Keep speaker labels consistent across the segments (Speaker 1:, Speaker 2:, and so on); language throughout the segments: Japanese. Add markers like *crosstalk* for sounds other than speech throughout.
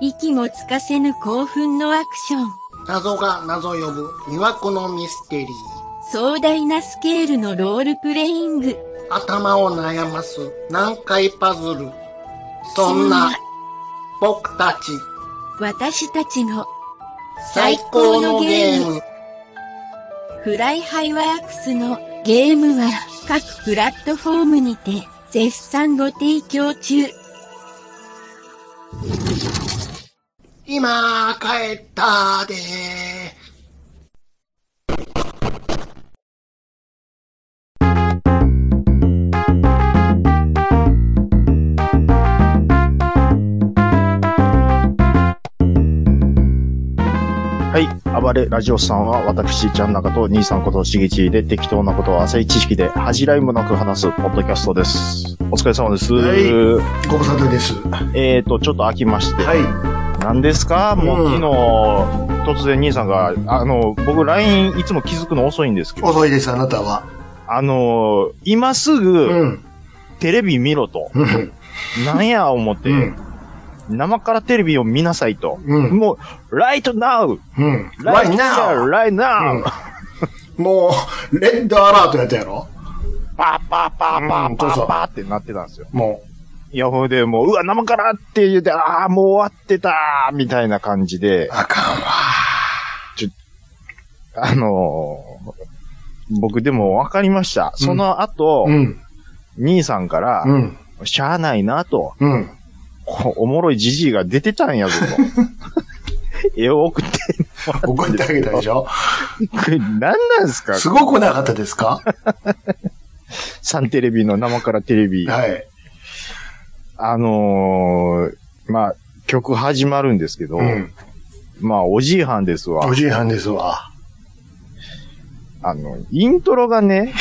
Speaker 1: 息もつかせぬ興奮のアクション。
Speaker 2: 謎が謎呼ぶ魅惑のミステリー。
Speaker 1: 壮大なスケールのロールプレイング。
Speaker 2: 頭を悩ます難解パズル。そんな僕たち
Speaker 1: 私たちの
Speaker 2: 最高のゲーム。
Speaker 1: フライハイワークスのゲームは各プラットフォームにて絶賛ご提供中。
Speaker 2: 今帰ったで
Speaker 3: はい。暴れラジオさんは、私、ちゃん中と兄さんことしげちで適当なことを浅い知識で恥じらいもなく話すポッドキャストです。お疲れ様です。
Speaker 4: はご無沙汰です。は
Speaker 3: えーと、ちょっと飽きまして。
Speaker 4: い。
Speaker 3: 何ですかもう昨日、突然兄さんが、あの、僕 LINE いつも気づくの遅いんですけど、
Speaker 4: 遅いです、あなたは。
Speaker 3: あの、今す
Speaker 4: う
Speaker 3: ぐ
Speaker 4: ん。
Speaker 3: テレビ見ろと。
Speaker 4: うん。
Speaker 3: なんや思って、
Speaker 4: うん。
Speaker 3: 生からテレビを見なさいと。
Speaker 4: うん
Speaker 3: もう、right now!
Speaker 4: うん。
Speaker 3: right
Speaker 4: right
Speaker 3: here,
Speaker 4: now!
Speaker 3: right now!
Speaker 4: もう、レッドアラートやったやろ
Speaker 3: パーパーパーパ
Speaker 4: う
Speaker 3: ー
Speaker 4: ん
Speaker 3: パ
Speaker 4: そうそ
Speaker 3: ー
Speaker 4: う
Speaker 3: パーってなってたんですよ。
Speaker 4: も
Speaker 3: いや、ほいで、もう、うわ、生からって言うて、ああ、もう終わってたーみたいな感じで
Speaker 4: う、、あかんわ。
Speaker 3: あのー僕でも分かりました。その後、
Speaker 4: うん。
Speaker 3: 兄さんから
Speaker 4: う、ん。
Speaker 3: しゃあないなと、
Speaker 4: うん。
Speaker 3: こおもろいじじいが出てたんやぞ
Speaker 4: *laughs*
Speaker 3: と。絵を送って、
Speaker 4: 怒ってあげたでしょ
Speaker 3: これ何なんですか
Speaker 4: すごくなかったですか
Speaker 3: サンテレビの生からテレビ。
Speaker 4: はい。
Speaker 3: あのーまあ、曲始まるんですけど、
Speaker 4: うん。
Speaker 3: まあ、おじいはんですわ
Speaker 4: お。じいはんですわ。
Speaker 3: あの、イントロがね、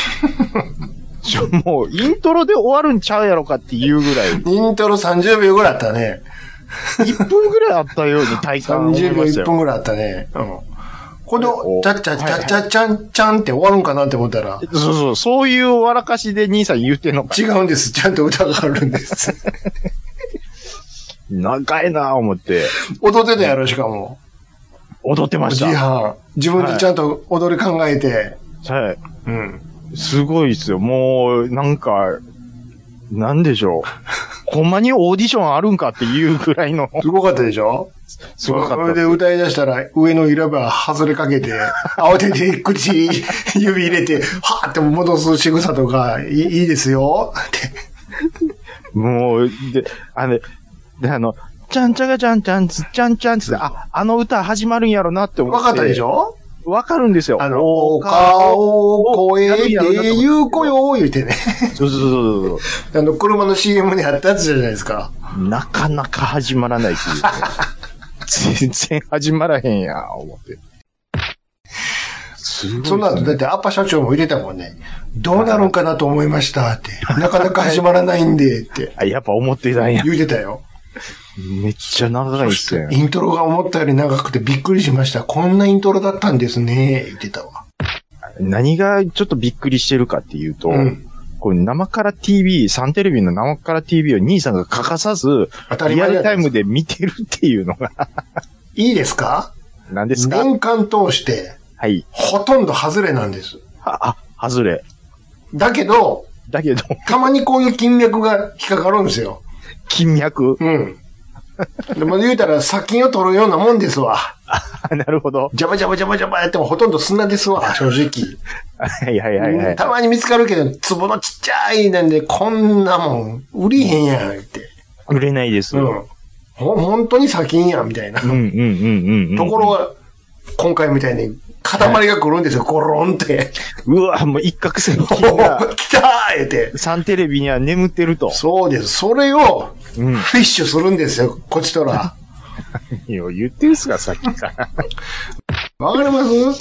Speaker 3: ちょもう、イントロで終わるんちゃうやろかっていうぐらい、
Speaker 4: イントロ30秒ぐらいあったね。
Speaker 3: 1分ぐらいあったように体感思い
Speaker 4: 30秒
Speaker 3: ました
Speaker 4: 1分
Speaker 3: よ。
Speaker 4: ぐらいあったね。うん。こ
Speaker 3: お
Speaker 4: の、ちゃっちゃちゃちゃちゃんちゃんって終わるんかなって思ったら、
Speaker 3: そうそう、そういう笑かしで兄さん言うてんのか。
Speaker 4: 違うんです。ちゃんと歌があるんです。 *laughs*
Speaker 3: 長いなぁ思って、
Speaker 4: 踊ってたやろ、しかも。
Speaker 3: 踊ってまし
Speaker 4: 自
Speaker 3: た。
Speaker 4: 販。自分でちゃんと踊り考えて。
Speaker 3: は
Speaker 4: うん。
Speaker 3: い。すごいですよ。もう、なんか、なんでしょう。ほんまにオーディションあるんかっていうぐらいの、
Speaker 4: すごかったでしょ
Speaker 3: すごか
Speaker 4: そ
Speaker 3: っ
Speaker 4: れで
Speaker 3: た。
Speaker 4: 歌い出したら、上のイラバー外れか *laughs* けて、慌てて口に指入れて、はーって戻す仕草とか、いいいですよって。
Speaker 3: もう、で、あの、で、あの、ちゃんちゃがちゃんちゃんつ、ちゃんちゃんつって、あ、あの歌始まるんやろなって思って。
Speaker 4: わかったでしょ
Speaker 3: わかるんですよ。
Speaker 4: あの、お顔を越えて、言う子よ、言うてね。
Speaker 3: そうそうそうそう
Speaker 4: *laughs*
Speaker 3: そ
Speaker 4: あの、車の CM にあったやつじゃないですか。
Speaker 3: う。なかなか始まらないっていうね、 *laughs* 全然始まらへんや、思って。すごいですね、
Speaker 4: その後、だってアッパ社長も入れたもんね。どうなるんかなと思いましたって。なかなか始まらないんで、って
Speaker 3: あ、やっぱ思ってたんや。
Speaker 4: 言うてたよ。
Speaker 3: めっちゃ長いっすね。
Speaker 4: イントロが思ったより長くてびっくりしました。こんなイントロだったんですね。言ってたわ。
Speaker 3: 何がちょっとびっくりしてるかっていうと、
Speaker 4: うん。
Speaker 3: こう生から TV、サンテレビの生から TV を兄さんが欠かさず、
Speaker 4: 当たり
Speaker 3: リア
Speaker 4: 前じ
Speaker 3: ル
Speaker 4: ゃな
Speaker 3: タ
Speaker 4: いです
Speaker 3: イム
Speaker 4: か。
Speaker 3: で見てるっていうのが、
Speaker 4: いいですか
Speaker 3: *laughs* 何ですか
Speaker 4: 年間通して、
Speaker 3: はい。
Speaker 4: ほとんど外れなんです。
Speaker 3: あ、あ、外れ。
Speaker 4: だけど、
Speaker 3: だけど、 *laughs*
Speaker 4: たまにこういう金脈が引っかかるんですよ。
Speaker 3: 金脈。
Speaker 4: うん。でも言うたら、砂金を取るようなもんですわ。
Speaker 3: あ *laughs* なるほど。
Speaker 4: ジャバジャバジャバジャバやってもほとんど砂ですわ、正直。
Speaker 3: はいはいはいはい。
Speaker 4: たまに見つかるけど、壺のちっちゃいなんで、こんなもん、売りへんやん、って。
Speaker 3: 売れないです。
Speaker 4: うん。ほ、本当に砂金やん、みたいな。
Speaker 3: うんうんうんうんうん。
Speaker 4: ところが、今回みたいに、塊が来るんですよ、ゴロンって。
Speaker 3: うわ、もう一攫千
Speaker 4: お
Speaker 3: 金が、 *laughs*
Speaker 4: ー *laughs* 来たーって。
Speaker 3: サンテレビには眠ってると。
Speaker 4: そうです。それを、
Speaker 3: うん。
Speaker 4: フィッシュするんですよ、こっちとら。
Speaker 3: いや言ってるっすか、さっき *laughs* から。
Speaker 4: わかります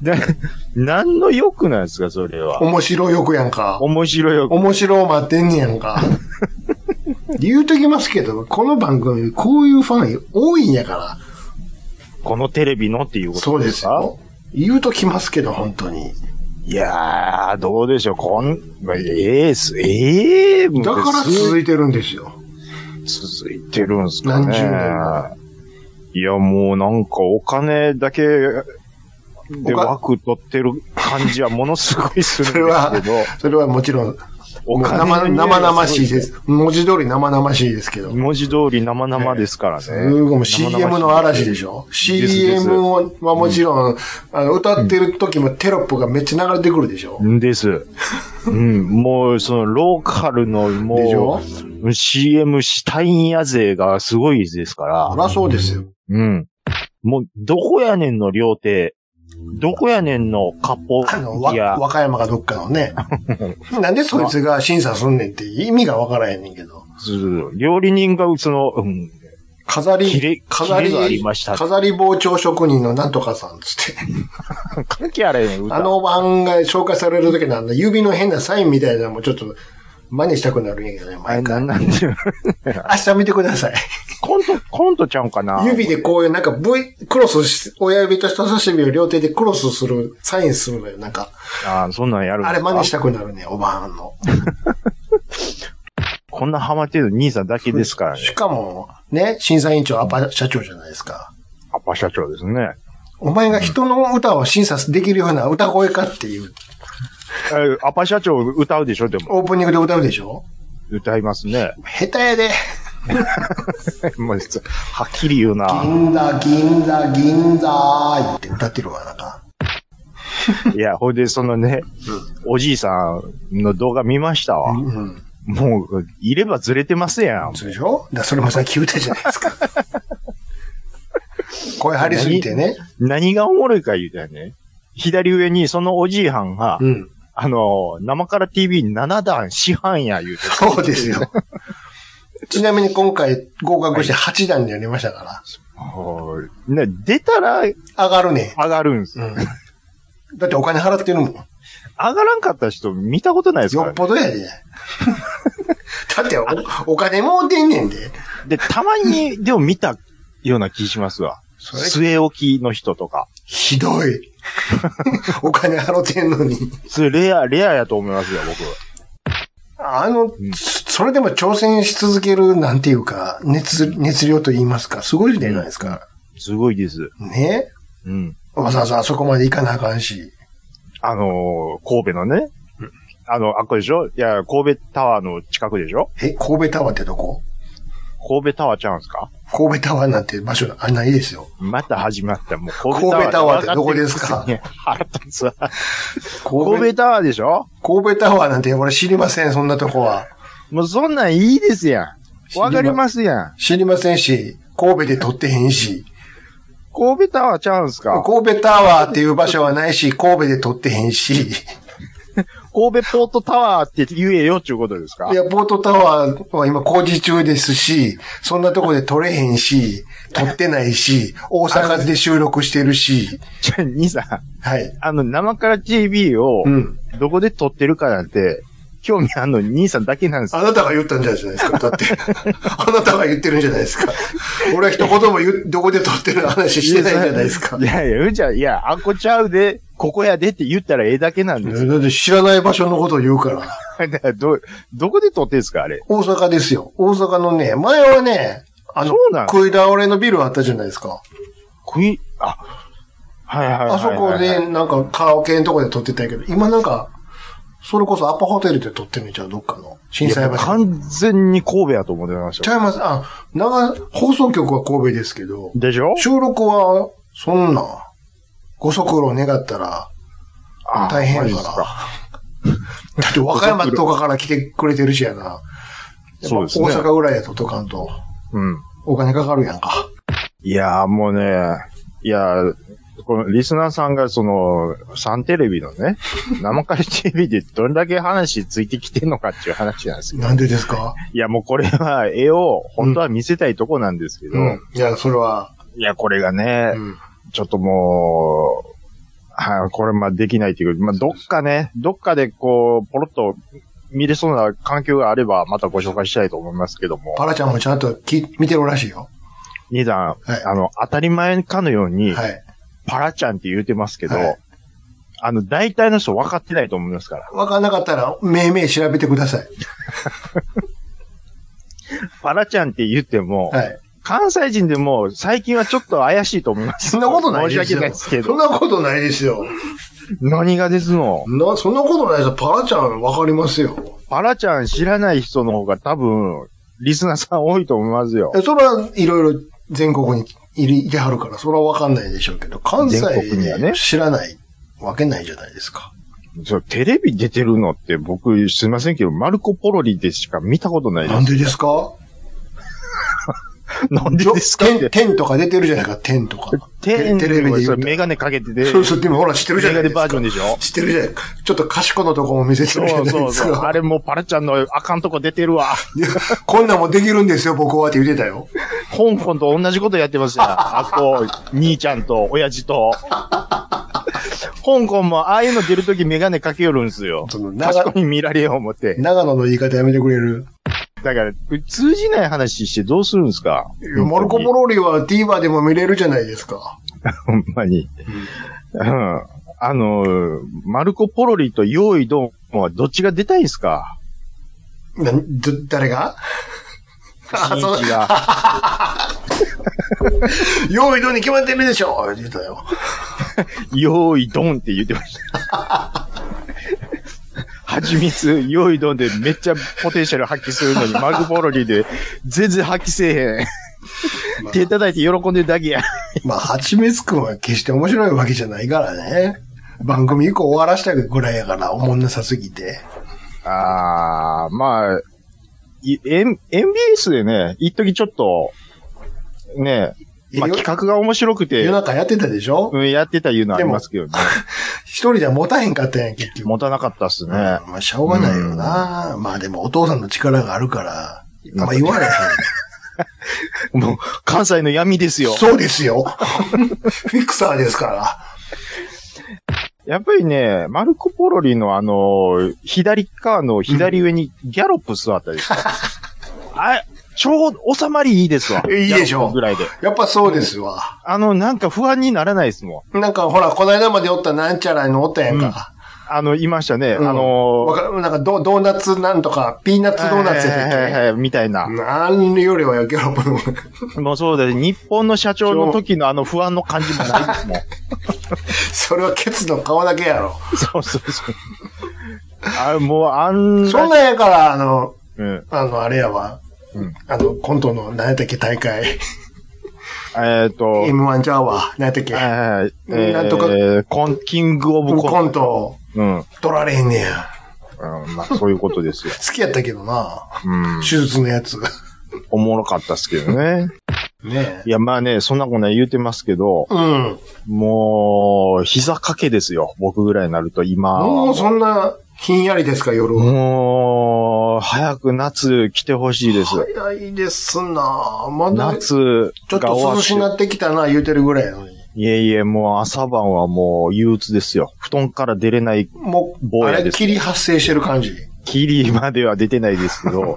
Speaker 3: な、何の欲なんですか、それは。
Speaker 4: 面白い欲やんか。
Speaker 3: 面白い欲。
Speaker 4: 面白を待ってんねやん
Speaker 3: *laughs*
Speaker 4: か。言うときますけど、この番組、こういうファン多いんやから。
Speaker 3: このテレビのっていうこ
Speaker 4: そ
Speaker 3: と
Speaker 4: う
Speaker 3: で
Speaker 4: ですす
Speaker 3: か
Speaker 4: よ。言うときますけど、本当に。
Speaker 3: いやー、どうでしょう、こん、まあええっす、ええもう
Speaker 4: だから
Speaker 3: す
Speaker 4: 続いてるんですよ。
Speaker 3: 続いてるんすかね。
Speaker 4: 何十年も
Speaker 3: いや、もうなんかお金だけで枠取ってる感じはものすごいするんですけど、
Speaker 4: *laughs* それはもちろん、
Speaker 3: お
Speaker 4: もう
Speaker 3: 金の
Speaker 4: 生
Speaker 3: 匂いが
Speaker 4: 生々しい
Speaker 3: すご
Speaker 4: で。す。文字通り生々しいですけど。
Speaker 3: 文字通り生々ですからね。
Speaker 4: すごいもう CM の嵐でし
Speaker 3: ょ。
Speaker 4: ょ
Speaker 3: ですです
Speaker 4: ?CM をはもちろん、あの歌ってる時もテロップがめっちゃ流れてくるでしょ *laughs*
Speaker 3: です。うん、もう、その、ローカルの、
Speaker 4: でしょ
Speaker 3: もう、CM したいんやぜがすごいですから
Speaker 4: そ、らそうですよ。
Speaker 3: うん。もう、どこやねんの料亭、どこやねんの割
Speaker 4: あの、わ
Speaker 3: 烹、いや、
Speaker 4: 和歌山かどっかのね。 *laughs* なんでそいつが審査すんねんって意味がわからへんねんけど。
Speaker 3: 料理人が、その、うん、
Speaker 4: 飾
Speaker 3: キレ
Speaker 4: り、飾
Speaker 3: キレがあり
Speaker 4: り、
Speaker 3: ましたね
Speaker 4: 飾り包丁職人のなんとかさんつって。
Speaker 3: 関係あれへん、歌
Speaker 4: あの番が紹介される時のあの指の変なサインみたいなのもちょっと真似したくなるんやけどね、
Speaker 3: あれ、
Speaker 4: 毎
Speaker 3: な
Speaker 4: 回。
Speaker 3: んなんていうの
Speaker 4: 明日見てください。
Speaker 3: *laughs* コント、コントちゃうんかな
Speaker 4: 指でこういうなんか V、クロスし、親指と人差し指を両手でクロスする、サインするのよ。なんか、
Speaker 3: あーそんなんやるんで
Speaker 4: あ
Speaker 3: すか
Speaker 4: れ真似したくなるね、おばあんの。
Speaker 3: こんなハマってるの兄さんだけですからね。
Speaker 4: しかも、ね、審査委員長アパ社長じゃないですか。
Speaker 3: アッパ社長ですね。
Speaker 4: お前が人の歌を審査できるような歌声かっていう、
Speaker 3: えーアッパ社長歌うでしょでも。
Speaker 4: オープニングで歌うでしょ
Speaker 3: 歌いますね。
Speaker 4: 下手やで。
Speaker 3: *laughs* もうはっきり言うな。
Speaker 4: 銀座、銀座、銀座って歌ってるわ、なんか。
Speaker 3: いや、ほいで、そのね、おじいさんの動画見ました
Speaker 4: う
Speaker 3: わ。
Speaker 4: ん。
Speaker 3: もう、いればずれてますやん。
Speaker 4: そうでしょだからそれもさっき言ったじゃないです *laughs* か。声張りすぎてね。
Speaker 3: 何がおもろいか言うたよね。左上にそのおじいはんが、
Speaker 4: うん。
Speaker 3: あの、生から TV7 段師範や言うて。
Speaker 4: そうですよ。ちなみに今回合格して8段になりましたから。
Speaker 3: おいね、出たら上
Speaker 4: 上がるね。
Speaker 3: がるんです。
Speaker 4: うん。だってお金払ってるもん。よ
Speaker 3: 上がらんかった人見たことないですから
Speaker 4: っぽどやで。 *laughs* だっておお金もうてんねんで。
Speaker 3: で、たま
Speaker 4: *laughs*
Speaker 3: に、でも見たような気しますわ。
Speaker 4: それ
Speaker 3: 据え置きの人とか。
Speaker 4: ひどい。 *laughs* お金払ってんのに。
Speaker 3: それレア、レアやと思いますよ、僕。
Speaker 4: あの、
Speaker 3: ん
Speaker 4: それでも挑戦し続けるなんていうか、熱、熱量と言いますか、すごいじゃないですか。
Speaker 3: すごいです。
Speaker 4: ね
Speaker 3: うん。
Speaker 4: わざわざあそこまで行かなあかんし。
Speaker 3: あのー神戸のね。あの、あっこでしょいや、神戸タワーの近くでしょ
Speaker 4: え、神戸タワーってどこ
Speaker 3: 神戸タワーちゃうんすか
Speaker 4: 神戸タワーなんて場所あんないですよ。
Speaker 3: また始まった。もう神
Speaker 4: 神戸タワーってどこですす
Speaker 3: *laughs*
Speaker 4: か
Speaker 3: 腹立つわ。
Speaker 4: 神戸
Speaker 3: 神戸タワーでしょ
Speaker 4: 神戸タワーなんて俺知りません、そんなとこは。
Speaker 3: もうそんなんいいですやん。わかりますやん。
Speaker 4: 知りませんし、神戸で撮ってへんし、
Speaker 3: 神戸タワーちゃうんすか
Speaker 4: 神戸タワーっていう場所はないし、神戸で撮ってへんし、
Speaker 3: 神戸ポートタワーって言えよっていうことですか
Speaker 4: いや、ポートタワーは今工事中ですし、そんなとこで撮れへんし、撮ってない
Speaker 3: *laughs*
Speaker 4: し、大阪で収録してるし、
Speaker 3: じゃあ兄さん、
Speaker 4: はい。
Speaker 3: あの、生から TV を
Speaker 4: う、ん。
Speaker 3: どこで撮ってるかなんて、興味あんの兄さんだけなんですよ
Speaker 4: あなたが言ったんじゃないですか、だ
Speaker 3: *laughs*
Speaker 4: って。あなたが言ってるんじゃないですか。俺は一言も言うどこで撮ってる話してないじゃないですか
Speaker 3: い。やいや、うんじゃ、いや、あんこちゃうで、ここやでって言ったらええだけなんです
Speaker 4: だって知らない場所のことを言うから。
Speaker 3: よ。だから *laughs* ど、どこで撮ってんすか、あれ。
Speaker 4: 大阪ですよ。大阪のね、前はね、あの
Speaker 3: そうな、の
Speaker 4: 食い倒れのビルあったじゃないですか。
Speaker 3: クイ、あ、はいはいはいはい。
Speaker 4: あそこで、なんかカラオケのとこで撮ってたけど、今なんか、それこそアパホテルで撮ってんねんじゃうどっかの。震
Speaker 3: いや、
Speaker 4: 災
Speaker 3: もう
Speaker 4: 橋。
Speaker 3: 完全に神戸やと思ってまし
Speaker 4: ち
Speaker 3: たよ。
Speaker 4: ゃいます。あ、長、放送局は神戸ですけど、
Speaker 3: でしょ
Speaker 4: 収録は、そんな、ご足労願ったら、
Speaker 3: あ
Speaker 4: 大変や
Speaker 3: マジっ
Speaker 4: か
Speaker 3: す
Speaker 4: ら。
Speaker 3: か
Speaker 4: *laughs* だって和歌山とかから来てくれてるしやな。
Speaker 3: そうですね
Speaker 4: 大阪ぐらいやととかんと、
Speaker 3: うん。
Speaker 4: お金かかるやんか。
Speaker 3: いやーもうね、いやーこのリスナーさんがその、サンテレビ
Speaker 4: *laughs*
Speaker 3: のね、生カレ TV でどれだけ話ついてきてんのかっていう話なんですよ。
Speaker 4: なんでですか
Speaker 3: いやもうこれは絵を本当は見せたいとこなんですけど、
Speaker 4: うん。いや、それは、
Speaker 3: いやこれがね、
Speaker 4: うん。
Speaker 3: ちょっともう、はい、これまあできないというか、まあどっかね、どっかでこう、ポロッと見れそうな環境があればまたご紹介したいと思いますけども、
Speaker 4: パラちゃんもちゃんとき見てるらしいよ。
Speaker 3: 二段、
Speaker 4: はい
Speaker 3: あの、当たり前かのように、
Speaker 4: はい。
Speaker 3: パラちゃんって言うてますけど、
Speaker 4: はい
Speaker 3: あの、大体の人分かってないと思いますから。
Speaker 4: わかんなかったら、命名調べてください。
Speaker 3: パラちゃんって言っても、
Speaker 4: はい。
Speaker 3: 関西人でも最近はちょっと怪しいと思います。
Speaker 4: そんなことないですよ。
Speaker 3: 申し訳ないですけ
Speaker 4: そん
Speaker 3: ど。
Speaker 4: なことないですよ。
Speaker 3: 何がですの
Speaker 4: な、そんなことないですよ。パラちゃんわかりますよ。
Speaker 3: パラちゃん知らない人の方が多分、リスナーさん多いと思いますよ。
Speaker 4: えそれはいろいろ全国にいるいてはるから、それはわかんないでしょうけど、関西
Speaker 3: 全国には
Speaker 4: で
Speaker 3: ね
Speaker 4: 知らないわけないじゃないですか。
Speaker 3: そうテレビ出てるのって僕、すいませんけど、マルコ・ポロリでしか見たことないで
Speaker 4: なんでですか
Speaker 3: す。なんでですかっ
Speaker 4: 天
Speaker 3: て。
Speaker 4: 天とか出てるじゃないか、天とか。
Speaker 3: テ
Speaker 4: テレビで言うと
Speaker 3: メガネかけてて、
Speaker 4: そうそう、でもほら知ってるじゃ
Speaker 3: メ
Speaker 4: ない
Speaker 3: ガネ
Speaker 4: ですか
Speaker 3: バージ。ョンでしょ
Speaker 4: 知ってるじゃないか。ちょっと賢のとこも見せて
Speaker 3: そ
Speaker 4: るじゃな
Speaker 3: う
Speaker 4: い
Speaker 3: そう
Speaker 4: です
Speaker 3: そう。あ
Speaker 4: か。
Speaker 3: れもうパラちゃんのあかんとこ出てるわ。
Speaker 4: いやこんなんもできるんですよ、僕はって言ってたよ。
Speaker 3: 香港と同じことやってま
Speaker 4: *laughs*
Speaker 3: すよ。あこ、兄ちゃんと親父と。香港もああいうの出るときメガネかけよるんですよ。
Speaker 4: その長
Speaker 3: 確かに見られよう思って。
Speaker 4: 長野の言い方やめてくれる。
Speaker 3: だから、通じない話してどうするんですか
Speaker 4: いやマルコ・ポロリは TVer でも見れるじゃないですか。
Speaker 3: *laughs* ほんまに。うん。あのー、マルコ・ポロリと用意ドンはどっちが出たいんすか
Speaker 4: など誰が
Speaker 3: 新一が。
Speaker 4: 用意どうに決まってるでしょ言ってたよ。
Speaker 3: 用意ドンって言ってました。蜂蜜、用意ドンでめっちゃポテンシャル発揮するのに、マグポロリで全然発揮せえへん。手叩いて喜んでるだけや。
Speaker 4: まあ、蜂蜜くんは決して面白いわけじゃないからね。番組以降終わらしたぐらいやから、おもんなさすぎて。
Speaker 3: あー、まあ、い M- MBS でね、一時ちょっと、ね、まあ
Speaker 4: よ
Speaker 3: 企画が面白くて
Speaker 4: 夜、中やってたでしょ
Speaker 3: うんやってたいうのはありますけどね。
Speaker 4: 一人じゃ持たへんかったんや、結局。
Speaker 3: 持たなかったっすね。
Speaker 4: *laughs* まあ、しょうがないよな。まあでも、お父さんの力があるから、あんま言われへん。
Speaker 3: もう、関西の闇ですよ。
Speaker 4: そうですよ。フィクサーですから。
Speaker 3: やっぱりね、マルコ・ポロリのあの、左側の左上にギャロップ座ったでしょ。あちょうど収まりいいですわ。
Speaker 4: いいでしょ
Speaker 3: ギャロップぐらいで。
Speaker 4: やっぱそうですわ。
Speaker 3: あの、なんか不安にならないですもん。
Speaker 4: なんか、ほら、この間までおったなんちゃらのおったやんか。
Speaker 3: あの、いましたね。
Speaker 4: うんわ
Speaker 3: あの、
Speaker 4: かるなんかド、ドーナツなんとか、ピーナッツドーナツやったっけ、
Speaker 3: はいはいはいみたいな。
Speaker 4: なんよりはギャロップの方が
Speaker 3: もうそうだね。日本の社長の時のあの不安の感じもないですもん。
Speaker 4: *laughs* それはケツの顔だけやろ。
Speaker 3: そうそうそう。あもう、あん
Speaker 4: そんなんやから、あの、
Speaker 3: うん。
Speaker 4: あの、あれやわ。
Speaker 3: うん
Speaker 4: あの、コントの、何やったっけ、大会。
Speaker 3: えっと、
Speaker 4: M1 ちゃうわ。何やったっけ。
Speaker 3: えー
Speaker 4: なんとか
Speaker 3: えーコン、キングオブ
Speaker 4: コ
Speaker 3: コン
Speaker 4: ント、
Speaker 3: ト。うん。
Speaker 4: 取られへんねや。
Speaker 3: うんまあ、そういうことですよ。
Speaker 4: 好きやったけどな。
Speaker 3: うん。
Speaker 4: 手術のやつ。
Speaker 3: おもろかったっすけどね。
Speaker 4: ねえ。
Speaker 3: いや、まあね、そんなこと言うてますけど、
Speaker 4: うん。
Speaker 3: もう、膝掛けですよ。僕ぐらいになると今は。
Speaker 4: もうそんな、ひんやりですか、夜は。
Speaker 3: もう早く夏来てほしいです。
Speaker 4: 早いですなまだ、ち
Speaker 3: 夏
Speaker 4: ょっ
Speaker 3: が
Speaker 4: と
Speaker 3: 終わ
Speaker 4: 涼
Speaker 3: っ
Speaker 4: しな
Speaker 3: て。
Speaker 4: ってきたな、言うてるぐらいやのに。
Speaker 3: いえいえ、もう朝晩はもう憂鬱ですよ。布団から出れない、
Speaker 4: もう、
Speaker 3: 坊
Speaker 4: あ
Speaker 3: や
Speaker 4: れっ
Speaker 3: です
Speaker 4: きり発生してる感じ。
Speaker 3: キリまでは出てないですけ
Speaker 4: *laughs*
Speaker 3: ど、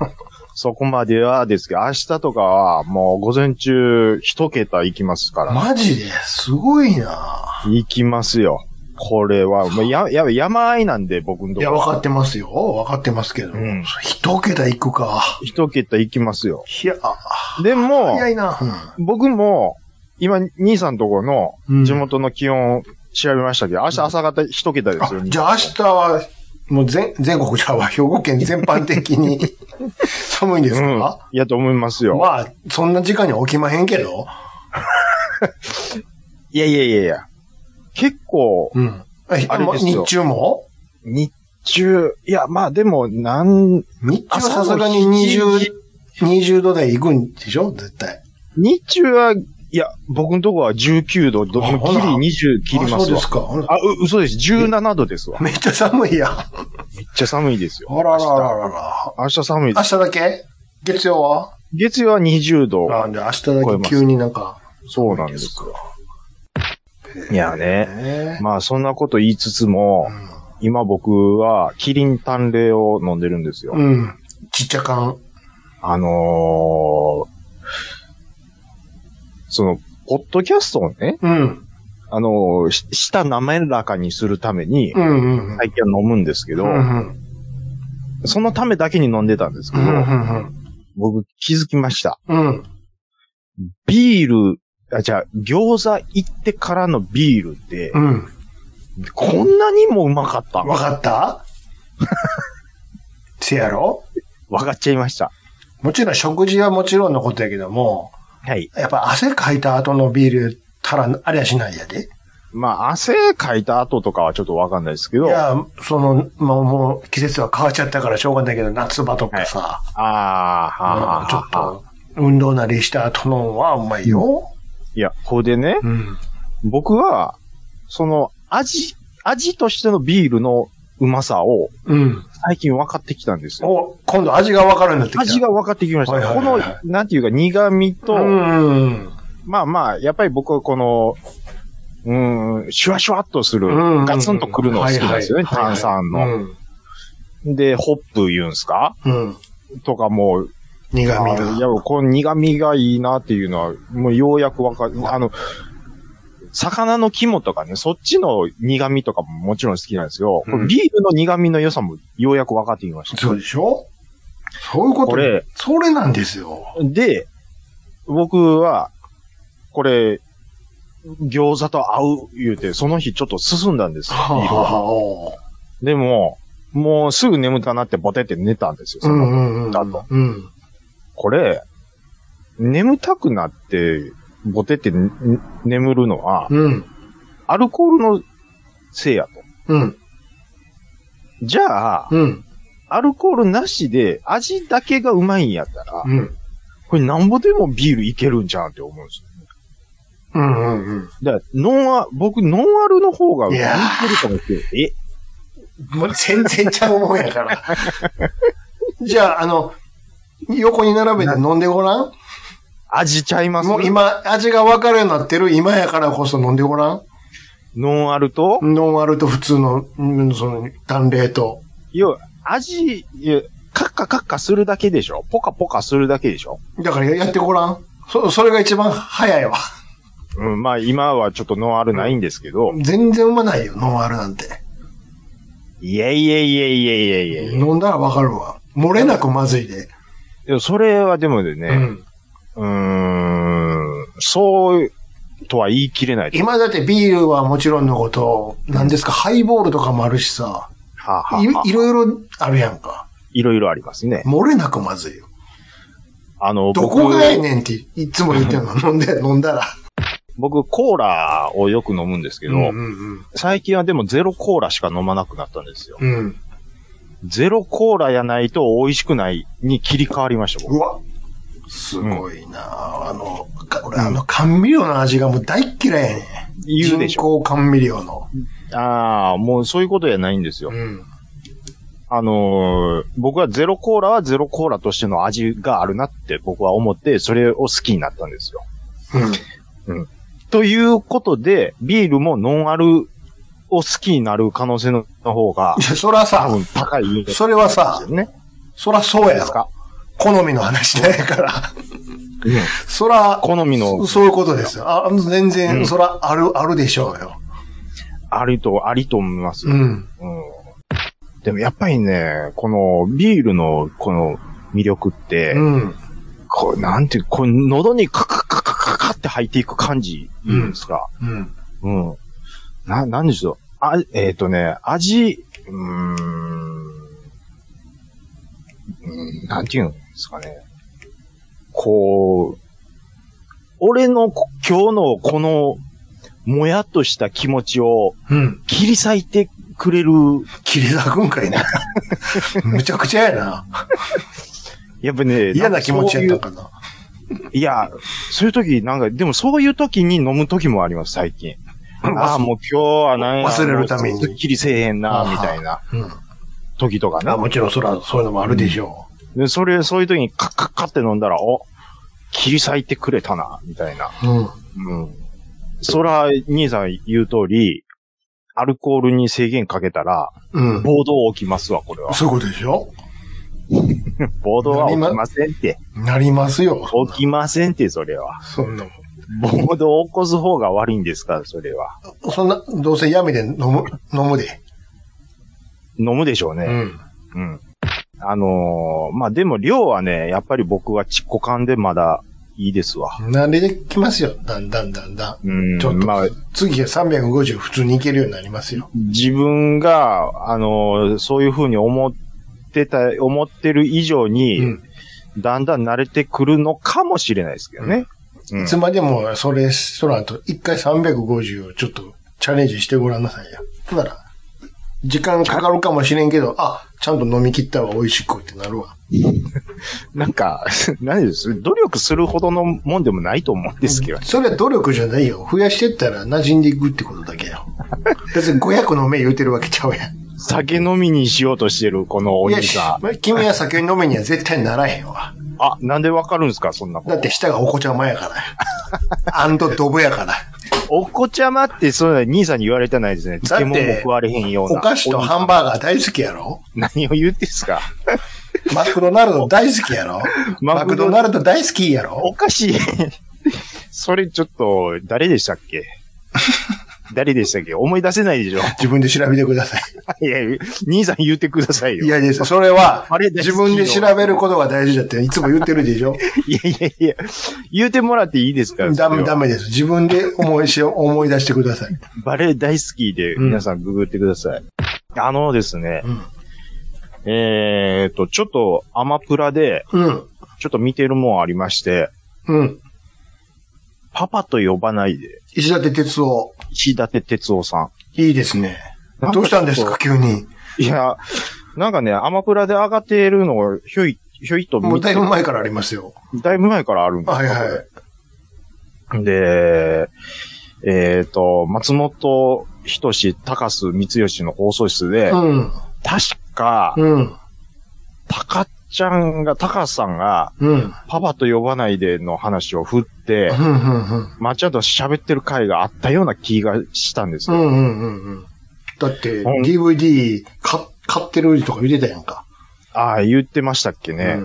Speaker 3: そこまではですけど、明日とかはもう午前中一桁行きますから。
Speaker 4: マジですごいな
Speaker 3: 行きますよ。これは、まあ、や、や、山あいなんで、僕の
Speaker 4: い
Speaker 3: と
Speaker 4: や、
Speaker 3: こ。
Speaker 4: わかってますよ。わかってますけど。
Speaker 3: うん
Speaker 4: 一桁いくか。
Speaker 3: 一桁行きますよ。
Speaker 4: いや、
Speaker 3: でも、
Speaker 4: 早いな。
Speaker 3: 僕も、今、兄さんとこの
Speaker 4: うん
Speaker 3: 地元の気温調べましたけど、明日朝方一桁ですよ。
Speaker 4: あじゃあ明日は、もう全、全国じゃあ、兵庫県全般的
Speaker 3: *laughs*
Speaker 4: に寒いんです
Speaker 3: うん
Speaker 4: か、。
Speaker 3: いやと思いますよ。
Speaker 4: まあ、そんな時間には起きまへんけど。
Speaker 3: いやいやいやいや。結構、
Speaker 4: うん。え
Speaker 3: あれですよ
Speaker 4: 日中も
Speaker 3: 日中、いや、まあでも、なん、
Speaker 4: 日中は
Speaker 3: 朝の
Speaker 4: さすがに
Speaker 3: 7時
Speaker 4: 20、20度台行くんでしょ絶対。
Speaker 3: 日中は、いや、僕のとこは19度、ど
Speaker 4: あ
Speaker 3: もう
Speaker 4: ほら
Speaker 3: ギリ20切り
Speaker 4: あ
Speaker 3: ま
Speaker 4: そう
Speaker 3: す
Speaker 4: で
Speaker 3: わ。
Speaker 4: すか。ほら
Speaker 3: あ、う、嘘です。17度ですわ。めっ
Speaker 4: めっちゃ寒いやん。
Speaker 3: ちゃ寒いですよ。
Speaker 4: あらららら
Speaker 3: 明日
Speaker 4: らら。
Speaker 3: 明日寒いです
Speaker 4: 明日だけ月曜は
Speaker 3: 月曜は20度。
Speaker 4: あ、で、明日だけ急になんか。
Speaker 3: そうなんです。いやね。
Speaker 4: ね
Speaker 3: まあそんなこと言いつつも、今僕はキリン淡麗を飲んでるんですよ。
Speaker 4: うん。うん。ちっちゃ缶。
Speaker 3: あのー、その、ポッドキャストをね、
Speaker 4: うん。
Speaker 3: あのー、し舌滑らかにするために
Speaker 4: う、んうんうん。
Speaker 3: 最近は飲むんですけど、
Speaker 4: うんうん
Speaker 3: そのためだけに飲んでたんですけ
Speaker 4: う
Speaker 3: ど、
Speaker 4: んうん
Speaker 3: 僕気づきました。
Speaker 4: うん。うん。
Speaker 3: ビール、あ、じゃあ、餃子行ってからのビールって、
Speaker 4: うん。
Speaker 3: こんなにもうまかった。
Speaker 4: わかったせやろ
Speaker 3: わかっちゃいました。
Speaker 4: もちろん食事はもちろんのことやけども、
Speaker 3: はい。
Speaker 4: やっぱ汗かいた後のビールたらありゃしないやで。
Speaker 3: まあ、汗かいた後とかはちょっとわかんないですけ
Speaker 4: い
Speaker 3: ど、あ
Speaker 4: や、その、まあ、もう季節は変わっちゃったからしょうがないけど、夏場とかさ、
Speaker 3: あー、はあ、
Speaker 4: う
Speaker 3: は
Speaker 4: ん
Speaker 3: あ、
Speaker 4: ちょっと運動なりした後のはうまいよ。
Speaker 3: いや、これでね、
Speaker 4: うん。
Speaker 3: 僕は、その、味、味としてのビールのうまさを
Speaker 4: うん。
Speaker 3: 最近分かってきたんですよ。
Speaker 4: お、今度味がわかるようになってきた。
Speaker 3: 味が分かってきました。
Speaker 4: はいはい
Speaker 3: こ
Speaker 4: はい
Speaker 3: の
Speaker 4: はい、
Speaker 3: なんていうか苦味と、
Speaker 4: うん。
Speaker 3: まあまあ、やっぱり僕はこの、うーん、シュワシュワっとする、
Speaker 4: うん
Speaker 3: ガツンとくるの好きなんですよね、
Speaker 4: はいはい
Speaker 3: 炭酸
Speaker 4: はいは
Speaker 3: の。
Speaker 4: いうん
Speaker 3: で、ホップ言うんすか
Speaker 4: うん。
Speaker 3: とかもう、
Speaker 4: 苦
Speaker 3: あ
Speaker 4: 味
Speaker 3: ーいや
Speaker 4: が。、
Speaker 3: この苦味がいいなっていうのは、もうようやくわかる。あの、魚の肝とかね、そっちの苦味とかももちろん好きなんですよ。
Speaker 4: うん
Speaker 3: ビールの苦味の良さもようやく分かってきました。
Speaker 4: そうでしょそういうこと。
Speaker 3: これ
Speaker 4: それなんですよ。
Speaker 3: で、僕は、これ、餃子と合う言うて、その日ちょっと進んだんですよ。
Speaker 4: はあ
Speaker 3: ビール
Speaker 4: は
Speaker 3: が
Speaker 4: あおう
Speaker 3: でも、もうすぐ眠たなってボテって寝たんですよ。
Speaker 4: う
Speaker 3: その
Speaker 4: んうんうん。
Speaker 3: だと
Speaker 4: うん。
Speaker 3: これ、眠たくなって、ボテってね眠るのは、
Speaker 4: うん。
Speaker 3: アルコールのせいやと。
Speaker 4: うん。
Speaker 3: じゃあ、
Speaker 4: うん。
Speaker 3: アルコールなしで味だけがうまいんやったら、
Speaker 4: うん。
Speaker 3: これなんぼでもビールいけるんじゃんって思うんですよ。
Speaker 4: うんうん
Speaker 3: だから、ノンア、僕、ノンアルの方が
Speaker 4: いやー
Speaker 3: いけるかもしれない。え
Speaker 4: うん。もう全然ちゃうもんやから。 *laughs* じゃあ、あの、横に並べて飲んでごらん
Speaker 3: 味ちゃいます
Speaker 4: もう今、味が分かるようになってる今やからこそ飲んでごらん
Speaker 3: ノンアルと、
Speaker 4: ノンアルと普通の、うんその、淡麗と。
Speaker 3: 要は、味、いやカッカカッカするだけでしょポカポカするだけでしょ
Speaker 4: だからやってごらん。そ、それが一番早いわ。
Speaker 3: うん、まあ今はちょっとノンアルないんですけど、
Speaker 4: 全然うまないよ、ノンアルなんて。
Speaker 3: いやいやいやいやいやいやいや
Speaker 4: 飲んだらわかるわ。漏れなくまずいで。
Speaker 3: いや。それはでもね、
Speaker 4: うん。
Speaker 3: うーんそうとは言い切れない。
Speaker 4: 今だってビールはもちろんのこと、何ですか、ハイボールとかもあるしさ、
Speaker 3: はあはあ
Speaker 4: い
Speaker 3: はあ
Speaker 4: いろいろあるやんか。
Speaker 3: いろいろありますね。
Speaker 4: 漏れなくまずいよ。
Speaker 3: あの、
Speaker 4: ど
Speaker 3: 僕
Speaker 4: こがやねんっていつも言ってんの。飲んで、飲んだら。
Speaker 3: 僕、コーラをよく飲むんですけど、
Speaker 4: うん
Speaker 3: 最近はでもゼロコーラしか飲まなくなったんですよ。
Speaker 4: うん。うん。
Speaker 3: ゼロコーラやないと美味しくないに切り替わりました、
Speaker 4: う
Speaker 3: 僕。
Speaker 4: わ。すごいなあの、か俺あの、甘味料の味がもう大っ嫌いやねん。
Speaker 3: 言うでし
Speaker 4: 人
Speaker 3: ょ。
Speaker 4: 工甘味料の。
Speaker 3: ああ、もうそういうことじゃないんですよ。
Speaker 4: うん。
Speaker 3: あのー僕はゼロコーラはゼロコーラとしての味があるなって僕は思って、それを好きになったんですよ。ということで、ビールもノンアルを好きになる可能性の方が
Speaker 4: い、や、そら
Speaker 3: 多
Speaker 4: さ、
Speaker 3: 分高いんです
Speaker 4: それはさ
Speaker 3: よ、ね。
Speaker 4: そらそうや
Speaker 3: です
Speaker 4: ろ。
Speaker 3: か、
Speaker 4: 好みの話だから。
Speaker 3: うん、
Speaker 4: そら、
Speaker 3: 好みの
Speaker 4: そそういうことですよ。あ全然、
Speaker 3: うん
Speaker 4: そら、ある、あるでしょうよ。
Speaker 3: ありと、ありと思います、
Speaker 4: う
Speaker 3: うん
Speaker 4: ん。
Speaker 3: でもやっぱりね、このビールのこの魅力って、
Speaker 4: うん。
Speaker 3: こう、なんていう、こう、喉にカカカカカカって入っていく感じ、いうんですか、
Speaker 4: うん。
Speaker 3: うん、な、なんでしょう。あ、えっ、とね、味、うーん、うんなんていうんですかね。こう、俺のこ今日のこの、もやっとした気持ちを
Speaker 4: うん。
Speaker 3: 切り裂いてくれる、
Speaker 4: 切り裂くんかい
Speaker 3: *laughs*
Speaker 4: な。むちゃくちゃやな。
Speaker 3: やっぱね、
Speaker 4: 嫌な気持ちやった
Speaker 3: なん
Speaker 4: か
Speaker 3: か
Speaker 4: な。
Speaker 3: そういういや、そういう時、なんか、でもそういう時に飲む時もあります、最近。ああ、もう今日はなんや
Speaker 4: 忘れるために
Speaker 3: すっきりせえへんな、みたいな
Speaker 4: うん。
Speaker 3: 時とかね
Speaker 4: あ、。もちろんそら、そういうのもあるでしょ
Speaker 3: で、それ、そういう時にカッカッカって飲んだら、お、切り裂いてくれたな、みたいな。
Speaker 4: う。うん。
Speaker 3: うん。そら、兄さん言う通り、アルコールに制限かけたら、
Speaker 4: うん。
Speaker 3: 暴動起きますわ、これは。
Speaker 4: そういうことでしょ
Speaker 3: 暴動は起きませんって。
Speaker 4: なりますよ。
Speaker 3: 起きませんって、それは。
Speaker 4: そんなもん。
Speaker 3: 暴動を起こす方が悪いんですから、それは。
Speaker 4: そんな、どうせやめて飲む、飲むで。
Speaker 3: 飲むでしょう
Speaker 4: う
Speaker 3: ね。
Speaker 4: ん。
Speaker 3: うん。あのーまあ、でも量はね、やっぱり僕はチッコ缶でまだいいですわ。
Speaker 4: 慣れてきますよ。だんだんだんだん。
Speaker 3: うん
Speaker 4: ちょっと、
Speaker 3: まあ
Speaker 4: 次は350普通にいけるようになりますよ。
Speaker 3: 自分が、あの、そういうふうに思ってた、思ってる以上に、
Speaker 4: うん
Speaker 3: だんだん慣れてくるのかもしれないですけどね。うん
Speaker 4: いつまでも、それ、そらんと、一回350をちょっとチャレンジしてごらんなさいよ。ほんなら、時間かかるかもしれんけど、あ、ちゃんと飲み切ったわ、美味しくってなるわ。
Speaker 3: なんか、 *laughs* 何です努力するほどのもんでもないと思うんですけど。
Speaker 4: それは努力じゃないよ。増やしてったら馴染んでいくってことだけ
Speaker 3: *laughs*
Speaker 4: よ。別に500飲め言うてるわけちゃうやん。
Speaker 3: 酒飲みにしようとしてる、このお
Speaker 4: いや
Speaker 3: 兄さん。
Speaker 4: ま君は酒飲めには絶対ならへんわ。
Speaker 3: あ、なんでわかるんですか、そんなこ
Speaker 4: だっ
Speaker 3: と。
Speaker 4: て舌がお子ちゃまや
Speaker 3: *laughs*
Speaker 4: から。アンドドブやから。
Speaker 3: お子ちゃまって、そういうの兄さんに言われたないです
Speaker 4: だ
Speaker 3: ね。
Speaker 4: って
Speaker 3: 漬物も食われへんような。
Speaker 4: お菓子とハンバーガー大好きやろ
Speaker 3: お兄さん何を言ってんですか。
Speaker 4: マクドナルド大好きやろマ
Speaker 3: マ
Speaker 4: ク
Speaker 3: ク
Speaker 4: ド
Speaker 3: ド
Speaker 4: ナルド大好きや
Speaker 3: お
Speaker 4: ろ
Speaker 3: かしい。それちょっと、誰でしたっ
Speaker 4: *laughs*
Speaker 3: け誰でしたっけ思い出せないでしょ
Speaker 4: 自分で調べてください。
Speaker 3: いや、兄さん言ってくださいよ。
Speaker 4: いやです。それは
Speaker 3: あれ、大好き
Speaker 4: 自
Speaker 3: よ
Speaker 4: 分で調べることが大事だっていつも言ってるでしょ
Speaker 3: いやいやいや、言うてもらっていいですから
Speaker 4: ダメ、ダ
Speaker 3: メ。
Speaker 4: メです。自分で思いし、思い出してください。
Speaker 3: バレエ大好きで、
Speaker 4: うん
Speaker 3: 皆さんググってください。あのですね、
Speaker 4: うん。
Speaker 3: えー、と、ちょっとアマプラで、
Speaker 4: うん。
Speaker 3: ちょっと見てるもんありまして、
Speaker 4: うん。
Speaker 3: パパと呼ばないで、
Speaker 4: 石立哲夫。
Speaker 3: 石立哲夫さ
Speaker 4: いいですね。
Speaker 3: なんか
Speaker 4: どうしたんですか、急に。
Speaker 3: ん。いや、なんかね、アマプラで上がってるのを、ひょい、ひょいっと
Speaker 4: もう
Speaker 3: 見
Speaker 4: だ
Speaker 3: て
Speaker 4: いぶ前からありますよ。
Speaker 3: だいぶ前からあるんですよ
Speaker 4: はいはい。
Speaker 3: で、えっ、と、松本人志、高須光義の放送室で、
Speaker 4: うん。
Speaker 3: 確か、
Speaker 4: うん。
Speaker 3: 高っちゃんが、高さんが、
Speaker 4: うん。うん。
Speaker 3: パパと呼ばないでの話を振って、
Speaker 4: うん。うん。
Speaker 3: まあちゃんと喋ってる回があったような気がしたんです
Speaker 4: う
Speaker 3: よ。
Speaker 4: んうんうんうん。だって、
Speaker 3: うん
Speaker 4: DVD か買ってるとか言ってたやんか。
Speaker 3: ああ、言ってましたっけね。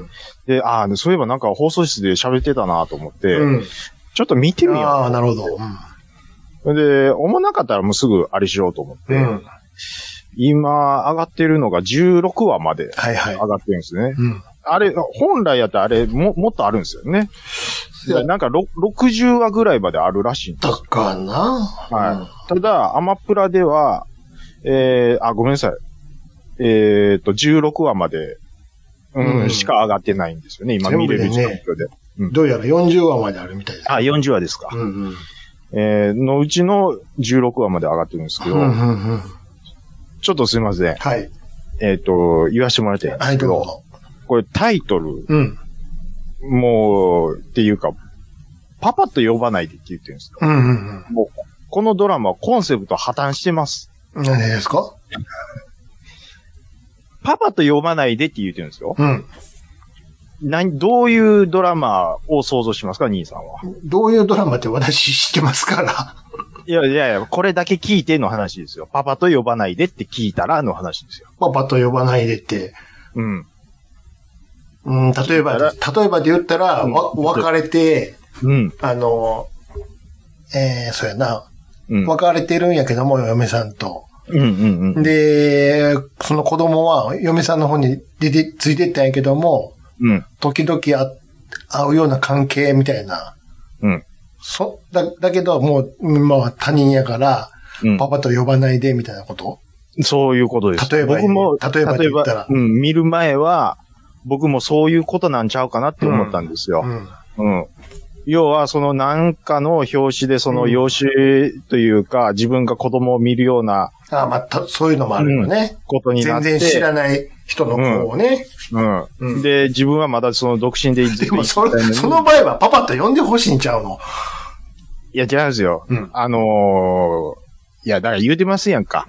Speaker 3: で、ああ、そういえばなんか放送室で喋ってたなと思って、
Speaker 4: うん。
Speaker 3: ちょっと見て
Speaker 4: うん。
Speaker 3: みよ
Speaker 4: ああ、なるほど。
Speaker 3: う。で、思わなかったらもうすぐあれしようと思って、
Speaker 4: うん。うん。
Speaker 3: 今上がってるのが16話まで
Speaker 4: はいはい
Speaker 3: 上。がってるんですね。
Speaker 4: うん。
Speaker 3: あれ、本来やったらあれ、も、もっとあるんですよね。
Speaker 4: いや
Speaker 3: なんか、ろ60話ぐらいまであるらしい。
Speaker 4: だからな。
Speaker 3: はただ、アマプラでは、えー、あ、ごめんなさい。えー、と、16話まで、うん、
Speaker 4: うん
Speaker 3: しか上がってないんですよね。今
Speaker 4: 全
Speaker 3: 見
Speaker 4: 部
Speaker 3: れ
Speaker 4: でね
Speaker 3: る状況で。
Speaker 4: い。どうやら40話まであるみたいです。
Speaker 3: あ、40話ですか。
Speaker 4: うんうん。
Speaker 3: えー、のうちの16話まで上がってるんですけ
Speaker 4: う
Speaker 3: ど、
Speaker 4: んうんうん。
Speaker 3: ちょっとすいません。
Speaker 4: はい。
Speaker 3: えっ、と、言わせてもらいたいんで
Speaker 4: は
Speaker 3: す
Speaker 4: い、
Speaker 3: け
Speaker 4: どう
Speaker 3: ど、
Speaker 4: も。
Speaker 3: これタイトル、
Speaker 4: うん。
Speaker 3: もう、っていうか、パパと呼ばないでって言ってるんですよ
Speaker 4: うんうん
Speaker 3: もう、このドラマはコンセプト破綻してます。
Speaker 4: うん。何ですか
Speaker 3: パパと呼ばないでって言ってるんですよ。
Speaker 4: うん。
Speaker 3: 何、どういうドラマを想像しますか、兄さんは。
Speaker 4: どういうドラマって私知ってますから。
Speaker 3: いやいやいや、これだけ聞いての話ですよ。パパと呼ばないでって聞いたらの話ですよ。
Speaker 4: パパと呼ばないでって。
Speaker 3: うん。
Speaker 4: うん、例えば、
Speaker 3: だ
Speaker 4: 例えばで言ったら、わ、別れて、
Speaker 3: うん。
Speaker 4: あの、えー、そうやな。
Speaker 3: うん。
Speaker 4: 別れてるんやけども、嫁さんと。
Speaker 3: うんうんうん。
Speaker 4: で、その子供は嫁さんの方に出て、ついてったんやけども、
Speaker 3: うん。
Speaker 4: 時々あ会うような関係みたいな。
Speaker 3: うん。
Speaker 4: そ、だ、だけどもう、今は他人やから、
Speaker 3: うん
Speaker 4: パパと呼ばないでみたいなこと、
Speaker 3: そういうことです。
Speaker 4: 例えばね
Speaker 3: 僕も、
Speaker 4: 例えばで言ったら
Speaker 3: 例えばうん、見る前は、僕もそういうことなんちゃうかなって思ったんですよ。
Speaker 4: うん、
Speaker 3: うん。要は、そのなんかの表紙で、その
Speaker 4: うん
Speaker 3: 養子というか、自分が子供を見るような
Speaker 4: あまあ、た、そういうのもあるよね。
Speaker 3: ことにな
Speaker 4: 全
Speaker 3: って。
Speaker 4: 然知らない人の子をね。
Speaker 3: うん。
Speaker 4: うん
Speaker 3: で、自分はまだその独身でずっ
Speaker 4: で
Speaker 3: と
Speaker 4: も
Speaker 3: 生
Speaker 4: そ
Speaker 3: きてたの
Speaker 4: れ、
Speaker 3: に
Speaker 4: その場合はパパと呼んでほしいんちゃうの。
Speaker 3: いや、違うんですよ。
Speaker 4: うん。
Speaker 3: あのーいや、だから言うてますやんか。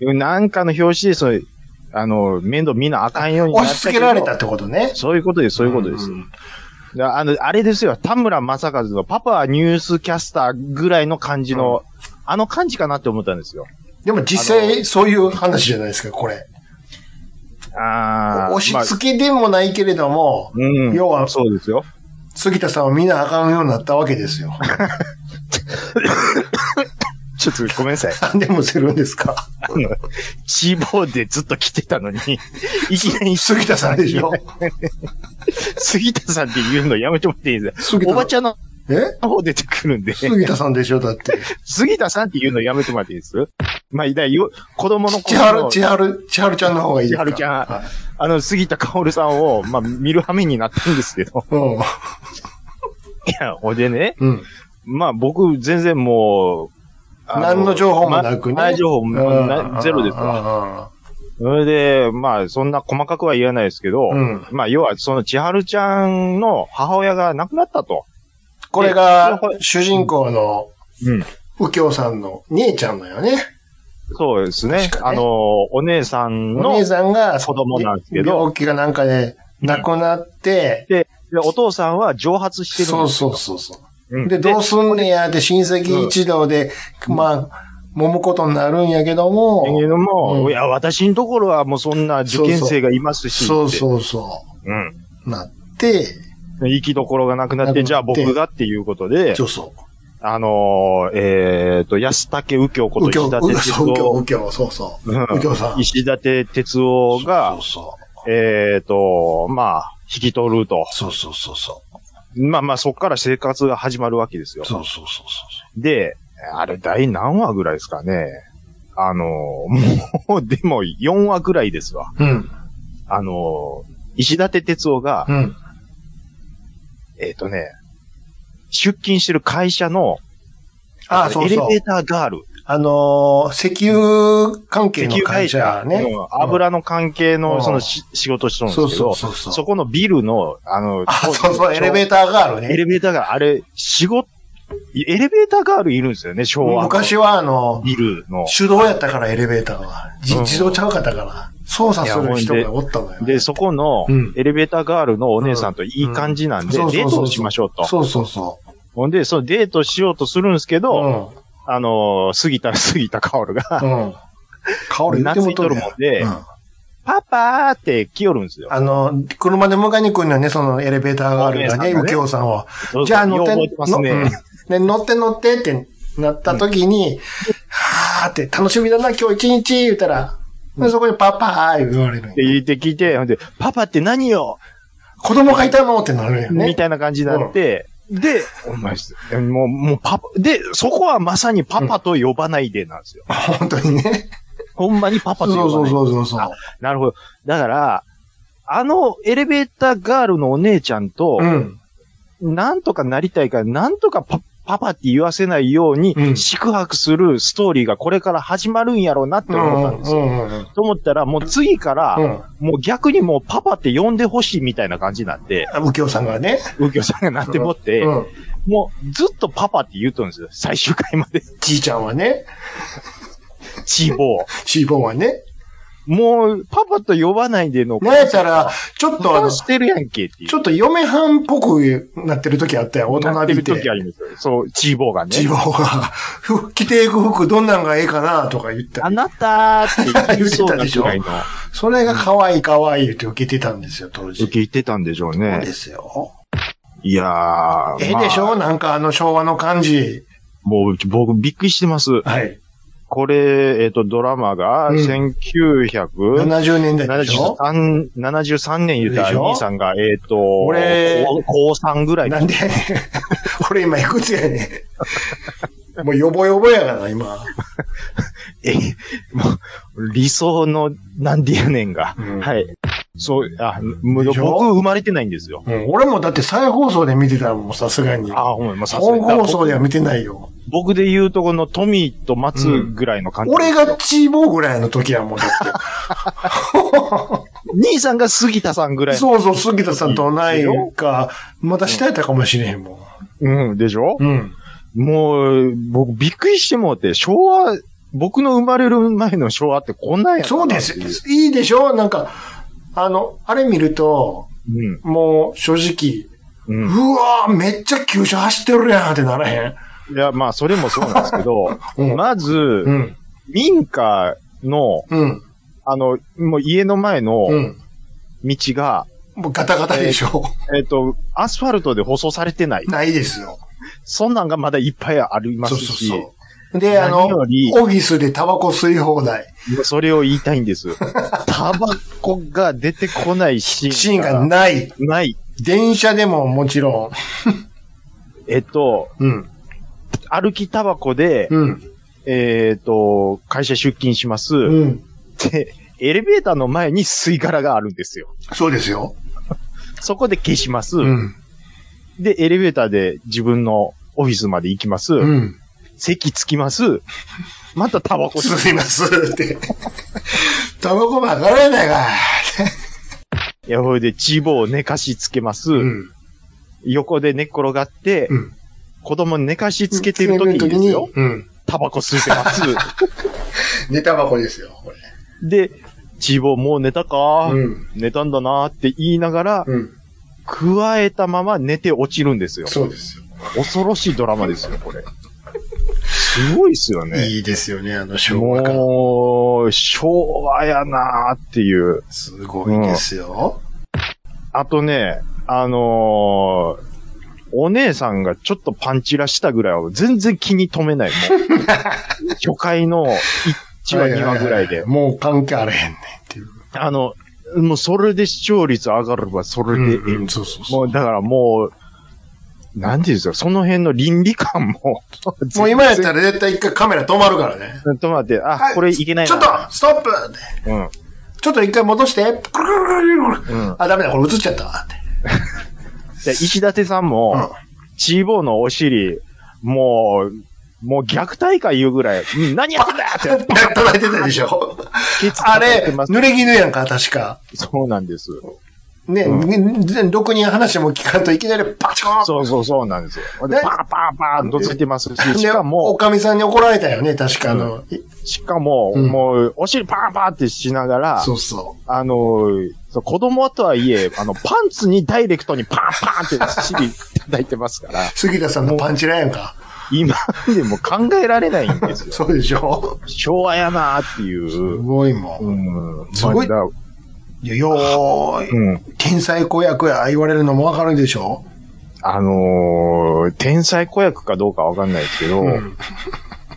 Speaker 4: うん。
Speaker 3: なんかの表紙で、その、あの、面倒見なあかんようになっ
Speaker 4: 押
Speaker 3: た
Speaker 4: し付けられた
Speaker 3: け
Speaker 4: ってことね
Speaker 3: ど。。そういうことです、そういうことです。
Speaker 4: ん
Speaker 3: だからあの、あれですよ、田村正和のパパはニュースキャスターぐらいの感じの、あの感じかなって思ったんですよ。
Speaker 4: でも実
Speaker 3: あ
Speaker 4: 際そういう話じゃないですか、これ。
Speaker 3: ああ。
Speaker 4: 押し付けでもないけれども、
Speaker 3: まあうん。
Speaker 4: 要は
Speaker 3: そうですよ。
Speaker 4: 杉田さんはみんなあかんようになったわけですよ。 *laughs*
Speaker 3: ちょっとごめんなさい。
Speaker 4: 何でもするんですか。
Speaker 3: あの、 *laughs* チーボーでずっと来てたのに、いきなり
Speaker 4: 杉田さんでしょ
Speaker 3: 杉田さんって言うのやめてもらっていいです
Speaker 4: 杉田
Speaker 3: おばちゃんの
Speaker 4: え
Speaker 3: 方出てくるんで、
Speaker 4: 杉田さんでしょだって。
Speaker 3: 杉田さんって言うのやめてもらっていいですまあ、だからよ子供の
Speaker 4: 千
Speaker 3: 頃
Speaker 4: 春、
Speaker 3: の、
Speaker 4: 千春、千春ちゃんの方がいいですか
Speaker 3: 千春ちゃん
Speaker 4: はい
Speaker 3: あの、杉田薫さんを、まあ、見る羽目になったんですけど、 *laughs* いや、ほんでね、
Speaker 4: うん。うん。
Speaker 3: まあ僕、全然もう、あ
Speaker 4: 何の情報もなくね。
Speaker 3: ま前情報も
Speaker 4: うん
Speaker 3: なゼロですわ。
Speaker 4: わ。
Speaker 3: それで、まあ、そんな細かくは言えないですけど、
Speaker 4: うん
Speaker 3: まあ、要は、その千春ちゃんの母親が亡くなったと。
Speaker 4: これが、主人公の
Speaker 3: うん。
Speaker 4: 右京さんの姉ちゃんだよね。
Speaker 3: そうですね。
Speaker 4: 確か
Speaker 3: あ
Speaker 4: ね
Speaker 3: の、お姉さん
Speaker 4: お
Speaker 3: の、
Speaker 4: 姉さんが、
Speaker 3: 子供なんですけど
Speaker 4: 病気がなんかで、亡くなって、
Speaker 3: で、でお父さんは蒸発してる
Speaker 4: そう
Speaker 3: んですよ
Speaker 4: そうそうそう。
Speaker 3: うん
Speaker 4: で、どうすんねやって親戚一同で、まあ、揉むことになるんやけども
Speaker 3: だ、けども、
Speaker 4: うん
Speaker 3: いや、私のところはもうそんな受験生がいますし、
Speaker 4: そう
Speaker 3: う。
Speaker 4: そうそ
Speaker 3: うん。
Speaker 4: う、なって、
Speaker 3: 行きどころがなくなっ、
Speaker 4: なくなってて
Speaker 3: じゃあ僕がっていうことで、
Speaker 4: そうそう。
Speaker 3: あのー、えっ、と、安武右京こと
Speaker 4: 右京、
Speaker 3: 石
Speaker 4: 右京、
Speaker 3: 田哲
Speaker 4: そう右京、
Speaker 3: 夫、
Speaker 4: 右京、そうそう。
Speaker 3: うん
Speaker 4: 右京さん。
Speaker 3: 石田哲夫が
Speaker 4: そう、そ
Speaker 3: えっ、と、まあ、引き取ると。
Speaker 4: うそう。そうそうそうそう。
Speaker 3: まあまあ、そこから生活が始まるわけですよ。
Speaker 4: そうそうそうそう。
Speaker 3: で、あれ、第何話ぐらいですかね。あの、もう、で *laughs* も、4話ぐらいですわ。
Speaker 4: うん、
Speaker 3: あの、石立哲夫が
Speaker 4: う、ん。
Speaker 3: えっ、とね、出勤してる会社の、
Speaker 4: あ
Speaker 3: あ
Speaker 4: あ、
Speaker 3: の
Speaker 4: そう
Speaker 3: エレ
Speaker 4: そう
Speaker 3: ベ。ーターガール、
Speaker 4: あのー石油関係
Speaker 3: 石
Speaker 4: の
Speaker 3: 油
Speaker 4: 会
Speaker 3: 会
Speaker 4: 社
Speaker 3: 社、
Speaker 4: ね。
Speaker 3: うん油の関係
Speaker 4: う
Speaker 3: の、
Speaker 4: ん
Speaker 3: そのし、仕事してるんで
Speaker 4: そう
Speaker 3: すけ
Speaker 4: そ
Speaker 3: ど
Speaker 4: う、そうそう。
Speaker 3: そこのビルの、あの、
Speaker 4: あ、そうそう、エレベ
Speaker 3: ー
Speaker 4: ーターガールね。
Speaker 3: エレベーターが、あれ、仕事、エレベーターガールいるんですよね、昭和の。
Speaker 4: 昔はあの、
Speaker 3: ビルの。
Speaker 4: 手動やったから、エレベーターは。じ
Speaker 3: うん
Speaker 4: 自動ちゃうかったから。操作する人
Speaker 3: いや
Speaker 4: がおったのよ。
Speaker 3: で、そこの
Speaker 4: うん、
Speaker 3: エレベーターガールのお姉さんといい感じなんで、
Speaker 4: うんうんそうそう
Speaker 3: デ
Speaker 4: そう
Speaker 3: ートをしましょうと。
Speaker 4: そうそうそ
Speaker 3: ほんで、そのデートしようとするんですけ
Speaker 4: う。う
Speaker 3: ど、
Speaker 4: ん。
Speaker 3: あのー、杉田、杉田薫が、
Speaker 4: うん。香り言ってもとるや
Speaker 3: 懐いとるもんで
Speaker 4: うん
Speaker 3: パパーって来よるんですよ。
Speaker 4: あの、車で迎えに来るのね、そのエレベーターがあるからね、
Speaker 3: お姉さんがね
Speaker 4: 右京さんは。
Speaker 3: そうそう
Speaker 4: じゃあ乗って、
Speaker 3: よう
Speaker 4: の
Speaker 3: 覚えてます
Speaker 4: うん
Speaker 3: ね。
Speaker 4: で乗って乗ってってなった時に、はーって、楽しみだな、今日一日言ったら、でそこにパパー言われるん
Speaker 3: って
Speaker 4: よ。
Speaker 3: 言って聞いて、ほんで、パパって何よ
Speaker 4: 子供がいたのってなるんよね。
Speaker 3: みたいな感じになって、で、お前、もう、もうパパ、で、そこはまさにパパと呼ばないでなんですよ。
Speaker 4: 本当にね。
Speaker 3: ほんまにパパ
Speaker 4: そう
Speaker 3: と呼ばないで
Speaker 4: そうそうそうそう。
Speaker 3: なるほど。だから、あのエレベーターガールのお姉ちゃんと
Speaker 4: う、ん。
Speaker 3: なんとかなりたいから、なんとかパパパって言わせないよう
Speaker 4: う
Speaker 3: に、
Speaker 4: ん
Speaker 3: 宿泊するストーリーがこれから始まるんやろうなって
Speaker 4: う
Speaker 3: 思った
Speaker 4: んう
Speaker 3: ん
Speaker 4: ん
Speaker 3: で
Speaker 4: う
Speaker 3: すよ。
Speaker 4: んうん。
Speaker 3: と思ったら、もう次から、
Speaker 4: うん。
Speaker 3: もう逆にもうパパって呼んでほしいみたいな感じになって、
Speaker 4: あ右京さんがね。
Speaker 3: 右京さんがなってもって、
Speaker 4: うん。
Speaker 3: もうずっとパパって言うとるんですよ。最終回まで。
Speaker 4: *laughs* じいちゃんはね。
Speaker 3: チーボー。
Speaker 4: シーボンはね。
Speaker 3: もう、パパと呼ばないでの。
Speaker 4: なんやったら、ちょっとあ
Speaker 3: 破
Speaker 4: の、
Speaker 3: 綻
Speaker 4: ち
Speaker 3: してるやんけっていう。
Speaker 4: ょっと嫁はんっぽくなってる時あったよ、大
Speaker 3: な
Speaker 4: 人
Speaker 3: って
Speaker 4: び
Speaker 3: る
Speaker 4: て。
Speaker 3: 時ありますよ。そう、チーボーがね。
Speaker 4: ジボーが、ふ着ていく服どんなんがええかなとか言った
Speaker 3: あ。なたーって *laughs* 言いそうなぐらいの。
Speaker 4: それが可愛い可愛いって受けてたんですよ、当時。
Speaker 3: 聞いてたんでしょう
Speaker 4: そう
Speaker 3: ね
Speaker 4: で。すよ。
Speaker 3: いやー。
Speaker 4: ええでしょ、
Speaker 3: まあ
Speaker 4: なんかあの昭和の感じ。
Speaker 3: もう僕びっくりしてます。
Speaker 4: はい。
Speaker 3: これ、えっ、と、ドラマが
Speaker 4: うん
Speaker 3: 1973、
Speaker 4: 70年代でしょ
Speaker 3: 73 73年言うた
Speaker 4: でしょ
Speaker 3: 兄さんが、えっ、と、
Speaker 4: 俺
Speaker 3: 高高3ぐらい
Speaker 4: なんでや *laughs* ねん。俺今いくつやねん。もうヨボヨボやから、今。
Speaker 3: え、もう、理想の、なんでやねんが。
Speaker 4: うん
Speaker 3: はい。そう、あ、む
Speaker 4: でしょ
Speaker 3: 僕生まれてないんですよ。
Speaker 4: うん、俺もだって再放送で見てたもん、さすがに。
Speaker 3: あ、ほんま、まあ、さすが
Speaker 4: 本
Speaker 3: に。だ
Speaker 4: 放
Speaker 3: から
Speaker 4: 送では見てないよ。
Speaker 3: 僕で言うとこのトミーと松ぐらいの感じ。
Speaker 4: 俺がチーボーぐらいの時やもん、だ
Speaker 3: *laughs*
Speaker 4: っ
Speaker 3: 兄さんが杉田さんぐら
Speaker 4: て。
Speaker 3: いの。
Speaker 4: そうそう、杉田さんとないか、また下やったかもしれへんも
Speaker 3: うん、でしょ
Speaker 4: ん。うん。
Speaker 3: もう、僕びっくりしてもうて、昭和、僕の生まれる前の昭和ってこんなんやった
Speaker 4: そうで
Speaker 3: なってい
Speaker 4: す。いいでしょなんか、あの、あれ見ると、
Speaker 3: うん。
Speaker 4: もう正直、
Speaker 3: うん。
Speaker 4: うわぁ、めっちゃ急車走ってるやんってならへん。
Speaker 3: いや、まあ、それもそうなんですけど、
Speaker 4: *laughs* うん。
Speaker 3: まず、
Speaker 4: うん。
Speaker 3: 民家の、
Speaker 4: うん。
Speaker 3: あの、もう家の前の
Speaker 4: うん。
Speaker 3: 道が、
Speaker 4: もうガタガタでしょ。。
Speaker 3: えっ、と、アスファルトで舗装されてない
Speaker 4: ないですよ。
Speaker 3: そんなんがまだいっぱいありま
Speaker 4: そ
Speaker 3: す
Speaker 4: う
Speaker 3: し、
Speaker 4: そうそう。で、あの、
Speaker 3: 何より
Speaker 4: オフィスでタバコ吸い放題。
Speaker 3: それを言いたい
Speaker 4: *laughs*
Speaker 3: んです。タバコが出てこないシーン。
Speaker 4: シーンがない。
Speaker 3: ない。
Speaker 4: 電車でももちろ
Speaker 3: えっと、
Speaker 4: ん。うん。
Speaker 3: 歩きタバコで、
Speaker 4: うん。
Speaker 3: えっと、会社出勤します。
Speaker 4: うん。
Speaker 3: で、エレベーターの前に吸い殻があるんですよ。
Speaker 4: そうですよ。
Speaker 3: そこで消します。
Speaker 4: うん。
Speaker 3: で、エレベーターで自分のオフィスまで行きます。
Speaker 4: うん。
Speaker 3: 席つきます。またタバコ吸う
Speaker 4: 吸いますって。 *laughs* タバコばっかりやないか。
Speaker 3: いや、ほいで、チーボを寝かしつけます。
Speaker 4: うん。
Speaker 3: 横で寝っ転がって、
Speaker 4: うん
Speaker 3: 子供寝かしつけてる時にですよ。
Speaker 4: うん。
Speaker 3: タバコ吸ってます。
Speaker 4: *laughs* 寝タバコですよ、これ。
Speaker 3: で、チーボもう寝たか、
Speaker 4: うん。
Speaker 3: 寝たんだなーって言いながら、
Speaker 4: うん。
Speaker 3: くわえたまま寝て落ちるんですよ。
Speaker 4: そうですよ。
Speaker 3: 恐ろしいドラマですよ、これ。すごいっすよね。
Speaker 4: いいですよね、あの昭和感。
Speaker 3: もう、昭和やなーっていう。
Speaker 4: すごいですよ。
Speaker 3: あとね、あのーお姉さんがちょっとパンチラしたぐらいは全然気に留めない。も
Speaker 4: *laughs*
Speaker 3: う初回の1話、2話ぐらい
Speaker 4: は
Speaker 3: で
Speaker 4: は。もう関係あれへんねんっていう。
Speaker 3: あの、もうそれで視聴率上がればそれでええ。
Speaker 4: うんそうそうそ
Speaker 3: もうだからもう、なんていうんですか、その辺の倫理観も。
Speaker 4: う。 *laughs* もう今やった
Speaker 3: ら。
Speaker 4: ら絶対一回カメラ止まるからね。
Speaker 3: ちょっと待って、あ、
Speaker 4: はい
Speaker 3: これいけないな。
Speaker 4: ちょっとストップって
Speaker 3: うん。
Speaker 4: ちょっと一回戻して。くるくるくるくるくる
Speaker 3: うん
Speaker 4: あ、ダメだ、これ映っちゃった *laughs* って。
Speaker 3: で、石立さんも、チーボーのお尻、もう、もう虐待か言うぐらい、うん何やってんだ
Speaker 4: *laughs* う
Speaker 3: って
Speaker 4: ん。叩いてたでしょ。
Speaker 3: ケツ
Speaker 4: あ
Speaker 3: 叩い
Speaker 4: れ、
Speaker 3: てます
Speaker 4: 濡れ衣やんか、確か。
Speaker 3: そうなんです。
Speaker 4: ね、全6人話も聞かんといきなりパチコーン
Speaker 3: そうそうそうなんですよ。で
Speaker 4: ね
Speaker 3: パーパーパーどついてますし、
Speaker 4: で
Speaker 3: しか
Speaker 4: お
Speaker 3: も、
Speaker 4: かみさんに怒られたよね、確かあの。い
Speaker 3: しかも、
Speaker 4: うん
Speaker 3: もう、お尻パーパーってしながら、
Speaker 4: そうそ
Speaker 3: あの、そう子供とはいえ、あの、パンツにダイレクトにパンパンって尻叩いてますか
Speaker 4: う。
Speaker 3: ら、
Speaker 4: 杉田さんのパンチラやんか。
Speaker 3: 今でも考えられないんです
Speaker 4: *laughs*
Speaker 3: よ。
Speaker 4: そうでしょ
Speaker 3: 昭和やなーっていう。
Speaker 4: すごいもん。
Speaker 3: うん。
Speaker 4: すごい
Speaker 3: まあだ
Speaker 4: いやよーい、
Speaker 3: うん。
Speaker 4: 天才子役や言われるのもわかるでしょ
Speaker 3: あのー、天才子役かどうかわかんないですけど、
Speaker 4: うん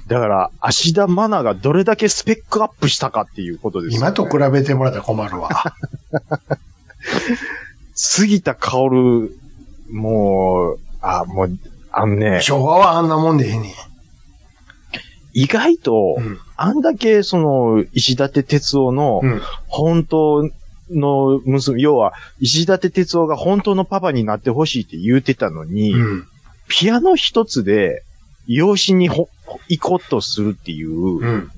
Speaker 3: だから、芦田愛菜がどれだけスペックアップしたかっていうことですよ、
Speaker 4: 今と比べてもらったら困るわ。
Speaker 3: 杉田薫、もう、あ、もう、あのね、
Speaker 4: 昭和はあんなもんでいいねん。
Speaker 3: 意外と、
Speaker 4: うん
Speaker 3: あんだけ、その、石立哲夫の、
Speaker 4: うん
Speaker 3: 本当の娘、要は、石立哲夫が本当のパパになってほしいって言うてたのに、
Speaker 4: うん。
Speaker 3: ピアノ一つで、養子にほ、行こうとするっていう、
Speaker 4: うん。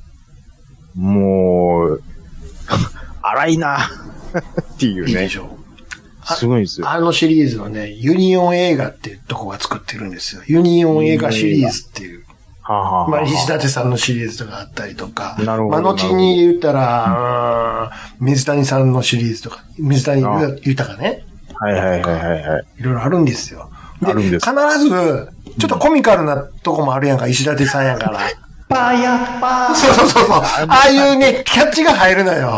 Speaker 3: もう、荒いな、っていう
Speaker 4: いいで
Speaker 3: ね。
Speaker 4: しょあ
Speaker 3: すごいですよ。
Speaker 4: あのシリーズはね、ユニオン映画っていうとこが作ってるんですよ。ユニオン映画シリーズっていう。
Speaker 3: はあはあ
Speaker 4: まあ、石立さんのシリーズとかあったりとか。
Speaker 3: なるほど
Speaker 4: まあ、後に言ったら、うん水谷さんのシリーズとか、水谷
Speaker 3: ああ
Speaker 4: 豊かね。
Speaker 3: はいはいはいはいはい。
Speaker 4: いろいろあるんですよ。
Speaker 3: あるんです
Speaker 4: 必ず、ちょっとコミカルなとこもあるやんか、石立さんやから。
Speaker 3: パヤッパ
Speaker 4: そうそうそうそう。ああいうね、キャッチが入るのよ。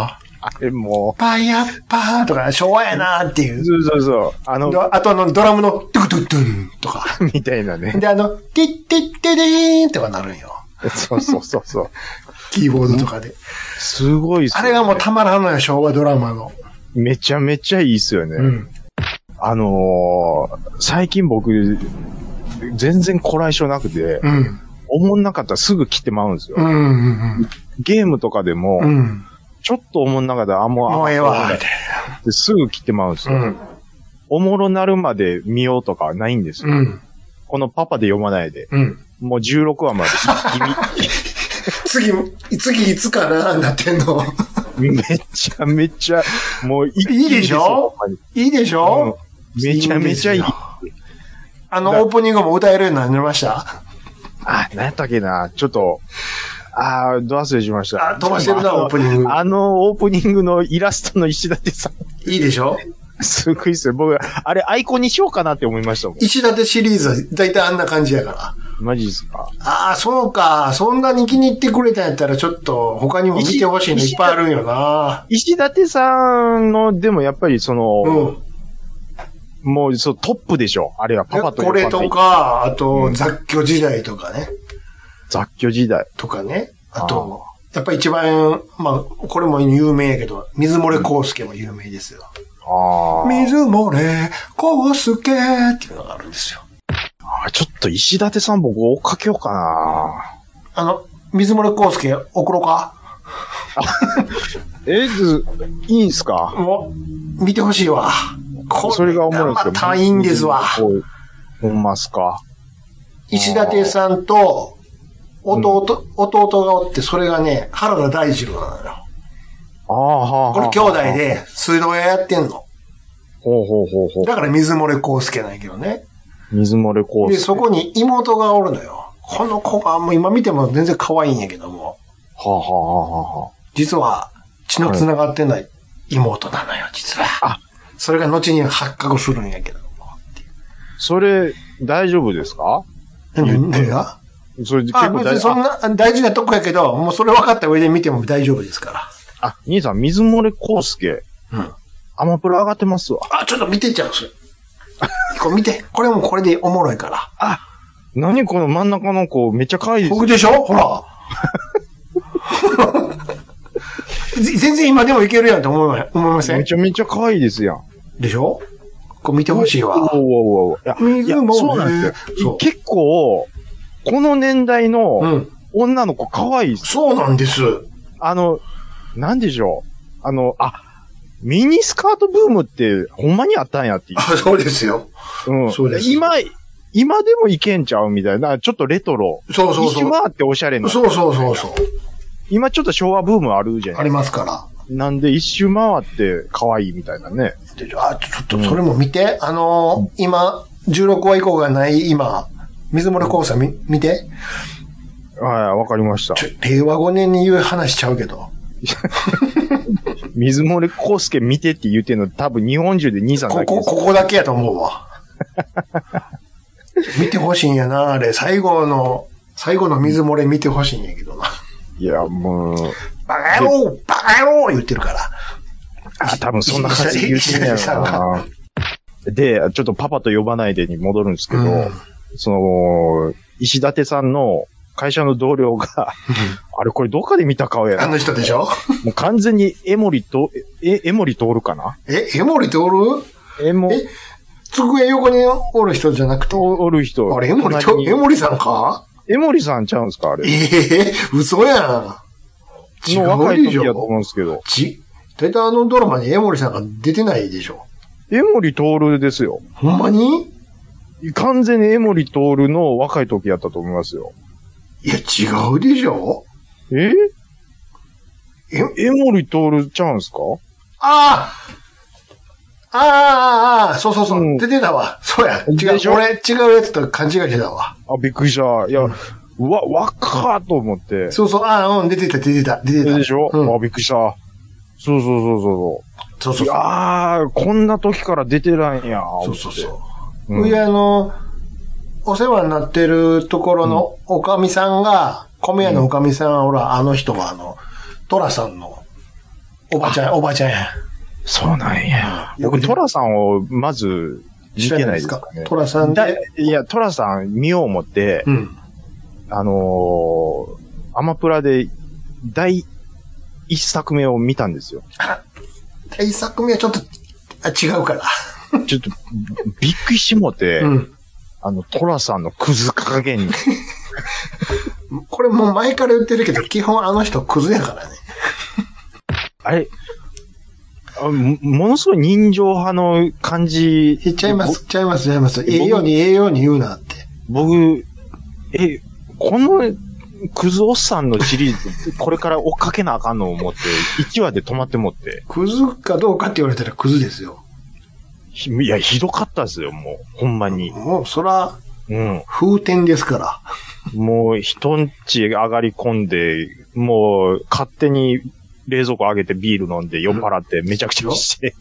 Speaker 3: あれも、
Speaker 4: パイアッパーとか、昭和やなーっていうう。
Speaker 3: そうそうそう、あの、
Speaker 4: あとあの、ドラムの、トゥクトゥクトゥンとか。
Speaker 3: みたいなね。
Speaker 4: で、あの、ティッティッティデーンとかなるんよ。
Speaker 3: そうそうそうそう。
Speaker 4: *laughs* キーボードとかで。
Speaker 3: すごいっすよ
Speaker 4: あ
Speaker 3: ね
Speaker 4: れがもうたまらんのよ、昭和ドラマの。
Speaker 3: めちゃめちゃいいっすよね。
Speaker 4: うん。
Speaker 3: あのー、最近僕、全然こらえ性なくて、
Speaker 4: うん。
Speaker 3: おもんなかったらすぐ切ってまうんですよ。
Speaker 4: うん。うん
Speaker 3: ゲームとかでも、
Speaker 4: うん。うん。
Speaker 3: ちょっとおもんなかったら、あ、もう、
Speaker 4: もうええわ、みたい
Speaker 3: ってすぐ切ってまうんですよ。
Speaker 4: な。
Speaker 3: おもろなるまで見ようとかはないんです
Speaker 4: うん。
Speaker 3: よ。
Speaker 4: うん。
Speaker 3: このパパで読まないで。
Speaker 4: うん。
Speaker 3: もう16話まで
Speaker 4: *laughs*
Speaker 3: 一
Speaker 4: 次、次いつかなーなってんの。
Speaker 3: 気に。めちゃめちゃ、もう一気に
Speaker 4: いいでしょ
Speaker 3: ほんまに
Speaker 4: いいでしょ
Speaker 3: うんめちゃめちゃいい
Speaker 4: いいんです。あの、オープニングも歌えるようになりました。
Speaker 3: あ、何やったっけな。ちょっと、あー、ド忘れしました。
Speaker 4: あ、飛ばしてるな、オープニング。
Speaker 3: あのオープニングのイラストの石立さん、 *laughs*
Speaker 4: いいでしょ
Speaker 3: すごいっすよ。僕、あれアイコンにしようかなって思いましたもん。
Speaker 4: 石立シリーズは大体あんな感じやから。
Speaker 3: マジですか。
Speaker 4: ああ、そうか。そんなに気に入ってくれたんやったら、ちょっと他にも見てほしいのいっぱいあるんよな。
Speaker 3: 石立さんの、でもやっぱりそ
Speaker 4: うん
Speaker 3: の、。もうそうトップでしょ。あれはパパと
Speaker 4: こ
Speaker 3: 呼ばな
Speaker 4: れ
Speaker 3: い
Speaker 4: とか、あと、雑居時代とかね。
Speaker 3: 雑居時代。
Speaker 4: とかね。あと、やっぱ一番、まあ、これも有名やけど、水漏れ康介も有名ですよ。
Speaker 3: あ
Speaker 4: 水漏れ康介っていうのがあるんですよ。
Speaker 3: あ。ちょっと石立さん僕追っかけようかな。
Speaker 4: あの、水漏れ康介送ろうか
Speaker 3: え、ず、いいんすか
Speaker 4: もう、見てほしいわ。こ
Speaker 3: それが思うんですよ。
Speaker 4: またいいんですわ。
Speaker 3: こうほんますか。
Speaker 4: 石立さんと、弟、弟がおって、それがね、原田大二郎なのよ。
Speaker 3: ああ、はあ。
Speaker 4: これ兄弟。で、水道屋やってんの。
Speaker 3: ほうほうほうほ
Speaker 4: だから水漏れ康介なんやけどね。
Speaker 3: う。水漏れコース。
Speaker 4: で、そこに妹がおるのよ。この子が、もう今見ても全然可愛いんやけども、
Speaker 3: はあ、はあはあは
Speaker 4: 実は血の繋がってない妹なのよ、実は。
Speaker 3: あ
Speaker 4: それが後に発覚するんやけども。
Speaker 3: あ、それ、大丈夫ですか
Speaker 4: 何何が
Speaker 3: それ結
Speaker 4: あ、
Speaker 3: 構
Speaker 4: 別
Speaker 3: 大
Speaker 4: にそん
Speaker 3: あ
Speaker 4: な大事なとこやけど、もうそれ分かった上で見ても大丈夫ですか
Speaker 3: あ、兄さん、水漏れコースケ。
Speaker 4: ら。うん。
Speaker 3: アマプラ上がってますわ。
Speaker 4: あ、ちょっと見てちゃう、それ。 *laughs* これ見て。これもこれでおもろいから。
Speaker 3: 何この真ん中の子、めっちゃ可愛いです
Speaker 4: 僕でしょほら。 *laughs* ぜ全然今でもいけるやんと思いま思いませ
Speaker 3: め
Speaker 4: ん
Speaker 3: ちゃめちゃ可愛いですやん。
Speaker 4: でしょこれ見てほしいわ。
Speaker 3: おうおうおうおういや
Speaker 4: 水
Speaker 3: いや
Speaker 4: も
Speaker 3: そうなんです
Speaker 4: そ
Speaker 3: よ。
Speaker 4: う
Speaker 3: 結構、この年代
Speaker 4: う
Speaker 3: の
Speaker 4: ん。
Speaker 3: 女の子可愛いです。
Speaker 4: そうなんです。
Speaker 3: あの、なんでしょう。あの、あ、ミニスカートブームってほんまにあったんやっていう。
Speaker 4: あ、そうですよ。
Speaker 3: うん。
Speaker 4: そうです
Speaker 3: 今、今でもいけんちゃうみたいな、ちょっとレトロ。
Speaker 4: そうそうそう
Speaker 3: 一。回っておしゃれな。
Speaker 4: そうそうそうそう。
Speaker 3: 今ちょっと昭和ブームあるじゃ
Speaker 4: あ
Speaker 3: ん。
Speaker 4: りますから。
Speaker 3: なんで一周回って可愛いみたいなね。
Speaker 4: であ、ちょっとそれも見て。あのー今、16話以降がない今、水漏れ交差見見て。
Speaker 3: はい、わかりました。
Speaker 4: ちょ、令和5年に言う話しちゃうけど。
Speaker 3: 水森康介見てって言ってんの多分日本中で兄さん
Speaker 4: こ
Speaker 3: だけ
Speaker 4: こ、
Speaker 3: です。
Speaker 4: ここだけやと思うわ。見てほしいんやな、あれ。最後の、最後の水漏れ見てほしいんやけどな。
Speaker 3: いや、もう、
Speaker 4: バカ野郎バカ野郎言ってるから。
Speaker 3: あ、多分そんな感じで言ってん
Speaker 4: 石
Speaker 3: や
Speaker 4: 田さん
Speaker 3: ろ
Speaker 4: が
Speaker 3: な。で、ちょっとパパと呼ばないでに戻るんですけど、
Speaker 4: うん
Speaker 3: その、石立さんの会社の同僚が、あれこれどっかで見た顔や
Speaker 4: あ
Speaker 3: な。
Speaker 4: の人でしょ
Speaker 3: もう完全に江森と、え、江森通るかな
Speaker 4: え、江森っておる
Speaker 3: 江森
Speaker 4: え机横におる人じゃなくて。
Speaker 3: おる人。
Speaker 4: あれ、江森ちょ
Speaker 3: 隣に
Speaker 4: 江森さんか
Speaker 3: 江森さんちゃうんですかあれ。
Speaker 4: ええ嘘やん。違
Speaker 3: の若いう
Speaker 4: でし
Speaker 3: 時やと思う
Speaker 4: ょ
Speaker 3: んですけど。
Speaker 4: ち、だいたいあのドラマに江森さんが出てないでしょ。
Speaker 3: 江森徹ですよ。
Speaker 4: ほんまに
Speaker 3: 完全に江森徹の若い時やったと思いますよ。
Speaker 4: いや、違うでしょ
Speaker 3: え
Speaker 4: え
Speaker 3: 江森徹ちゃうんすか
Speaker 4: ああああああそうそうそう。
Speaker 3: うん
Speaker 4: 出てたわ。そうや。違
Speaker 3: でし
Speaker 4: う。
Speaker 3: ょ
Speaker 4: 俺、違うやつと勘違いしてたわ。
Speaker 3: あ、びっくりした。いや、うわ、若っと思って。
Speaker 4: そうそう。ああ、うん、出てた、出てた、出てた。
Speaker 3: でしょ、
Speaker 4: うん
Speaker 3: あ、びっくりした。そうそうそうそ
Speaker 4: そう
Speaker 3: うそ。
Speaker 4: そううそ
Speaker 3: い
Speaker 4: う。
Speaker 3: やー、こんな時から出てないんや。
Speaker 4: そうそうそ
Speaker 3: 思
Speaker 4: う。
Speaker 3: って。
Speaker 4: い
Speaker 3: いや、
Speaker 4: や、あの、お世話になってるところのおかみさんが、米屋のおかみさんは、ほら、あの人は、あの、トラさんの、おばちゃん、おばちゃんや。
Speaker 3: そうなんや。
Speaker 4: よく
Speaker 3: 僕、トラさんをまず見てないですかね。
Speaker 4: トラさん
Speaker 3: だ
Speaker 4: で、
Speaker 3: いや、トラさん見よう思って、
Speaker 4: うん。
Speaker 3: あのー、アマプラで第一作目を見たんで
Speaker 4: *laughs*
Speaker 3: すよ。
Speaker 4: 第一作目はちょっと、あ違うから。
Speaker 3: ちょっと、びっくりしてもうて、
Speaker 4: うん。
Speaker 3: あの、トラさんのクズ加減に。
Speaker 4: これもう前から言ってるけど、基本あの人クズやからね。
Speaker 3: あれあもものすごい人情派の感じ。
Speaker 4: 言っちゃいます、言っちゃいます、言っちゃいます。
Speaker 3: 僕
Speaker 4: ええように、ええように言うなって。
Speaker 3: ぼ。僕、え、この、クズおっさんのシリーズ、これから追っかけなあかんの思って、1話で止まってもって。
Speaker 4: クズかどうかって言われたらクズですよ。
Speaker 3: ひいや、ひどかったですよ、もう。ほんまに。
Speaker 4: もう、そら、
Speaker 3: うん。
Speaker 4: 風天ですから。
Speaker 3: もう、人んち上がり込んで、もう、勝手に冷蔵庫上げてビール飲んで酔っ払ってめちゃくちゃして。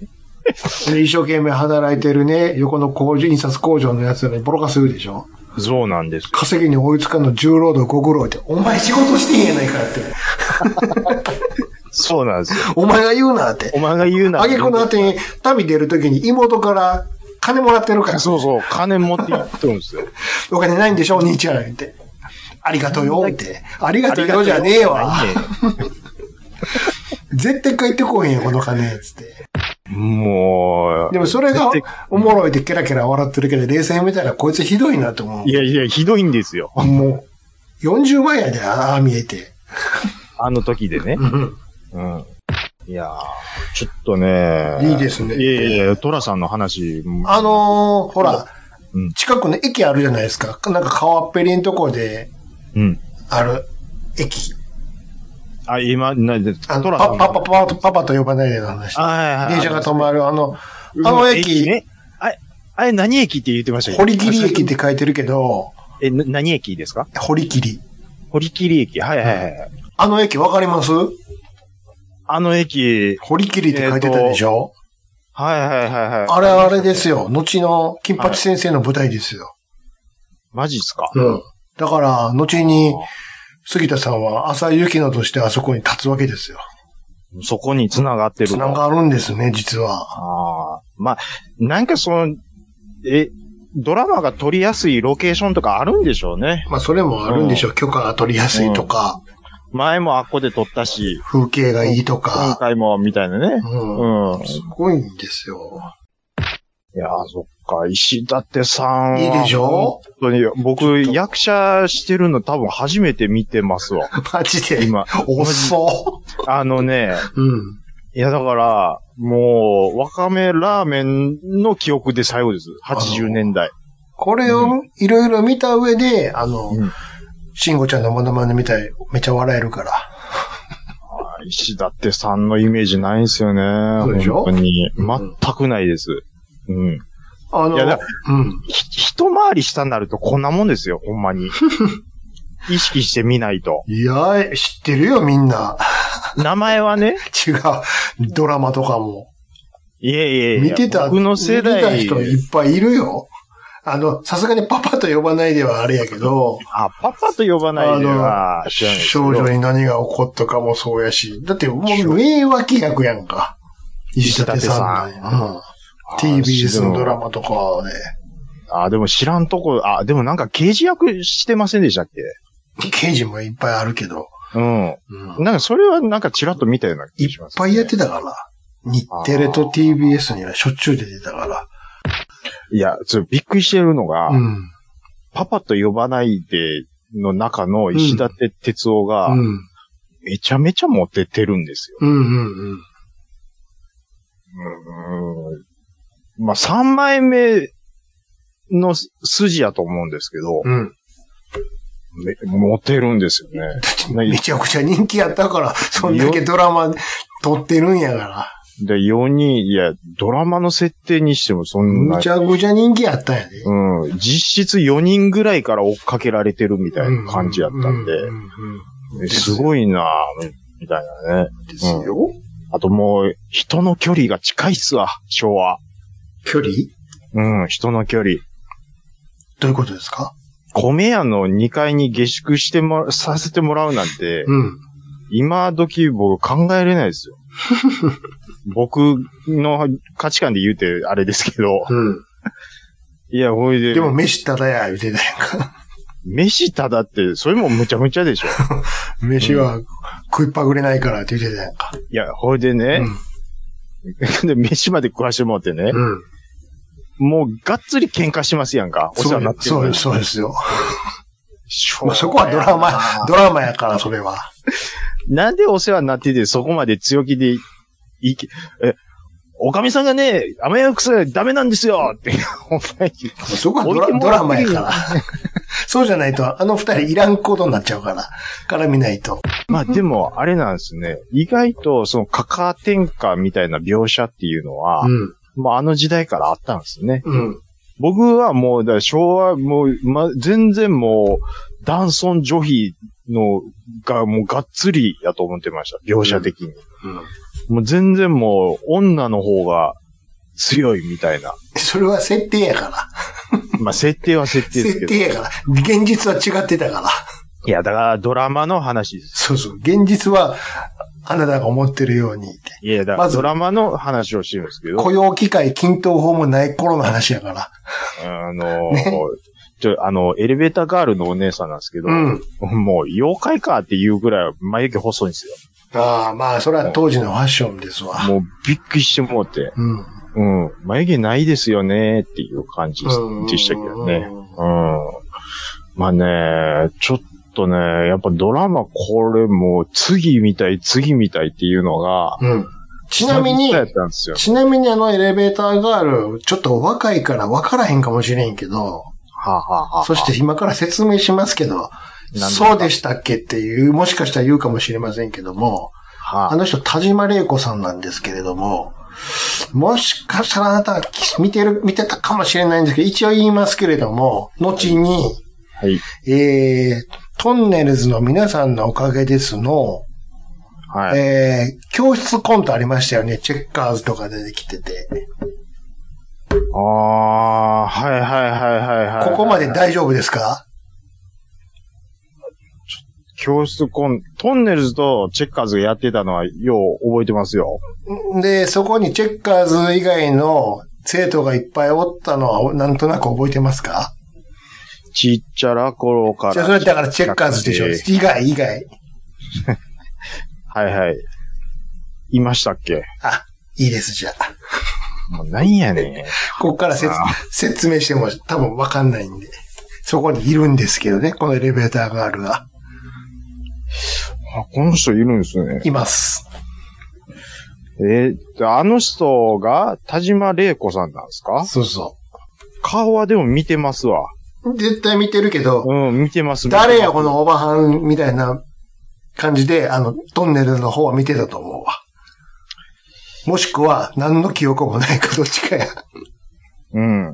Speaker 4: で一生懸命働いてるね、横の工場、印刷工場のやつらにボロカス言うでしょ。
Speaker 3: そうなんですよ。
Speaker 4: 稼ぎに追いつかんの重労働ご苦労って、お前仕事してへんやないかって。
Speaker 3: そうなんですよ。
Speaker 4: お前が言うなって
Speaker 3: お。前が言うな。
Speaker 4: あげくの後に、旅出るときに妹から金もらってるから、
Speaker 3: そうそう、金持って行ってるんですよ。
Speaker 4: お金ないんでしょ、お兄ちゃんって。ありがとうよって。ありがとうよじゃねえわ。絶対帰ってこうへんよ、この金、つって。
Speaker 3: もう。
Speaker 4: でもそれが
Speaker 3: 絶
Speaker 4: おもろいでケラケラ笑ってるけど、冷静に見たらこいつひどいなと思
Speaker 3: 対いやいや、ひどいんですよ。
Speaker 4: う。もう、40万やで、ああ見えて。
Speaker 3: あの時でね。うん。いやー、ちょっとね。
Speaker 4: いいですね
Speaker 3: いやいやいや、トラさんの話。
Speaker 4: あのー、ほら、
Speaker 3: うん
Speaker 4: 近くの駅あるじゃないですか。なんか川っぺりんとこで
Speaker 3: うん。
Speaker 4: ある駅。
Speaker 3: あ、今、なで、
Speaker 4: あの
Speaker 3: トラさ
Speaker 4: パ
Speaker 3: ん。
Speaker 4: パパパとパパと呼ばないでの話。
Speaker 3: あはいはいはい
Speaker 4: 電車が止まる、あの、
Speaker 3: うん
Speaker 4: あの駅、
Speaker 3: ね。あれ、あれ何駅って言ってましたっけ
Speaker 4: 堀切駅っ。て書いてるけど、
Speaker 3: え、な何駅ですか
Speaker 4: 堀切。
Speaker 3: 堀切駅。はいはいはい。
Speaker 4: あの駅わかります
Speaker 3: あの駅、
Speaker 4: 堀切って書いてたでしょ、
Speaker 3: はいはいはいはい。
Speaker 4: あれあれですよ。後の金八先生の舞台ですよ。
Speaker 3: マジっすか
Speaker 4: うん。だから、後に、杉田さんは浅井幸乃としてあそこに立つわけですよ。
Speaker 3: そこに繋がってる。
Speaker 4: 繋がるんですね、実は。
Speaker 3: ああ。まあ、なんかその、え、ドラマが撮りやすいロケーションとかあるんでしょうね。
Speaker 4: まあ、それもあるんでしょう。許可が取りやすいとか、
Speaker 3: 前もあっこで撮ったし、
Speaker 4: 風景がいいとか。
Speaker 3: 今回も、みたいなね。
Speaker 4: う。
Speaker 3: うんん。
Speaker 4: すごいんですよ。 *laughs*
Speaker 3: いやー、そっか、石立さんは。
Speaker 4: いいでしょ
Speaker 3: 本当に、僕、
Speaker 4: ちょっと
Speaker 3: 役者してるの多分初めて見てますわ。
Speaker 4: マジで。
Speaker 3: 今。
Speaker 4: おっそ。
Speaker 3: あのね、
Speaker 4: うん。
Speaker 3: いやだから、もう、わかめラーメンの記憶で最後です。80年代。
Speaker 4: これをいろいろ見た上で、あの
Speaker 3: うん、
Speaker 4: 慎吾ちゃんのモノマネみたい、めっちゃ笑えるから。
Speaker 3: 石立さんのイメージないんすよね。
Speaker 4: そうでしょ
Speaker 3: 本当に。
Speaker 4: うん
Speaker 3: 全くないです。うん。
Speaker 4: あの、
Speaker 3: いやだ
Speaker 4: うん。
Speaker 3: ひ一回り下になるとこんなもんですよ、ほんま
Speaker 4: *laughs*
Speaker 3: に。意識してみないと。
Speaker 4: いや、知ってるよ、みんな。 *laughs*
Speaker 3: 名前はね、
Speaker 4: 違う。ドラマとかも。
Speaker 3: いえいえいえ。
Speaker 4: 見てた、
Speaker 3: 僕の世代。
Speaker 4: 見てた人いっぱいいるよ。あの、さすがにパパと呼ばないではあれやけど、
Speaker 3: あ、パパと呼ばないでは
Speaker 4: あ、の、
Speaker 3: 知らないですけど
Speaker 4: 少女に何が起こったかもそうやし、だってもう名脇役やんか。石立さん
Speaker 3: 石立
Speaker 4: の。うん
Speaker 3: あ
Speaker 4: TBS のドラマとかで、
Speaker 3: あ、でも知らんとこ、あ、でもなんか刑事役してませんでしたっけ
Speaker 4: 刑事もいっぱいあるけど、
Speaker 3: うん。
Speaker 4: うん
Speaker 3: なんかそれはなんかチラッと見たような気
Speaker 4: いっ
Speaker 3: がします、
Speaker 4: ぱいやってたから。日テレと TBS にはしょっちゅう出てたか
Speaker 3: いや、ちょっとびっくりしてるのが、
Speaker 4: ら。うん。
Speaker 3: パパと呼ばないでの中の石立哲夫が、
Speaker 4: うん。
Speaker 3: めちゃめちゃモテてるんですよ。
Speaker 4: うんうんうん。
Speaker 3: うん。まあ、3枚目の筋やと思うんですけど、
Speaker 4: うん。
Speaker 3: めモテるんですよ
Speaker 4: *laughs*
Speaker 3: ね。
Speaker 4: めちゃくちゃ人気やったから、そんだけドラマ撮ってるんやか
Speaker 3: で、4人、いや、ドラマの設定にしてもそ
Speaker 4: ら。
Speaker 3: んな
Speaker 4: むち、ゃくちゃ人気やったんやで。
Speaker 3: うん、実質4人ぐらいから追っかけられてるみたいな感じやったん
Speaker 4: う
Speaker 3: で
Speaker 4: う、うん
Speaker 3: えすごいなぁ、みたいなね。
Speaker 4: ですよ。
Speaker 3: あともう、人の距離が近いっすわ、昭和。
Speaker 4: 距離
Speaker 3: うん、人の距離。
Speaker 4: どういうことですか
Speaker 3: 米屋の2階に下宿しても、させてもらうなんて、
Speaker 4: うん。
Speaker 3: 今時僕考えれないですよ。 *laughs* 僕の価値観で言うてあれですけど、
Speaker 4: うん。
Speaker 3: いや、ほいで、
Speaker 4: でも飯ただや、言うてたやんか。
Speaker 3: 飯ただって、それもむちゃむちゃでしょ。
Speaker 4: 飯は食いっぱぐれないからって言うてたやんか。
Speaker 3: いや、ほいでね、で飯まで食わしてもらってね
Speaker 4: う、ん。うん。
Speaker 3: もうがっつり喧嘩しますやんか。お世話になってる
Speaker 4: そ
Speaker 3: の
Speaker 4: う
Speaker 3: に
Speaker 4: そうですよ。
Speaker 3: しょう
Speaker 4: まあそこはドラマ、ドラマやから、それは。
Speaker 3: なんでお世話になってて、そこまで強気で、いき、え、おかみさんがね、雨やくさダメなんですよって、ほんまに
Speaker 4: そこはド
Speaker 3: 置いて
Speaker 4: ラ
Speaker 3: も
Speaker 4: ド
Speaker 3: ら
Speaker 4: ラ
Speaker 3: って
Speaker 4: マ
Speaker 3: る
Speaker 4: やから。 *laughs* そうじゃないと、あの二人いらんことになっちゃうから。から見ないと。
Speaker 3: まあでも、あれなんですね。意外と、その、カカ転換みたいな描写っていうのは、
Speaker 4: うん。
Speaker 3: まああの時代からあったんですね。
Speaker 4: うん。
Speaker 3: 僕はもう、だから昭和、もう、ま、全然もう、男尊女卑の、が、もうがっつりやと思ってました。描写的に。
Speaker 4: うん
Speaker 3: もう全然もう、女の方が強いみたいな。
Speaker 4: それは設定やから。
Speaker 3: まあ設定は設定で
Speaker 4: 設
Speaker 3: すけど。
Speaker 4: 定やから。現実は違ってたから。
Speaker 3: いや、だからドラマの話です。
Speaker 4: そうそう。現実は、あなたが思ってるようにって。
Speaker 3: いや、だか
Speaker 4: ま
Speaker 3: ら
Speaker 4: ず
Speaker 3: ドラマの話をしてるんですけど、
Speaker 4: 雇用機会均等法もない頃の話やから。
Speaker 3: あのー
Speaker 4: ね
Speaker 3: ちょ、あの、エレベーターガールのお姉さんなんですけど、
Speaker 4: うん。
Speaker 3: もう、妖怪かっていうぐらい眉毛細いんですよ。
Speaker 4: ああ、まあ、それは当時のファッションですわ。
Speaker 3: もう、びっくりしてもうて、
Speaker 4: うん。
Speaker 3: うん、眉毛ないですよねっていう感じでしたけどね。うん。まあね、ちょっとね、やっぱドラマこれもう次みたい、次みたいっていうのが、
Speaker 4: うん。ちなみに
Speaker 3: 久々、やったんですよ。
Speaker 4: ちなみにあのエレベーターガール、ちょっと若いから分からへんかもしれんけど、
Speaker 3: はあ、はあはあ、
Speaker 4: そして今から説明しますけど、
Speaker 3: ですか
Speaker 4: そうでしたっけっていう、もしかしたら言うかもしれませんけども、
Speaker 3: は
Speaker 4: あ
Speaker 3: あ、
Speaker 4: の人田島玲子さんなんですけれども、もしかしたらあなたが見てる、見てたかもしれないんですけど、一応言いますけれども、後に、
Speaker 3: はい。
Speaker 4: えー、トンネルズの皆さんのおかげですの、
Speaker 3: はい。
Speaker 4: えー、教室コントありましたよね。チェッカーズとか出てきてて。
Speaker 3: ああ、はいはいはいはいはい。
Speaker 4: ここまで大丈夫ですか
Speaker 3: 教室コン、トンネルズとチェッカーズがやってたのはよう覚えてますよ。
Speaker 4: で、そこにチェッカーズ以外の生徒がいっぱいおったのは、なんとなく覚えてますか
Speaker 3: ちっちゃら頃から。
Speaker 4: じゃあそれだからチェッカーズでしょ。以外、以外。
Speaker 3: はいはい。いましたっけ
Speaker 4: あ、いいです、じゃあ。
Speaker 3: もうなんやね
Speaker 4: ここから説
Speaker 3: あ
Speaker 4: 説明しても多分わかんないんで。そこにいるんですけどね、このエレベーターガールが。
Speaker 3: ん。あ、この人いるんですね。
Speaker 4: います。
Speaker 3: えーあの人が田島玲子さんなんですか
Speaker 4: そうそ
Speaker 3: 顔はでも見てますわ。
Speaker 4: う。絶対見てるけど、
Speaker 3: うん、見てます。見てます
Speaker 4: 誰やこのオバハンみたいな感じで、あの、トンネルの方は見てたと思うわ。もしくは、何の記憶もないかどっちかや。
Speaker 3: うん。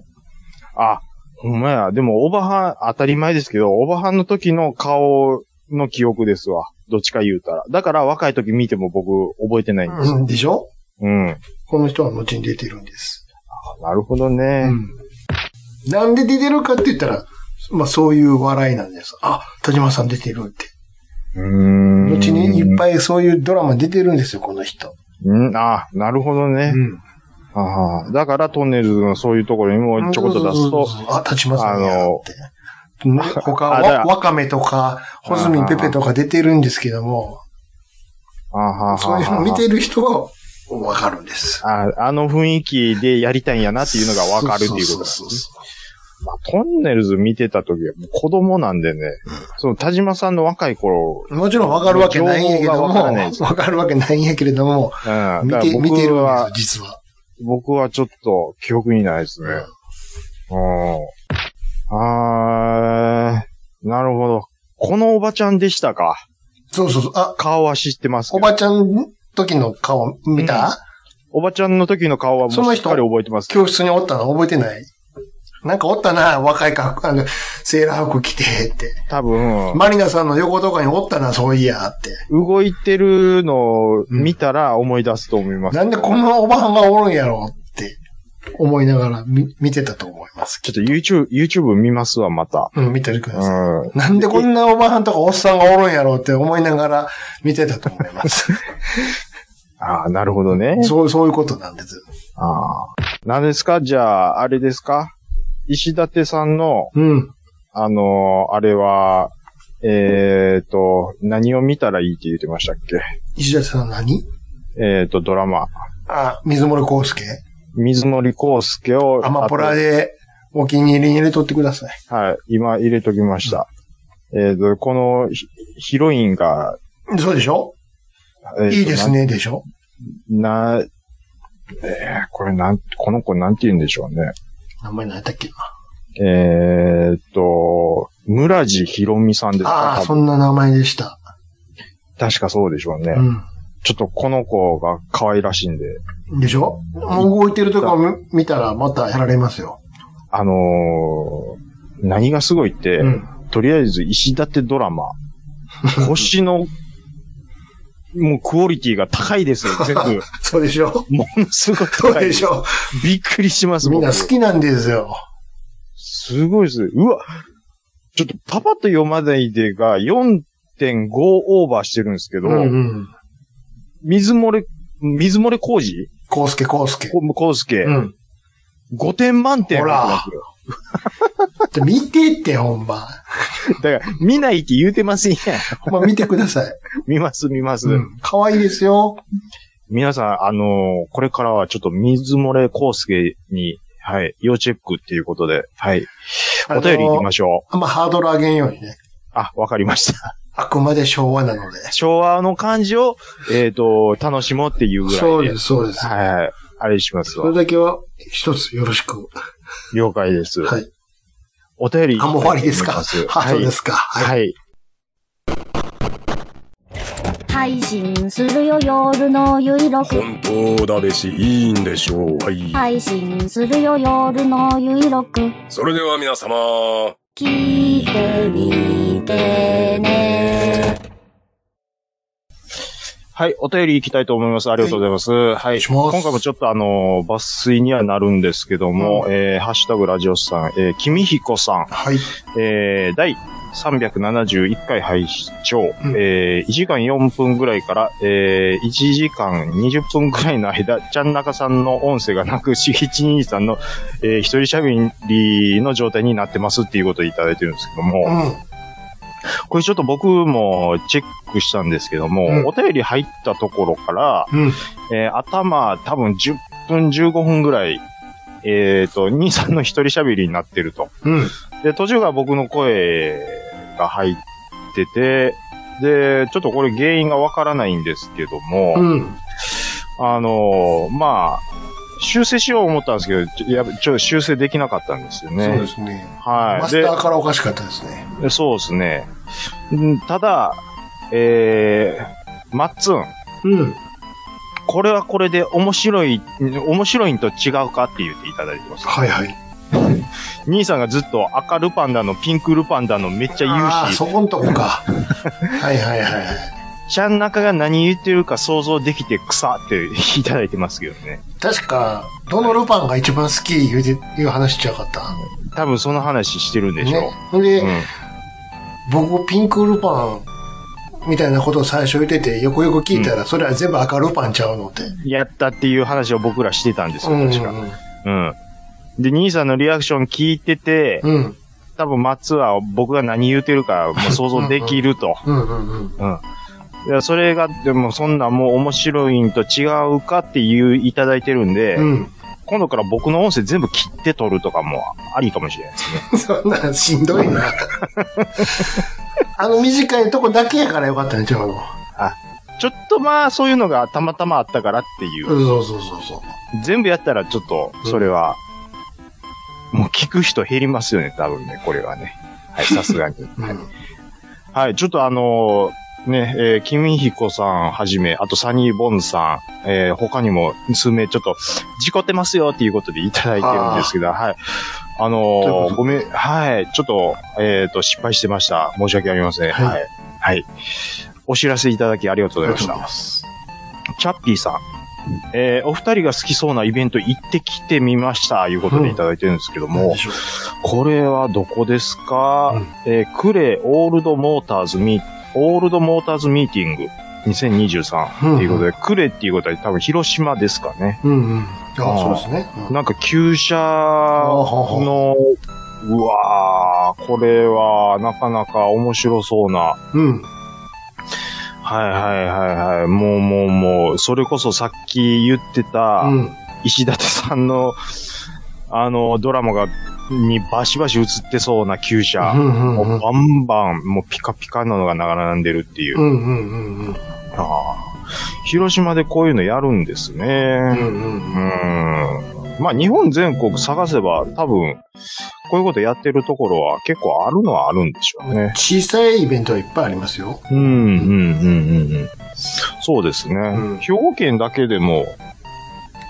Speaker 3: あ、ほんまや。でも、オバハン、当たり前ですけど、オバハンの時の顔の記憶ですわ。どっちか言うたら。だから、若い時見ても僕、覚えてないんです。
Speaker 4: うん、でしょ
Speaker 3: うん。あ
Speaker 4: この人は後に出てるんです。
Speaker 3: なるほど
Speaker 4: う
Speaker 3: ね。
Speaker 4: ん。なんで出てるかって言ったら、まあそういう笑いなんです。あ、田島さん出てるって。
Speaker 3: うーん。
Speaker 4: 後にいっぱいそういうドラマ出てるんですよ、この人。
Speaker 3: うん、あ、なるほどね。
Speaker 4: ん。
Speaker 3: ああだから、トンネルズのそういうところにもちょこっと出す
Speaker 4: そう、
Speaker 3: と
Speaker 4: そうそうそうあ、田島さんやって。ね他、
Speaker 3: あだから
Speaker 4: わわかめとか、ホズミンペペとか出てるんですけども、
Speaker 3: あははは
Speaker 4: そういうのを見てる人はわかるんです。
Speaker 3: あ、あの雰囲気でやりたいんやなっていうのがわかるっていうことなんです
Speaker 4: そうそうそ
Speaker 3: ね
Speaker 4: うそ
Speaker 3: まあトンネルズ見てた時はもう子供なんでね、その田島さんの若い頃、
Speaker 4: うもちろんわかるわけないんやけど
Speaker 3: 情報
Speaker 4: も、
Speaker 3: がわからないです
Speaker 4: わかるわけないんやけれども、
Speaker 3: うん、
Speaker 4: 見
Speaker 3: だから
Speaker 4: て、見てるん
Speaker 3: 僕
Speaker 4: で
Speaker 3: は、
Speaker 4: す、実は。
Speaker 3: 僕はちょっと記憶にないですね。うん。あー、なるほど。このおばちゃんでしたか。
Speaker 4: そうそうそう。あ、
Speaker 3: 顔は知ってますけ
Speaker 4: お
Speaker 3: ど。
Speaker 4: ばちゃん時の顔見た、
Speaker 3: おばちゃんの時の顔はも
Speaker 4: そうの
Speaker 3: しっ
Speaker 4: 人
Speaker 3: かり覚えてますけど。
Speaker 4: 教室におったの覚えてないなんかおったな、若い格好、あの、セーラー服着て、って。
Speaker 3: 多分、
Speaker 4: マリナさんの横とかにおったな、そういや、って。
Speaker 3: 動いてるのを見たら思い出すと思います。
Speaker 4: なんでこんなおばはんがおるんやろうって思いながら見見てたと思います。
Speaker 3: ちょっと YouTube、YouTube 見ますわ、また。
Speaker 4: うん、見ててください。
Speaker 3: うん。
Speaker 4: なんでこんなおばはんとかおっさんがおるんやろうって思いながら見てたと思い
Speaker 3: *laughs*
Speaker 4: ます。 *laughs*
Speaker 3: ああ、なるほどね。
Speaker 4: そう、そういうことなんです。
Speaker 3: ああ。何ですかじゃあ、あれですか石立さんの、
Speaker 4: うん。
Speaker 3: あのーあれは、えっ、と、何を見たらいいって言ってましたっけ
Speaker 4: 石田さん何
Speaker 3: えっ、と、ドラマ。
Speaker 4: あ、水森康介。
Speaker 3: 水森康介を。
Speaker 4: アマポラでお気に入りに入れとってください。
Speaker 3: あとはい、今入れときました。えっ、と、このヒヒロインが、
Speaker 4: そうでしょ
Speaker 3: えーと
Speaker 4: いいです。ね、でしょ
Speaker 3: な、なえーこれなん、この子なんて言うんでしょうね。
Speaker 4: 名前何やったっけな
Speaker 3: えっ、と、村地ひろみさんですか
Speaker 4: ああ、
Speaker 3: 多
Speaker 4: そ
Speaker 3: 分
Speaker 4: んな名前でした。
Speaker 3: 確かそうでしょうね。
Speaker 4: う
Speaker 3: ちょっとこの子が可愛らしいんで、
Speaker 4: ん。でしょもう動いてるとこ見見たらまたやられますよ。
Speaker 3: あのー何がすごいって、
Speaker 4: うん。
Speaker 3: とりあえず石立
Speaker 4: *laughs*
Speaker 3: ドラマ、星の、もうクオリティが高いですよ、全
Speaker 4: *laughs*
Speaker 3: 部。
Speaker 4: そうでしょ
Speaker 3: ものすごい
Speaker 4: そう
Speaker 3: 高い
Speaker 4: で。しょ
Speaker 3: びっくりします、
Speaker 4: みんな
Speaker 3: 僕
Speaker 4: 好きなんですよ。
Speaker 3: すごいです。うわちょっとパパと読まないでが4.5オーバーしてるんですけど、
Speaker 4: うんうん。
Speaker 3: 水漏れ、水漏れ工事
Speaker 4: コウスケ、コウスケ。
Speaker 3: こ康介、
Speaker 4: うん。
Speaker 3: 5点満点
Speaker 4: ほら
Speaker 3: 入ってますよ
Speaker 4: じゃあ見てって、ほんま。
Speaker 3: だから、見ないって言うてませんやん。
Speaker 4: ほんま見てください。
Speaker 3: *laughs* 見ます、見ます。
Speaker 4: うん。可愛いですよ。
Speaker 3: 皆さん、あのーこれからはちょっと水漏れ康介に、はい、要チェックっていうことで、はい。お便り行きましょう。
Speaker 4: あんまハードル上げんようにね。
Speaker 3: あ、わかりました。 *laughs*
Speaker 4: あくまで昭和なので。
Speaker 3: 昭和の感じを、えっ、と、楽しもうっていうぐらいで。
Speaker 4: そうです、そうです。
Speaker 3: はいはい。あれします
Speaker 4: そ
Speaker 3: わ
Speaker 4: れ。だけは一つよろしく。
Speaker 3: 了解です。
Speaker 4: はい。
Speaker 3: お便り。
Speaker 4: あ、もう終わりですか。あ、
Speaker 3: は
Speaker 4: *laughs* そう
Speaker 3: い
Speaker 4: で。すか。はい。
Speaker 3: はい。
Speaker 5: 配信するよ夜のゆいろく
Speaker 6: 本当だべし、いいんでしょう。はい。
Speaker 5: 配信するよ夜のゆいろく
Speaker 6: それでは皆様。
Speaker 5: 聞いてみてね
Speaker 3: はい、お便り行きたいと思います。ありがとうございます。はい。
Speaker 4: いします
Speaker 3: 今回もちょっとあのー抜粋にはなるんですけども、
Speaker 4: う
Speaker 3: えー、ハッシュタグラジオスさん、えー、君彦さん、
Speaker 4: はい。
Speaker 3: えー、第371回配信、
Speaker 4: ん
Speaker 3: えー、1時間4分ぐらいから、えー、1時間20分ぐらいの間、ちゃんなかさんの音声がなく、し *laughs* ぎちにいさんの、えー、一人喋りの状態になってますっていうことをいただいてるんですけども、
Speaker 4: う
Speaker 3: これちょっと僕もチェックしたんですけども、
Speaker 4: うん
Speaker 3: お便り入ったところから、
Speaker 4: ん。うん。
Speaker 3: えー頭多分10分15分ぐらい、えっ、と、兄さんの一人喋りになってると。
Speaker 4: うん。
Speaker 3: で、途中が僕の声が入ってて、で、ちょっとこれ原因がわからないんですけども、
Speaker 4: うん。
Speaker 3: あのーまあ、修正しよう思ったんですけど、ちょやっぱちょっと修正できなかったんですよ
Speaker 4: そうで
Speaker 3: ね。
Speaker 4: すね。
Speaker 3: はい。
Speaker 4: マスターからおかしかったですね。
Speaker 3: そうですね。んただ、えー、マッツン、
Speaker 4: うん。
Speaker 3: これはこれで面白い、面白いんと違うかって言っていただいてます。
Speaker 4: はいはい。
Speaker 3: 兄さんがずっと赤ルパンダのピンクルパンダのめっちゃ
Speaker 4: ああ、
Speaker 3: 言うし
Speaker 4: そ、こんとこ *laughs* か。はいはいはいはい。
Speaker 3: ちゃん中が何言ってるか想像できて草っていただいてますけどね。
Speaker 4: 確か、どのルパンが一番好き言うて、いう話しちゃうかった。
Speaker 3: 多分その話してるんでしょう。
Speaker 4: ね。ほんで、
Speaker 3: うん
Speaker 4: 僕、ピンクルパンみたいなことを最初言ってて、よくよく聞いたら、それは全部赤ルパンちゃうのって。
Speaker 3: やったっていう話を僕らしてたんです
Speaker 4: う
Speaker 3: よ、
Speaker 4: ん。
Speaker 3: 確か。うん。で、兄さんのリアクション聞いてて、
Speaker 4: うん。
Speaker 3: 多分松は僕が何言ってるかもう想像でき
Speaker 4: *laughs*
Speaker 3: ると。
Speaker 4: うんうんうん。
Speaker 3: いや、それが、でも、そんなもう面白いんと違うかっていう、いただいてるんで、
Speaker 4: うん。
Speaker 3: 今度から僕の音声全部切って撮るとかもありかもしれないですね。
Speaker 4: そんなんしんどいな。 *laughs* あの短いとこだけやからよかったね、ちゃうの。
Speaker 3: ちょっとまあ、そういうのがたまたまあったからっていう。
Speaker 4: そうそうそうそう。
Speaker 3: 全部やったらちょっと、それは、もう聞く人減りますよね、多分ね、これはね。はい、
Speaker 4: *laughs*
Speaker 3: さすがに。
Speaker 4: う
Speaker 3: はい
Speaker 4: ん。
Speaker 3: はい、ちょっとあのーね、えー、君彦さんはじめ、あとサニーボンさん、えー他にも数名ちょっと、事故ってますよっていうことでいただいてるんですけど、はい。あ
Speaker 4: というこ
Speaker 3: の
Speaker 4: と
Speaker 3: ー
Speaker 4: で
Speaker 3: ごめん、はい、ちょっと、えっ、と、失敗してました。申し訳ありません。
Speaker 4: はい
Speaker 3: はい。はい。お知らせいただきありがとう
Speaker 4: あ
Speaker 3: ご
Speaker 4: り
Speaker 3: ざい
Speaker 4: が
Speaker 3: ま
Speaker 4: とう
Speaker 3: し
Speaker 4: ござい
Speaker 3: た。
Speaker 4: ます。
Speaker 3: チャッピーさん。えーお二人が好きそうなイベント行ってきてみました、いうことでいただいてるんですけども、
Speaker 4: 何でしょう
Speaker 3: これはどこですか、えークレーオールドモーターズミー、オールドモーターズミーティング
Speaker 4: うんう
Speaker 3: 2023
Speaker 4: ん
Speaker 3: っていうことで、クレーっていうことは多分広島ですかね。
Speaker 4: うんうん。あそうですね。
Speaker 3: なんか旧車の、うわー、これはなかなか面白そうな。
Speaker 4: うん。うん
Speaker 3: はいはいはいはい。もうもうもう、それこそさっき言ってた、
Speaker 4: うん。
Speaker 3: 石立さんの、あの、ドラマが、にバシバシ映ってそうな旧車。
Speaker 4: うん
Speaker 3: も
Speaker 4: うんう。
Speaker 3: うんバンバン、もうピカピカなのが並んでるっていう。
Speaker 4: うんうんうんうん。
Speaker 3: ああ広島でこういうのやるんです
Speaker 4: うん
Speaker 3: ね。
Speaker 4: うん
Speaker 3: う
Speaker 4: うん。
Speaker 3: ん。まあ日本全国探せば多分、こういうことやってるところは結構あるのはあるんでしょうね。
Speaker 4: 小さいイベントはいっぱいありますよ。
Speaker 3: うん、うん、うん、うんうん。そうですね、
Speaker 4: うん
Speaker 3: 兵庫県だけでも、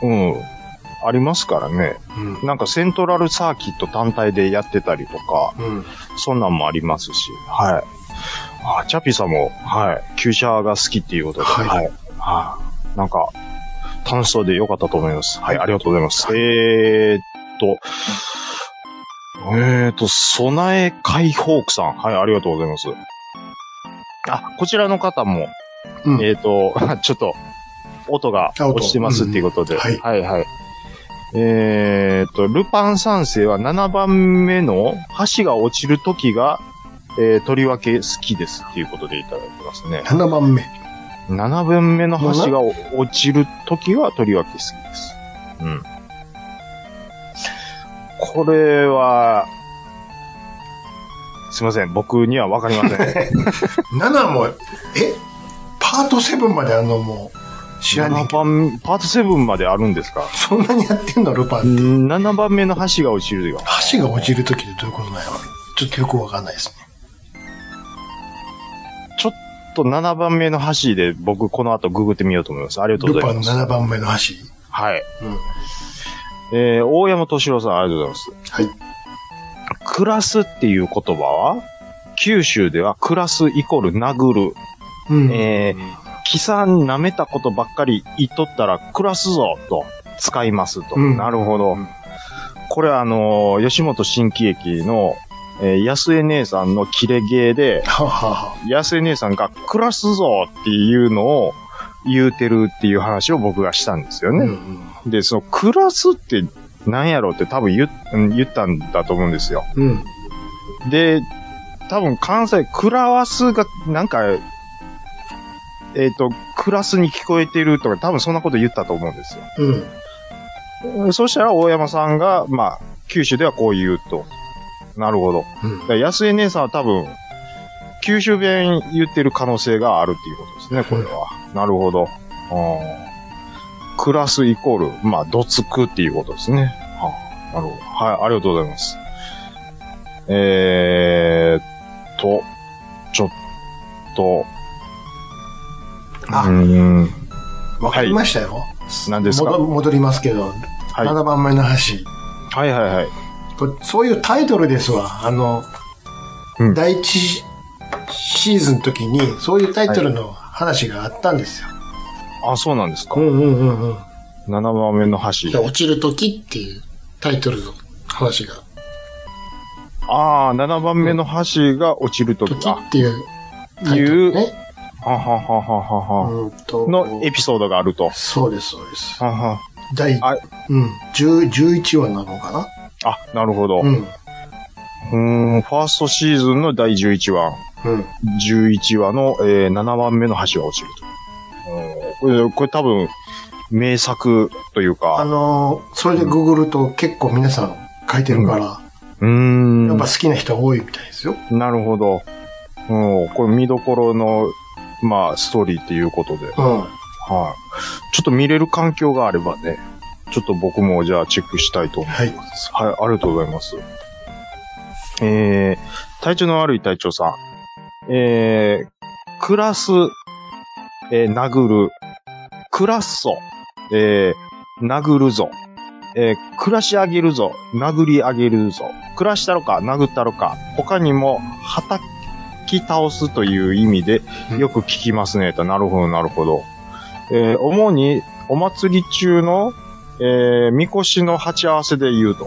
Speaker 3: うん、ありますからね。
Speaker 4: うん。
Speaker 3: なんかセントラルサーキット単体でやってたりとか、
Speaker 4: うん。
Speaker 3: そんなんもありますし、はい。あ、チャピさんも、はい、旧車が好きっていうことで、
Speaker 4: はい
Speaker 3: はい。はいなんか、楽しそうで良かったと思います。はい、ありがとうございます。えーっと、えーっと、備え解放区さん。はい、ありがとうございます。あ、こちらの方も、
Speaker 4: うん
Speaker 3: *laughs* えーっと、ちょっと、音が
Speaker 4: あ音
Speaker 3: 落ちてますっていうこと
Speaker 4: う
Speaker 3: で、
Speaker 4: んうん
Speaker 3: はい、はい、えーっと、ルパン三世は7番目の箸が落ちる時が、えーとりわけ好きですっていうことでいただいてますね。
Speaker 4: 7番目。
Speaker 3: 7分目の箸が落ちるときはとりわけ好きです。うん。これは、すいません。僕にはわかりません。
Speaker 4: 7も、えパート7まであんのもう、 *laughs* 知らねえ
Speaker 3: 7
Speaker 4: けど。
Speaker 3: 番、パート7まであるんですか
Speaker 4: そんなにやってんのルパンって。
Speaker 3: ?7 番目の箸が落ちるよ。
Speaker 4: 箸が落ちるときってどういうことなんやろちょっとよくわかんないですね。
Speaker 3: ちょっと7番目の箸で僕この後ググってみようと思います。ありがとう
Speaker 4: ル
Speaker 3: ござ
Speaker 4: パ
Speaker 3: い
Speaker 4: ン
Speaker 3: ます。
Speaker 4: 7番目の箸。
Speaker 3: はい。
Speaker 4: うん。
Speaker 3: えー、大山敏郎さん、ありがとうございます。
Speaker 4: はい。
Speaker 3: 暮らすっていう言葉は、九州では暮らすイコール殴る。
Speaker 4: うん。
Speaker 3: えー、貴さん舐めたことばっかり言っとったら暮らすぞと使いますと。
Speaker 4: うん
Speaker 3: なるほど。これあのー吉本新喜劇の、えー安江姉さんのキレゲーで、
Speaker 4: はあはあはあ
Speaker 3: 安江姉さんが暮らすぞっていうのを言うてるっていう話を僕がしたんですよ
Speaker 4: うん
Speaker 3: ね。
Speaker 4: うん。
Speaker 3: で、その暮らすって何やろうって多分言っうん言ったんだと思うんですよ。
Speaker 4: うん。
Speaker 3: で、多分関西、クラワスが、なんか、えっ、と、クラスに聞こえてるとか、多分そんなこと言ったと思うんです
Speaker 4: うん。
Speaker 3: よ。そしたら大山さんが、まあ、九州ではこう言うと。なるほど。
Speaker 4: うん
Speaker 3: だから安江姉さんは多分、九州弁言ってる可能性があるっていうことですね、これは。なるほど。うんクラスイコール、まあ、どつくっていうことですね。はあ、なるほど。はい、ありがとうございます。えーっと、ちょっと、
Speaker 4: あ
Speaker 3: うーん、
Speaker 4: わかりましたよ。
Speaker 3: 何ですか
Speaker 4: 戻戻りますけど、
Speaker 3: はい
Speaker 4: 7番目の箸。
Speaker 3: はいはいはい。
Speaker 4: これそういうタイトルですわ。あの、
Speaker 3: うん
Speaker 4: 第一シーズンの時に、そういうタイトルの話があったんですよ。
Speaker 3: あ、そうなんですか。
Speaker 4: うんうんうんうん。
Speaker 3: 7番目の箸。
Speaker 2: 落ちるときっていうタイトルの話が、
Speaker 3: ああ、7番目の箸が落ちるとき
Speaker 2: と。き
Speaker 3: あ
Speaker 2: っていうタイトルね。
Speaker 3: はははははは。
Speaker 4: うんと
Speaker 3: のエピソードがあると。
Speaker 4: そうです、そうです。
Speaker 3: はは
Speaker 4: 第、
Speaker 3: あ
Speaker 4: うん、10 11話なのか
Speaker 3: あ、なるほど。
Speaker 4: な
Speaker 3: う
Speaker 4: うん。
Speaker 3: ーん、ファーストシーズンの第11話、
Speaker 4: うん。
Speaker 3: 11話の、えー7番目の橋が落ちると。うんこれこれ多分、名作という
Speaker 4: あ
Speaker 3: か、
Speaker 4: のーそれでググると結構皆さん書いてるから、
Speaker 3: うーん、
Speaker 4: やっぱ好きな人多いみたいですよ。
Speaker 3: なるほど。うん、これ見どころの、まあ、ストーリーっていうことで、はい、
Speaker 4: うん。
Speaker 3: ちょっと見れる環境があればね、ちょっと僕もじゃあチェックしたいと思います
Speaker 4: はい。
Speaker 3: はい、ありがとうございます。えー、体調の悪い隊長さん。えー、暮らす、えー、殴る、暮らっそ、えー、殴るぞ、えー、暮らし上げるぞ、殴り上げるぞ、暮らしたろか、殴ったろか、他にも、叩き倒すという意味で、よく聞きますね、と。なるほど、なるほど。えー、主に、お祭り中の、えー、みこしの鉢合わせで言うと。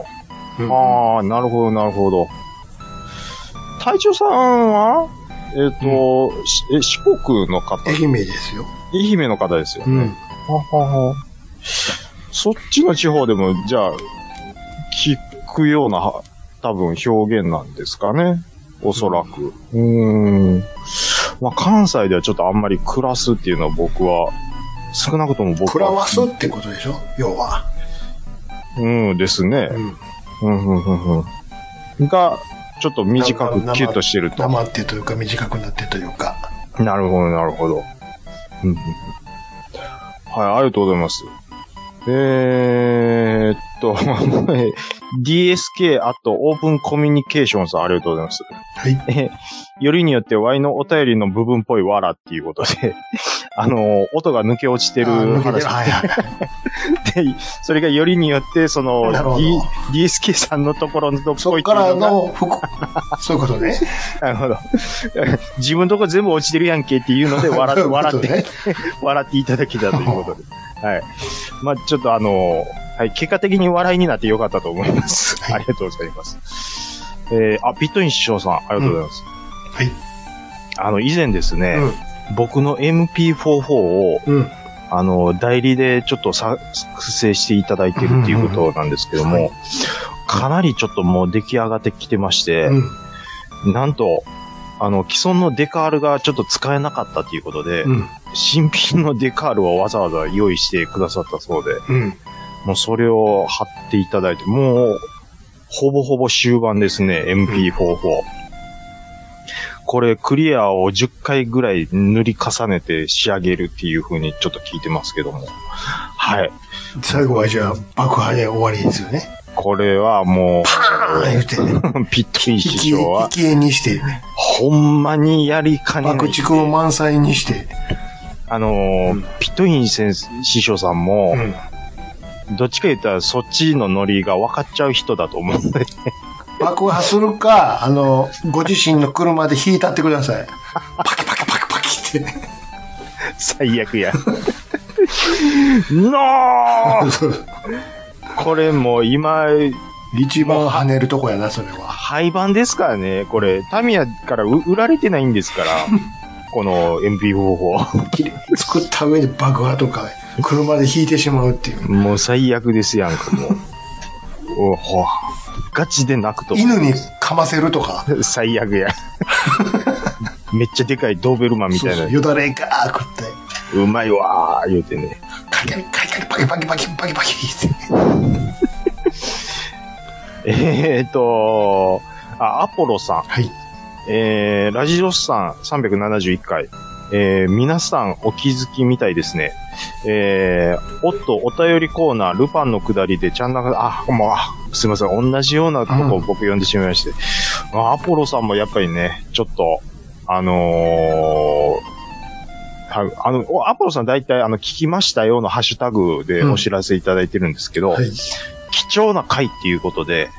Speaker 4: うん
Speaker 3: ああ、なるほど、なるほど。隊長さんは、えっ、と、しえ四国の方、
Speaker 4: 愛媛ですよ。
Speaker 3: 愛媛の方ですよ
Speaker 4: う
Speaker 3: ね。
Speaker 4: ん。
Speaker 3: はははそっちの地方でも、じゃあ、聞くような、は多分表現なんですかね。おそらく。うーん。まあ、関西ではちょっとあんまり暮らすっていうのは僕は、少なくとも僕
Speaker 4: 食ら
Speaker 3: は。
Speaker 4: わすってことでしょ要は。
Speaker 3: うんですね。
Speaker 4: うん。
Speaker 3: うん、うん、うん、うん。が、ちょっと短く
Speaker 4: な
Speaker 3: キュッとしてると。
Speaker 4: 黙ってというか短くなってというか。
Speaker 3: なるほど、なるほど。うんうんうんはい、ありがとうございます。えーっと、DSK あとオープンコミュニケーションさんありがとうございます。
Speaker 4: はい。
Speaker 3: よりによって Y のお便りの部分っぽいわらっていうことで、 *laughs* あの、音が抜け落ちてる
Speaker 4: あー抜けて
Speaker 3: 話
Speaker 4: るはい
Speaker 3: *laughs*
Speaker 4: はい。
Speaker 3: で、それがよりによって、その
Speaker 4: なるほ、ど
Speaker 3: D、DSK さんのところのとこ
Speaker 4: そ
Speaker 3: い
Speaker 4: っ
Speaker 3: って
Speaker 4: か
Speaker 3: いう
Speaker 4: ら
Speaker 3: のが
Speaker 4: の服、そういうことね。
Speaker 3: なるほど。 *laughs* 自分のとこ全部落ちてるやんけっていうので笑って、笑って、笑っていただけたということで。はい。まあ、ちょっとあのはい、結果的に笑いになってよかったと思います。
Speaker 4: はい
Speaker 3: ありがとうございます。えー、あ、ピットイン師匠さん、ありがとうございます。
Speaker 4: はい。
Speaker 3: あの、以前ですね、僕の MP44 を、
Speaker 4: うん。
Speaker 3: あの、代理でちょっと作成していただいてるっていうことなんですけど
Speaker 4: うんうんうん
Speaker 3: も、かなりちょっともう出来上がってきてまして、
Speaker 4: うん。
Speaker 3: なんと、あの、既存のデカールがちょっと使えなかったということで、
Speaker 4: うん。
Speaker 3: 新品のデカールをわざわざ用意してくださったそうで、
Speaker 4: うん。
Speaker 3: もうそれを貼っていただいて、もう、ほぼほぼ終盤ですね、MP44。これ、クリアを10回ぐらい塗り重ねて仕上げるっていう風にちょっと聞いてますけども。はい。
Speaker 4: 最後はじゃあ、爆破で終わりですよね。
Speaker 3: これはも
Speaker 4: ああ、言うて、ね、
Speaker 3: う、ピットフィン
Speaker 4: 引
Speaker 3: 師
Speaker 4: き、
Speaker 3: 匠
Speaker 4: 引
Speaker 3: は、
Speaker 4: き絵にして、ね、
Speaker 3: ほんまにやりかねな
Speaker 4: 爆
Speaker 3: い。
Speaker 4: 竹を満載にして、
Speaker 3: あのー
Speaker 4: うん
Speaker 3: ピットイン先生師匠さんも、
Speaker 4: うん。
Speaker 3: どっちか言ったらそっちのノリが分かっちゃう人だと思うんで、
Speaker 4: 爆破するか、あの、ご自身の車で引いたってください。パキパキパキパキって、ね。
Speaker 3: 最悪や。のー
Speaker 4: そう
Speaker 3: これもう今、
Speaker 4: 一番跳ねるとこやな、それは。
Speaker 3: 廃盤ですからね。これ、タミヤからう売られてないんですから。この MP 方法。
Speaker 4: きれいに作った上で爆破とか、車で引いてしまうっていう。
Speaker 3: もう最悪ですやんか、もう。おほガチで泣くと思う。
Speaker 4: 犬に噛ませるとか、
Speaker 3: 最悪や。めっちゃでかいドーベルマンみ
Speaker 4: そ
Speaker 3: た
Speaker 4: う
Speaker 3: いな。
Speaker 4: そううよだれがー食って、
Speaker 3: まいわー、言うてね。
Speaker 4: カリカリカリカリパキパキパキパキパキって。
Speaker 3: えーと、あ、アポロさん。
Speaker 4: はい。
Speaker 3: えー、ラジオスさん371回。えー、皆さんお気づきみたいですね。えー、おっと、お便りコーナー、ルパンの下りで、ちゃんなか、あ、もう、あすいません、同じようなとこ
Speaker 4: う
Speaker 3: を
Speaker 4: ん
Speaker 3: 僕呼んでしまいまして。あアポロさんもやっぱりね、ちょっと、あのー、はい、あの、おアポロさん大体、あの、聞きましたよのハッシュタグでお知らせいただいてるんですけど、
Speaker 4: はい。
Speaker 3: 貴重な回っていうことで、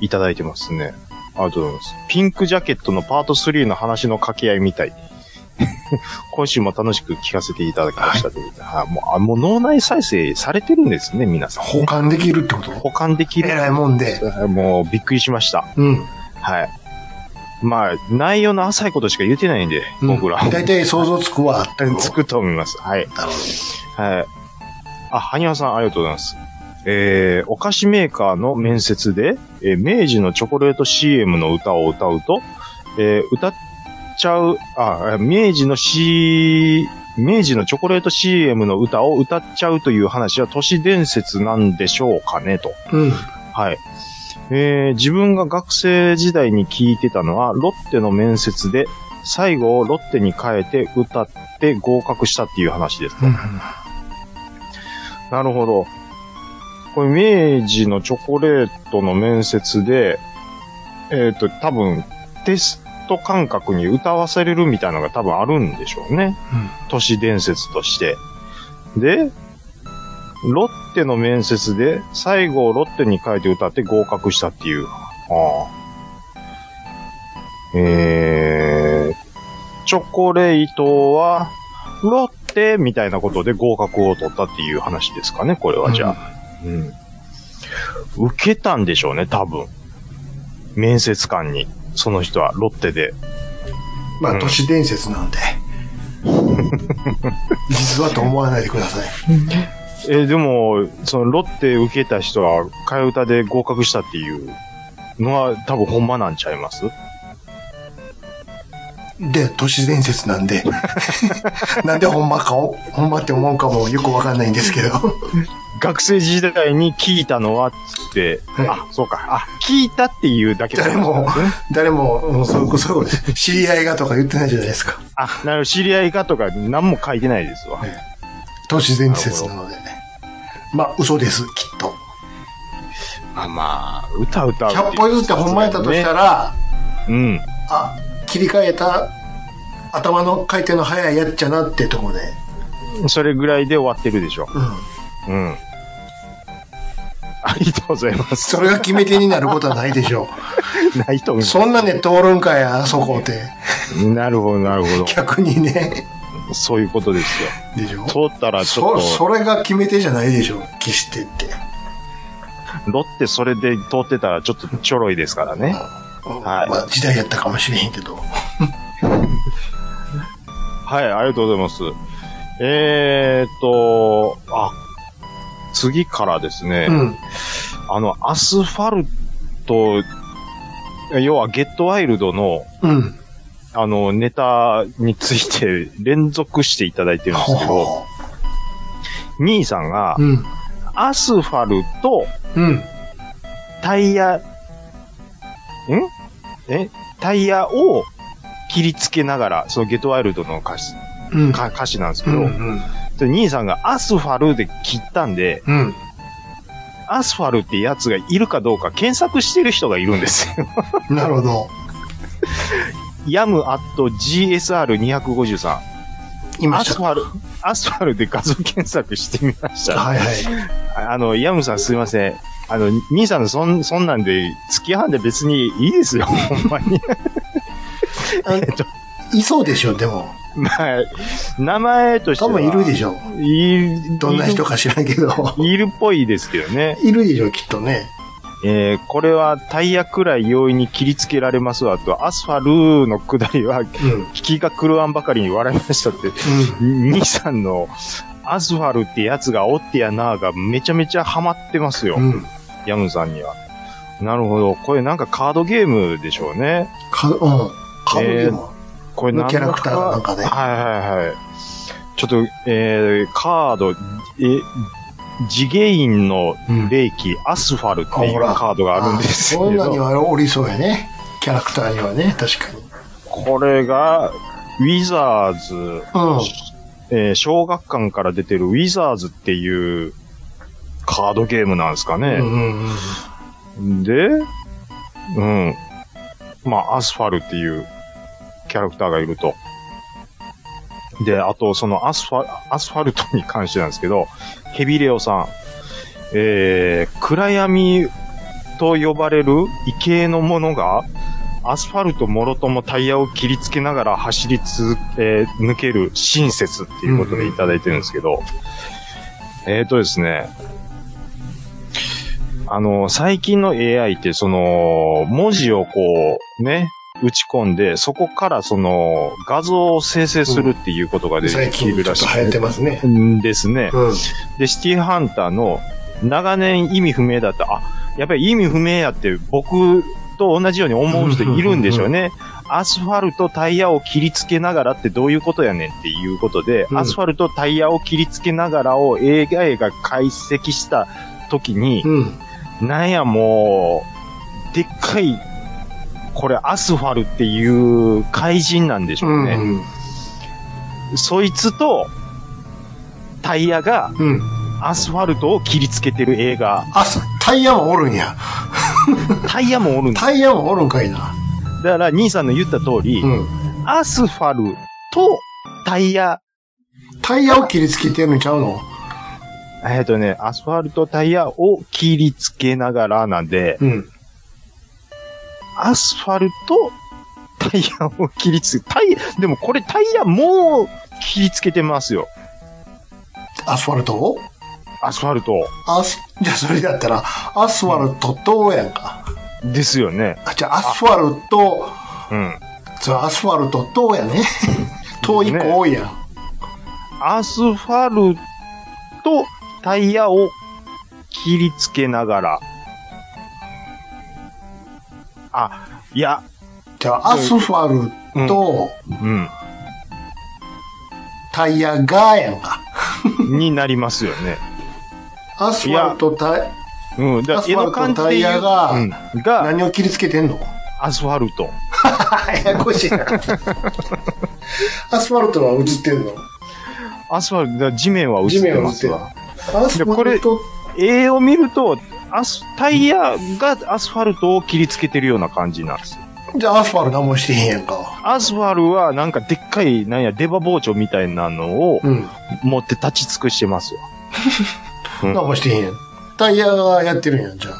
Speaker 3: いただいてますね。ありがとうございます。ピンクジャケットのパート3の話の掛け合いみたい。 *laughs* 今週も楽しく聞かせていただきましたということで、はいもうあ。もう脳内再生されてるんですね、皆さん。
Speaker 4: 保管できるってこと
Speaker 3: 保管でき
Speaker 4: え
Speaker 3: る。
Speaker 4: らいもんで。
Speaker 3: もうびっくりしました。
Speaker 4: うん。
Speaker 3: はい。まあ、内容の浅いことしか言ってないんで、
Speaker 4: うん
Speaker 3: 僕ら。
Speaker 4: 大体想像つくわ。
Speaker 3: つくと思います。はい。
Speaker 4: なるほ
Speaker 3: はい。あ、はにわさん、ありがとうございます。えー、お菓子メーカーの面接で、えー明治のチョコレート CM の歌を歌うと、えー歌っちゃう、あ、明治の C、明治のチョコレート CM の歌を歌っちゃうという話は都市伝説なんでしょうかね、と。
Speaker 4: うん。
Speaker 3: はい。えー自分が学生時代に聞いてたのは、ロッテの面接で、最後をロッテに変えて歌って合格したっていう話です。
Speaker 4: うん。
Speaker 3: なるほど。これ、明治のチョコレートの面接で、えっ、と、多分、テスト感覚に歌わせれるみたいなのが多分あるんでしょうね。都市伝説として。で、ロッテの面接で、最後をロッテに変えて歌って合格したっていう。ああ。えー、チョコレートは、ロッテみたいなことで合格を取ったっていう話ですかね、これはじゃあ。うん。受けたんでしょうね、多分。面接官に。その人は、ロッテで。
Speaker 4: ま
Speaker 3: う
Speaker 4: あ、
Speaker 3: ん
Speaker 4: 都市伝説なん
Speaker 3: *laughs*
Speaker 4: で。実はと思わないでください。
Speaker 3: えーでも、その、ロッテ受けた人は、替え歌で合格したっていうのは、多分ほんまなんちゃいます
Speaker 4: で、都市伝説なん
Speaker 3: *laughs*
Speaker 4: で。なんでほんまかを、ほんまって思うかもよくわかんないんです
Speaker 3: *laughs*
Speaker 4: けど。
Speaker 3: 学生時代に聞いたのは、つって、
Speaker 4: い
Speaker 3: あ、そうか、あ、聞いたっていうだけだったんですね。
Speaker 4: 誰も、うんそうそうです知り合いがとか言ってないじゃないですか。
Speaker 3: あ、なるほど知り合いかとか、何も書いてないですわ。
Speaker 4: 都市伝説なのでね。まあ、嘘です、きっと。
Speaker 3: あまあ、歌歌うっていう。
Speaker 4: 100歩譲ってほんまやったとしたら、
Speaker 3: うん。
Speaker 4: あ、切り替えた頭の回転の速いやっちゃなってとこで。
Speaker 3: それぐらいで終わってるでしょ。
Speaker 4: うん。
Speaker 3: うん。ありがとうございます。
Speaker 4: それが決め手になることはないでしょ
Speaker 3: *laughs* ないと思
Speaker 4: う。
Speaker 3: う。
Speaker 4: そんなんで通るんかや、あそこって。
Speaker 3: なるほど、なるほ
Speaker 4: 逆にね。 *laughs*
Speaker 3: ど。そういうことですよ。
Speaker 4: でしょ
Speaker 3: 通ったらちょっ
Speaker 4: そ、
Speaker 3: と。
Speaker 4: それが決め手じゃないでしょ決してって。
Speaker 3: ロッテそれで通ってたらちょっとちょろいですからね。はい
Speaker 4: まあ、時代やったかもしれへんけど。
Speaker 3: はい、ありがとうございます。えーっと、あ、次からですね、
Speaker 4: うん。
Speaker 3: あの、アスファルト、要はゲットワイルドの、
Speaker 4: うん。
Speaker 3: あの、ネタについて連続していただいてるんですけど、
Speaker 4: ほ
Speaker 3: 兄さんが
Speaker 4: う。、うん。
Speaker 3: アスファルト、
Speaker 4: うん。
Speaker 3: タイヤ、んえタイヤを切りつけながら、そのゲットワイルドの歌詞、
Speaker 4: うん。
Speaker 3: か歌詞なんですけ
Speaker 4: う
Speaker 3: ど、
Speaker 4: ん。うん。
Speaker 3: で兄さんがアスファルで切ったんで、
Speaker 4: うん。
Speaker 3: アスファルってやつがいるかどうか検索してる人がいるんですよ。 *laughs*
Speaker 4: なるほど。
Speaker 3: ヤムアット GSR253。
Speaker 4: いま
Speaker 3: ア
Speaker 4: し
Speaker 3: スフ
Speaker 4: た。
Speaker 3: ァル、アスファルで画像検索してみました。
Speaker 4: はいはい。
Speaker 3: あの、ヤムさんすいません。あの、兄さんのそん、そんなんで、付き合うんで別にいいですよ、 *laughs* ほんまに。 *laughs*
Speaker 4: いそうでしょ、でも。
Speaker 3: まあ、名前として
Speaker 4: 多
Speaker 3: は。
Speaker 4: 分いるでしょ。
Speaker 3: ょ。い
Speaker 4: どんな人か知らんけど。
Speaker 3: *laughs* いるっぽいですけどね。
Speaker 4: いるでしょ、きっとね。
Speaker 3: えーこれはタイヤくらい容易に切りつけられますわと、アスファルの下りは
Speaker 4: うん。うん。
Speaker 3: 気が狂わんばかりに笑いましたって、兄さんのアスファルってやつがおってやなーがめちゃめちゃハマってますよ。
Speaker 4: うん。
Speaker 3: ヤムさんには。なるほど。これなんかカードゲームでしょうね。
Speaker 4: か、うん。カードゲームは
Speaker 3: これなん
Speaker 4: キャラクターなんかね
Speaker 3: はいはいはい。ちょっと、えー、カード、え、次元の
Speaker 4: うん
Speaker 3: 霊気、アスファルっていう
Speaker 4: あほら
Speaker 3: カードがあるんですけ
Speaker 4: そんなに
Speaker 3: ど、
Speaker 4: はおりそうやね。キャラクターにはね、確かに。
Speaker 3: これが、ウィザーズ、
Speaker 4: う
Speaker 3: えー小学館から出てるウィザーズっていうカードゲームなんですか
Speaker 4: ん。うん
Speaker 3: ね。
Speaker 4: うんうん。
Speaker 3: で、うん。まあ、アスファルっていうキャラクターがいると。で、あと、そのアスファ、アスファルトに関してなんですけど、ヘビレオさん、えー、暗闇と呼ばれる異形のものが、アスファルトもろともタイヤを切りつけながら走り続け、抜ける親切っていうことでいただいてるんですけど、えーとですね、あの、最近の AI って、その、文字をこう、ね、打ち込んで、そこからその、画像を生成するっていうことがで
Speaker 4: 最
Speaker 3: き
Speaker 4: 近
Speaker 3: る
Speaker 4: ちょ
Speaker 3: ら
Speaker 4: っ
Speaker 3: し
Speaker 4: と流行っ
Speaker 3: い
Speaker 4: てますね。
Speaker 3: んですね。
Speaker 4: うん。
Speaker 3: で、シティハンターの長年意味不明だった、あ、やっぱり意味不明やって僕と同じように思う人いるんでしょうね。アスファルトタイヤを切りつけながらってどういうことやねんっていうことで、
Speaker 4: うん
Speaker 3: アスファルトタイヤを切りつけながらを AI が解析した時に、
Speaker 4: うん。
Speaker 3: なんやもう、でっかい、これアスファルっていう怪人なんでしょ
Speaker 4: う。
Speaker 3: うんね。
Speaker 4: うん。
Speaker 3: そいつと、タイヤが
Speaker 4: うん。
Speaker 3: アスファルトを切りつけてる映画。
Speaker 4: あ、そタイヤもおるんや。
Speaker 3: タイヤもおるんだ。
Speaker 4: タイヤもおるんかいな。
Speaker 3: だから、兄さんの言った通り、
Speaker 4: うん。
Speaker 3: アスファルとタイヤ、
Speaker 4: タイヤを切りつけてるんちゃうの
Speaker 3: えっ、とね、アスファルトタイヤを切りつけながらなんで、
Speaker 4: うん。
Speaker 3: アスファルとタイヤを切りつけ、タイ、でもこれタイヤもう切りつけてますよ。
Speaker 4: アスファルトを
Speaker 3: アスファルト。
Speaker 4: アス、 *laughs* じゃあそれだったら、アスファルトとやんか。
Speaker 3: ですよね。
Speaker 4: あ、じゃあアスファルト、
Speaker 3: うん。
Speaker 4: それアスファルトと
Speaker 3: *laughs*
Speaker 4: やね。と一個多いやん。
Speaker 3: アスファルとタイヤを切りつけながら。あ、いや、
Speaker 4: じゃあアスファルト、
Speaker 3: うん。
Speaker 4: タイヤがやんか。
Speaker 3: になりますよね。
Speaker 4: アスファルトタイ、
Speaker 3: うん。だ
Speaker 4: アスファルトタイヤが
Speaker 3: うん、が、
Speaker 4: 何を切りつけてんの
Speaker 3: アスファルト。
Speaker 4: ややこしいな。 *laughs* アスファルトは映ってんの
Speaker 3: アスファルトだ、地面は映
Speaker 4: 地
Speaker 3: って
Speaker 4: 面は
Speaker 3: ま
Speaker 4: 映っ
Speaker 3: す
Speaker 4: てんの
Speaker 3: わ
Speaker 4: ア。スファルト、
Speaker 3: 絵を見ると、アス、タイヤがアスファルトを切りつけてるような感じなんですよ。
Speaker 4: じゃあアスファルト何もしてへんやんか。
Speaker 3: アスファルはなんかでっかい、なんや、出刃包丁みたいなのを
Speaker 4: うん。
Speaker 3: 持って立ち尽くしてますよ。
Speaker 4: 何もしてへんやん。タイヤがやってるんやん、じゃあ。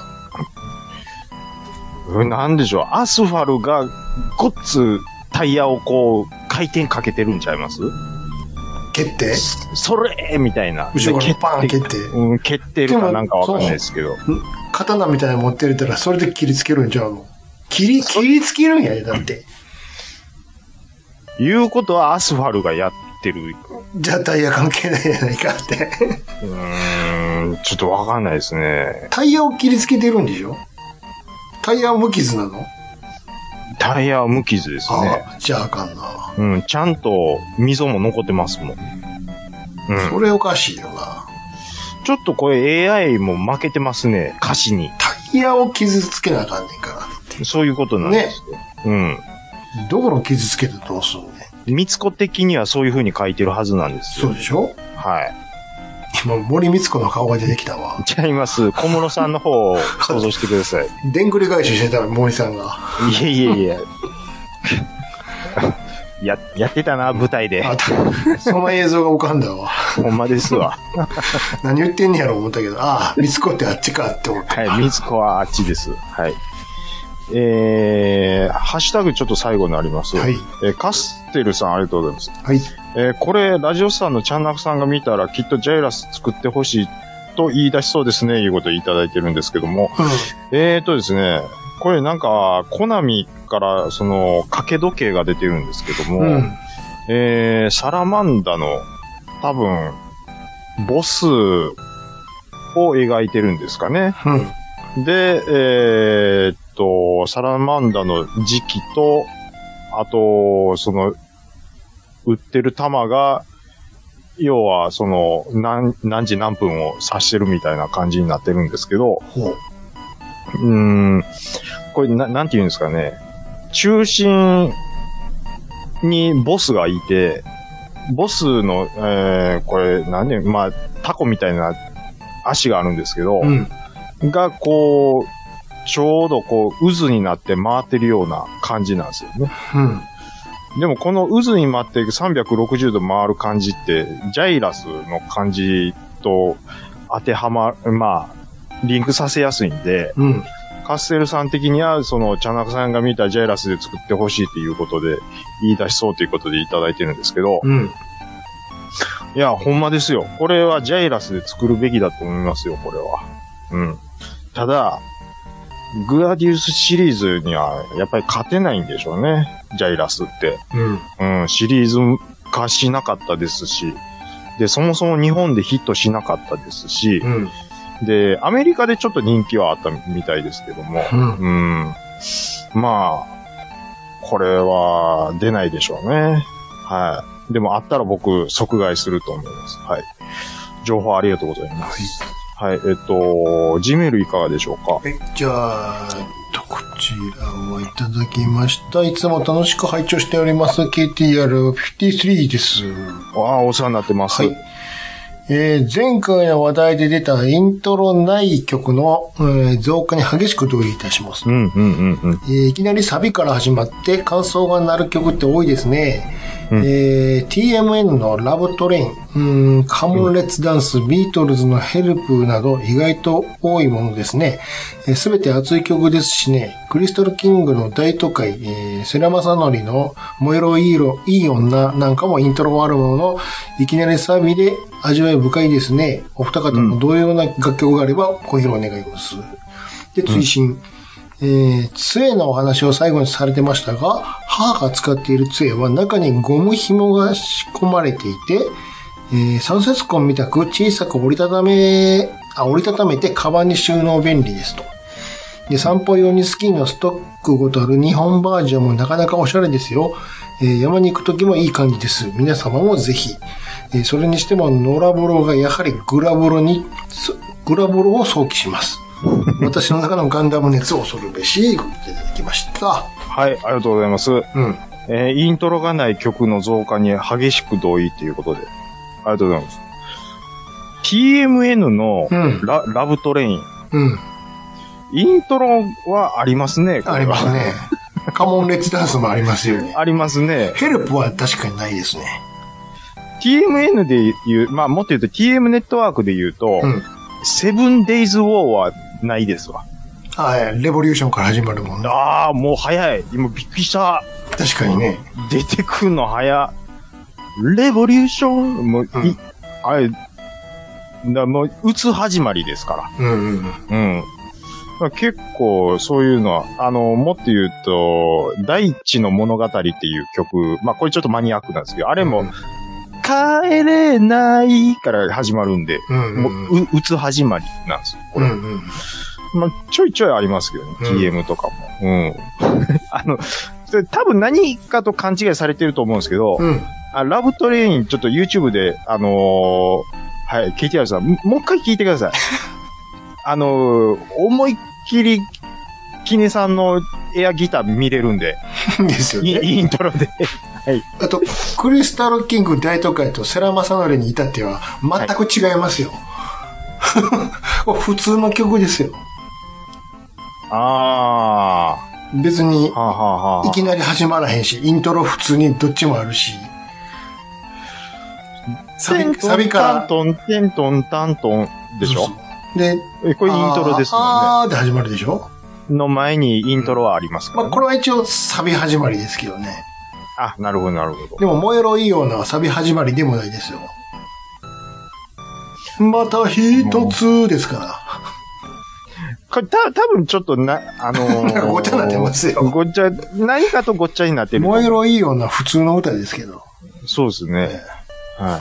Speaker 3: うんなんでしょう、アスファルがごっつタイヤをこう、回転かけてるんちゃいます
Speaker 4: 蹴って、
Speaker 3: それみたいな。
Speaker 4: 後ろからパーン蹴って、
Speaker 3: うん、蹴ってるかなんかわかんないですけど。
Speaker 4: 刀みたいなの持ってるたら、それで切りつけるんちゃうの切り、切りつけるんやで、だって。
Speaker 3: いうことはアスファルがやっってる。
Speaker 4: じゃあタイヤ関係ないやないかって。
Speaker 3: うーん、ちょっとわかんないですね。
Speaker 4: タイヤを切りつけてるんでしょタイヤは無傷なの、
Speaker 3: タイヤは無傷ですね。
Speaker 4: ああ、じゃああかんな。
Speaker 3: うん、ちゃんと溝も残ってますもん。うん。
Speaker 4: それおかしいよな。
Speaker 3: ちょっとこれ AI も負けてますね。歌詞に。
Speaker 4: タイヤを傷つけなあかんねんか
Speaker 3: そういうことなんですよ。
Speaker 4: ら。どこの傷つけてどうすんねん。
Speaker 3: うん。三つ子的にはそういう風に書いてるはずなんです
Speaker 4: そ
Speaker 3: よ。
Speaker 4: うでしょ
Speaker 3: はい。
Speaker 4: 今、森光子の顔が出てきたわ。
Speaker 3: ちゃいます。小室さんの方を想像してください。
Speaker 4: でんぐり返ししてたら森さんが。
Speaker 3: いやいやいや。 *laughs* や、やってたな、舞台で。
Speaker 4: あたその映像が浮かんだわ。
Speaker 3: ほんまですわ。
Speaker 4: 何言ってんねやろ思ったけど、ああ、光子ってあっちかって思った。
Speaker 3: はい、みずこはあっちです。はい。えー、ハッシュタグちょっと最後になります。
Speaker 4: はい。
Speaker 3: えーカステルさんありがとうございます。
Speaker 4: はい。
Speaker 3: えーこれ、ラジオスさんのチャンナクさんが見たら、きっとジャイラス作ってほしいと言い出しそうですね、いうことをいただいてるんですけども。えーとですね、これなんか、コナミから、その、掛け時計が出てるんですけども、
Speaker 4: うん。うん。
Speaker 3: えー、サラマンダの、多分、ボスを描いてるんですかね。
Speaker 4: うん。
Speaker 3: で、えーっと、サラマンダの時期と、あと、その、売ってる玉が、要は、その、何、何時何分を指してるみたいな感じになってるんですけど、
Speaker 4: ほう。
Speaker 3: うーん、これな、なんて言うんですかね。中心にボスがいて、ボスの、えー、これ、なんで、まあ、タコみたいな足があるんですけど、
Speaker 4: うん。
Speaker 3: が、こう、ちょうどこう、渦になって回ってるような感じなんですよね。
Speaker 4: うん。
Speaker 3: でもこの渦に回って360度回る感じって、ジャイラスの感じと当てはま、まあ、リンクさせやすいんで、
Speaker 4: うん。
Speaker 3: カステルさん的には、その、チャナカさんが見たジャイラスで作ってほしいということで、言い出しそうということでいただいてるんですけど、
Speaker 4: うん。
Speaker 3: いや、ほんまですよ。これはジャイラスで作るべきだと思いますよ、これは。うん。ただ、グラディウスシリーズには、やっぱり勝てないんでしょうね。ジャイラスって。
Speaker 4: うん。
Speaker 3: うん、シリーズ化しなかったですし、で、そもそも日本でヒットしなかったですし
Speaker 4: う、ん。
Speaker 3: で、アメリカでちょっと人気はあったみたいですけども、
Speaker 4: うん。
Speaker 3: うん。まあ、これは出ないでしょうね。はい。でもあったら僕、即買いすると思います。はい。情報ありがとうございます。はい。えっと、G メールいかがでしょうか
Speaker 4: はい、じゃあ、えっとこちらをいただきました。いつも楽しく拝聴しております。KTR53 です。
Speaker 3: ああ、お世話になってます。
Speaker 4: はい。えー前回の話題で出たイントロない曲の、えー増加に激しく同意いたします
Speaker 3: う。ん、うん、うん、うん。
Speaker 4: えーいきなりサビから始まって感想が鳴る曲って多いですね。
Speaker 3: うん
Speaker 4: えー TMN のラブトレイン、うん、カモンレッツダンス、ビートルズのヘルプなど意外と多いものですね。す、えー、べ、て熱い曲ですしね、クリストルキングの大都会、えーセラマサノリの燃えろいい色、いい女なんかもイントロアルバムのいきなりサビで味わい深いですね。お二方も同様な楽曲があればご披露願います。で、追伸。えー、杖のお話を最後にされてましたが、母が使っている杖は中にゴム紐が仕込まれていて、えー、サンセスコンみたく小さく折りたため、あ、折りたためてカバンに収納便利ですと。で、散歩用にスキーのストックごとある日本バージョンもなかなかおしゃれですよ。えー山に行く時もいい感じです。皆様もぜひ。えーそれにしても、ノラボロがやはりグラボロに、すグラボロを想起します。私の中のガンダム熱を恐るべし、いただきました。
Speaker 3: はい、ありがとうございます。
Speaker 4: うん。
Speaker 3: えーイントロがない曲の増加に激しく同意ということで。ありがとうございます。TMN の
Speaker 4: うん
Speaker 3: ラ,、ラブトレイン。
Speaker 4: うん。
Speaker 3: イントロはありますね。これは
Speaker 4: ありますね。 *laughs* カモンレッツダンスもありますよね。
Speaker 3: ありますね。
Speaker 4: ヘルプは確かにないですね。
Speaker 3: TMN で言う、まあもっと言うと TM ネットワークで言うと
Speaker 4: う、ん。
Speaker 3: セブンデイズウォーはないですわ。
Speaker 4: はい。レボリューションから始まるもんな。
Speaker 3: ああ、もう早い。今びっくりした。
Speaker 4: 確かにね。
Speaker 3: 出てくんの早。レボリューションもう、
Speaker 4: う
Speaker 3: い
Speaker 4: ん
Speaker 3: あれ、だもう、打つ始まりですか
Speaker 4: うんうんうん。
Speaker 3: ら。うん。まあ結構、そういうのは、あの、もっと言うと、第一の物語っていう曲、まあこれちょっとマニアックなんですけど、あれも、帰れないから始まるんで、
Speaker 4: うんうん
Speaker 3: もう、う、打つ始まりなんですよ。こ
Speaker 4: う
Speaker 3: れ。
Speaker 4: んうん。
Speaker 3: まあ、ちょいちょいありますけどね、
Speaker 4: うん
Speaker 3: TM とかも。うん。 *laughs* あの、それ多分何かと勘違いされてると思うんですけど、
Speaker 4: うん。
Speaker 3: あラブトレイン、ちょっと YouTube で、あのーはい、聞いてください。ももう一回聞いてく
Speaker 4: *laughs*
Speaker 3: ださい。あのー思いっきり、キネさんのエアギター見れるんで、
Speaker 4: ですよ
Speaker 3: いい
Speaker 4: ね。
Speaker 3: いいイント
Speaker 4: *laughs*
Speaker 3: ロで。
Speaker 4: あと、クリスタルキング大都会と世良正則に至っては、全く違いますよ。 *laughs* 普通の曲ですよ。
Speaker 3: あ
Speaker 4: 別に
Speaker 3: ー、はあ、はあはいあ
Speaker 4: き、なり始まらへんし、イントロ普通にどっちもあるし。サビ、サビから。
Speaker 3: テントン、テントン、タントンでし
Speaker 4: そ
Speaker 3: ょ
Speaker 4: うそうで、
Speaker 3: えこれイントロですも
Speaker 4: あーあーで始まるでしょ
Speaker 3: んね。の前にイントロはありますか
Speaker 4: ま
Speaker 3: ら、
Speaker 4: あ、
Speaker 3: ね
Speaker 4: これは一応サビ始まりですけどね。
Speaker 3: あ、なるほど、なるほ
Speaker 4: でも、燃えろいい女はサビ始まりでもないですよ。また一つですから。
Speaker 3: ど。これ、た、多分ちょっとな、あのー
Speaker 4: なんか *laughs* ごっちゃになってますよ
Speaker 3: ごっちゃ、何かとごっちゃになってる。
Speaker 4: 燃えろいい女は普通の歌ですけど。
Speaker 3: そうですね
Speaker 4: え。
Speaker 3: はい。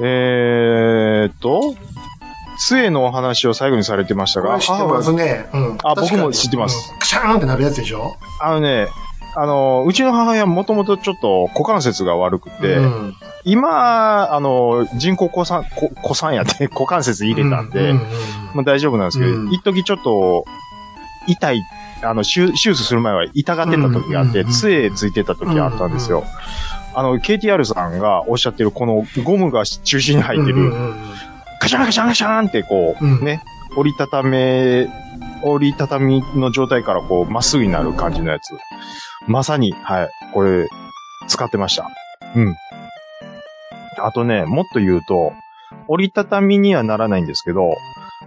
Speaker 3: えーっと、杖のお話を最後にされてました
Speaker 4: こ
Speaker 3: が、
Speaker 4: れ知ってますね。うん。確
Speaker 3: あ
Speaker 4: かに
Speaker 3: 僕も知ってます。
Speaker 4: うんクシャーンってなるやつでしょ
Speaker 3: 母親あのね、あの、うちの母親もともとちょっと股関節が悪くて、
Speaker 4: うん
Speaker 3: 今、あの、人工股さん、股股さんやって股関節入れたんで、
Speaker 4: ううんうん
Speaker 3: もう大丈夫なんですけど、
Speaker 4: うん
Speaker 3: 一時ちょっと、痛い、あの、手手術する前は痛がってた時があって、
Speaker 4: うんうんうん
Speaker 3: 杖ついてた時があったんですよ。あの、KTR さんがおっしゃってる、このゴムが中心に入って
Speaker 4: うんうん
Speaker 3: る、
Speaker 4: うん
Speaker 3: カシャンカシャンカシャンってこう、
Speaker 4: うん
Speaker 3: ね、折りたため、折りたたみの状態からこう、まっすぐになる感じのやつ。まさに、はい、これ、使ってました。うん。あとね、もっと言うと、折りたたみにはならないんですけど、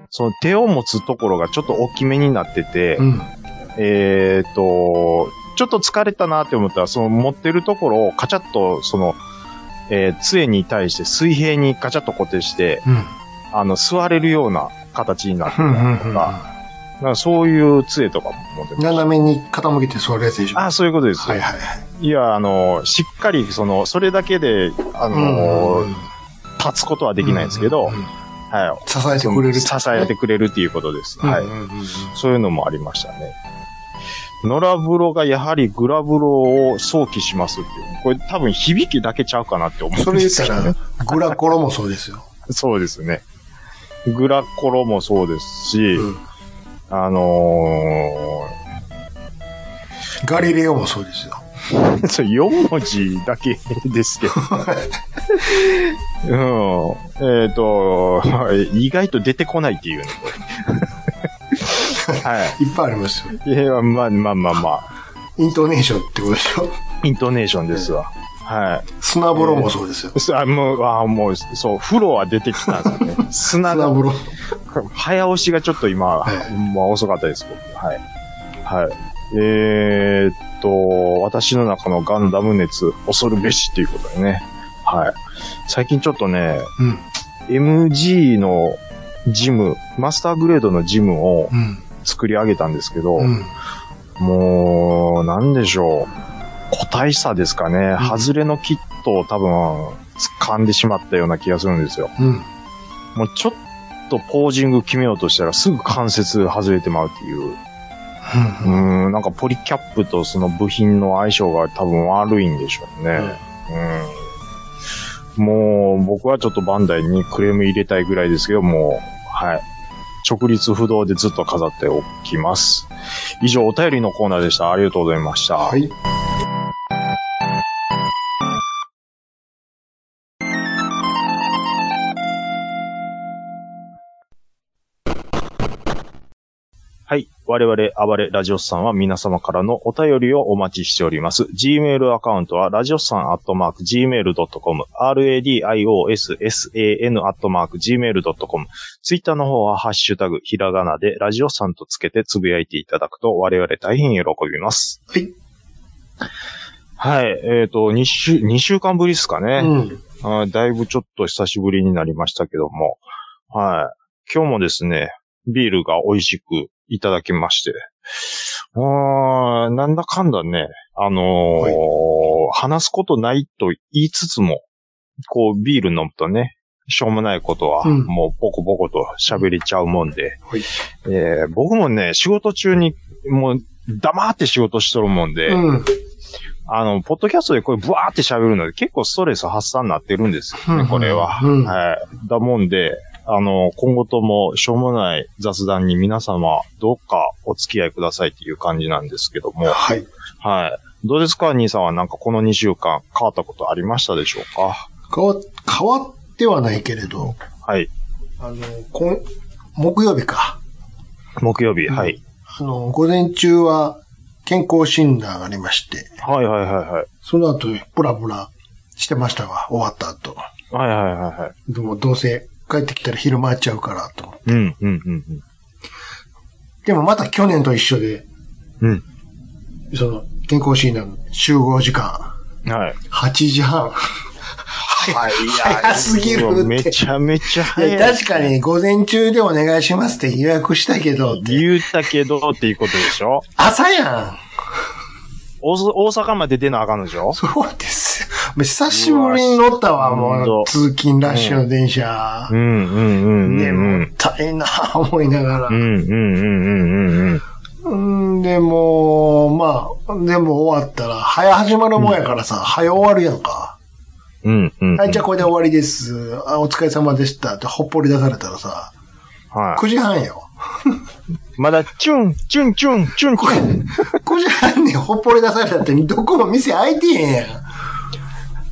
Speaker 3: その手を持つところがちょっと大きめになってて、
Speaker 4: うん。
Speaker 3: えーっと、ちょっと疲れたなって思ったら、その持ってるところをカチャッと、その、えー杖に対して水平にカチャッと固定して、
Speaker 4: うん。
Speaker 3: あの、座れるような形になって
Speaker 4: *laughs* う
Speaker 3: る
Speaker 4: んうん
Speaker 3: と
Speaker 4: うん
Speaker 3: か、なんかそういう杖とかも持ってます。
Speaker 4: 斜めに傾けて座るやつでしょ
Speaker 3: あ、そういうことです。
Speaker 4: はいはいはい。
Speaker 3: い、や、あの、しっかり、その、それだけで、あの、
Speaker 4: うんうんうん
Speaker 3: 立つことはできないんですけ
Speaker 4: うん
Speaker 3: ど、
Speaker 4: うんうん
Speaker 3: はい。
Speaker 4: 支えてくれる。
Speaker 3: 支えてくれるっていうことです。はい。
Speaker 4: うんうんうんうん
Speaker 3: そういうのもありましたね。野良風呂がやはりグラ風呂を想起しますっていう。これ多分響きだけちゃうかなって思
Speaker 4: そ
Speaker 3: うん
Speaker 4: れ
Speaker 3: で
Speaker 4: 言っ
Speaker 3: す
Speaker 4: た
Speaker 3: けど、ね。
Speaker 4: ら、グラコロもそうですよ。
Speaker 3: *laughs* そうですね。グラコロもそうですし、
Speaker 4: うん
Speaker 3: あの
Speaker 4: ガリレオもそうですよ。
Speaker 3: ー、 *laughs* そう4文字だけですけど。うん。えっ、と、 *laughs* 意外と出てこないっていうね、これ。はい
Speaker 4: っぱいありますよ。
Speaker 3: い。いや、まあまあまあまあ、
Speaker 4: イントネーションってことでしょ。
Speaker 3: イントネーションですわ。はい。
Speaker 4: 砂風呂もそうですよ。
Speaker 3: そうあもう、あもう、そう、風呂は出てきたんですよね。砂
Speaker 4: 砂
Speaker 3: が、
Speaker 4: 風呂。
Speaker 3: 早押しがちょっと今、
Speaker 4: はい
Speaker 3: まあ遅かったです、僕。はい。はい。えー、っと、私の中のガンダム熱、恐るべしっていうことでね。はい。最近ちょっとね、
Speaker 4: うん。
Speaker 3: MG のジム、マスターグレードのジムを
Speaker 4: うん。
Speaker 3: 作り上げたんですけど、
Speaker 4: うん。
Speaker 3: もう、なんでしょう。個体差ですかね。
Speaker 4: うん
Speaker 3: 外れのキットを多分、掴んでしまったような気がするんですよ。
Speaker 4: うん。
Speaker 3: もうちょっとポージング決めようとしたらすぐ関節外れてまうっていう。う
Speaker 4: うん。
Speaker 3: ーん、なんかポリキャップとその部品の相性が多分悪いんでしょうね。うん。もう僕はちょっとバンダイにクレーム入れたいぐらいですけど、もう、はい。直立不動でずっと飾っておきます。以上、お便りのコーナーでした。ありがとうございました。
Speaker 4: はい。
Speaker 3: はい。我々、暴れラジオスさんは皆様からのお便りをお待ちしております。Gmail アカウントは、ラジオスさんアットマーク Gmail.com、radiossan アットマーク Gmail.com、Twitter の方は、ハッシュタグ、ひらがなで、ラジオスさんとつけてつぶやいていただくと、我々大変喜びます。
Speaker 4: はい。
Speaker 3: はい。えっ、と、2週、2週間ぶりですかね。
Speaker 4: うん。
Speaker 3: あーだいぶちょっと久しぶりになりましたけども、はい。今日もですね、ビールが美味しくいただきまして、うーんなんだかんだね、あのー話すことないと言いつつも、こう、ビール飲むとね、しょうもないことは、
Speaker 4: うん
Speaker 3: もう、ポコポコと喋れちゃうもんで、
Speaker 4: はい
Speaker 3: えー僕もね、仕事中に、もう、黙って仕事しとるもんで、
Speaker 4: うん。
Speaker 3: あの、ポッドキャストでこれブワーって喋るので結構ストレス発散になってるんですよ
Speaker 4: うんう
Speaker 3: ね、
Speaker 4: ん
Speaker 3: これは。
Speaker 4: うん
Speaker 3: はい。だもんで、あの、今後ともしょうもない雑談に皆様、どうかお付き合いくださいっていう感じなんですけども、
Speaker 4: はい。
Speaker 3: はい。どうですか、兄さんはなんかこの2週間変わったことありましたでしょうか
Speaker 4: 変わ、変わってはないけれど、
Speaker 3: はい。
Speaker 4: あの、今、木曜日か。
Speaker 3: 木曜日、はい。
Speaker 4: あの、午前中は健康診断がありまして、
Speaker 3: はいはいはいはい。
Speaker 4: その後、ブラブラしてましたが、終わった後。
Speaker 3: はいはいはいはい。
Speaker 4: でも、どうせ帰ってきたら昼回っちゃうからと思って。
Speaker 3: うん、うん、うん、
Speaker 4: でも、また去年と一緒で、
Speaker 3: うん。
Speaker 4: その、健康診断の集合時間、
Speaker 3: うん。はい。
Speaker 4: 8時半。早早すぎる
Speaker 3: うわ
Speaker 4: っ
Speaker 3: め
Speaker 4: て。
Speaker 3: ちゃめちゃ
Speaker 4: い
Speaker 3: 早い。
Speaker 4: や確かに、午前中でお願いしますって予約したけどって、
Speaker 3: 言ったけどっていうことでしょ
Speaker 4: 朝やん
Speaker 3: 大大阪まで出なあかんのでしょ
Speaker 4: そうですよ。もう久しぶりに乗ったわ、
Speaker 3: うわ
Speaker 4: もう。通勤ラッシュの電車。
Speaker 3: うんうんうんう
Speaker 4: ね、も
Speaker 3: ん
Speaker 4: ったいなあ思いながら。
Speaker 3: うん。うんうんうんうんうんうん。
Speaker 4: うん、でも、まあ、でも終わったら、早始まるもんやからさ、早終わるやんか。
Speaker 3: うんうんうん。
Speaker 4: はい、じゃあこれで終わりです。あ、お疲れ様でしたってほっぽり出されたらさ、
Speaker 3: は
Speaker 4: 9時半よ。 *laughs*
Speaker 3: い。まだ、チュン、チュン、チュン、チュン、チュン、
Speaker 4: 9時半にほっぽり出されたって、どこも店開いてへんやん。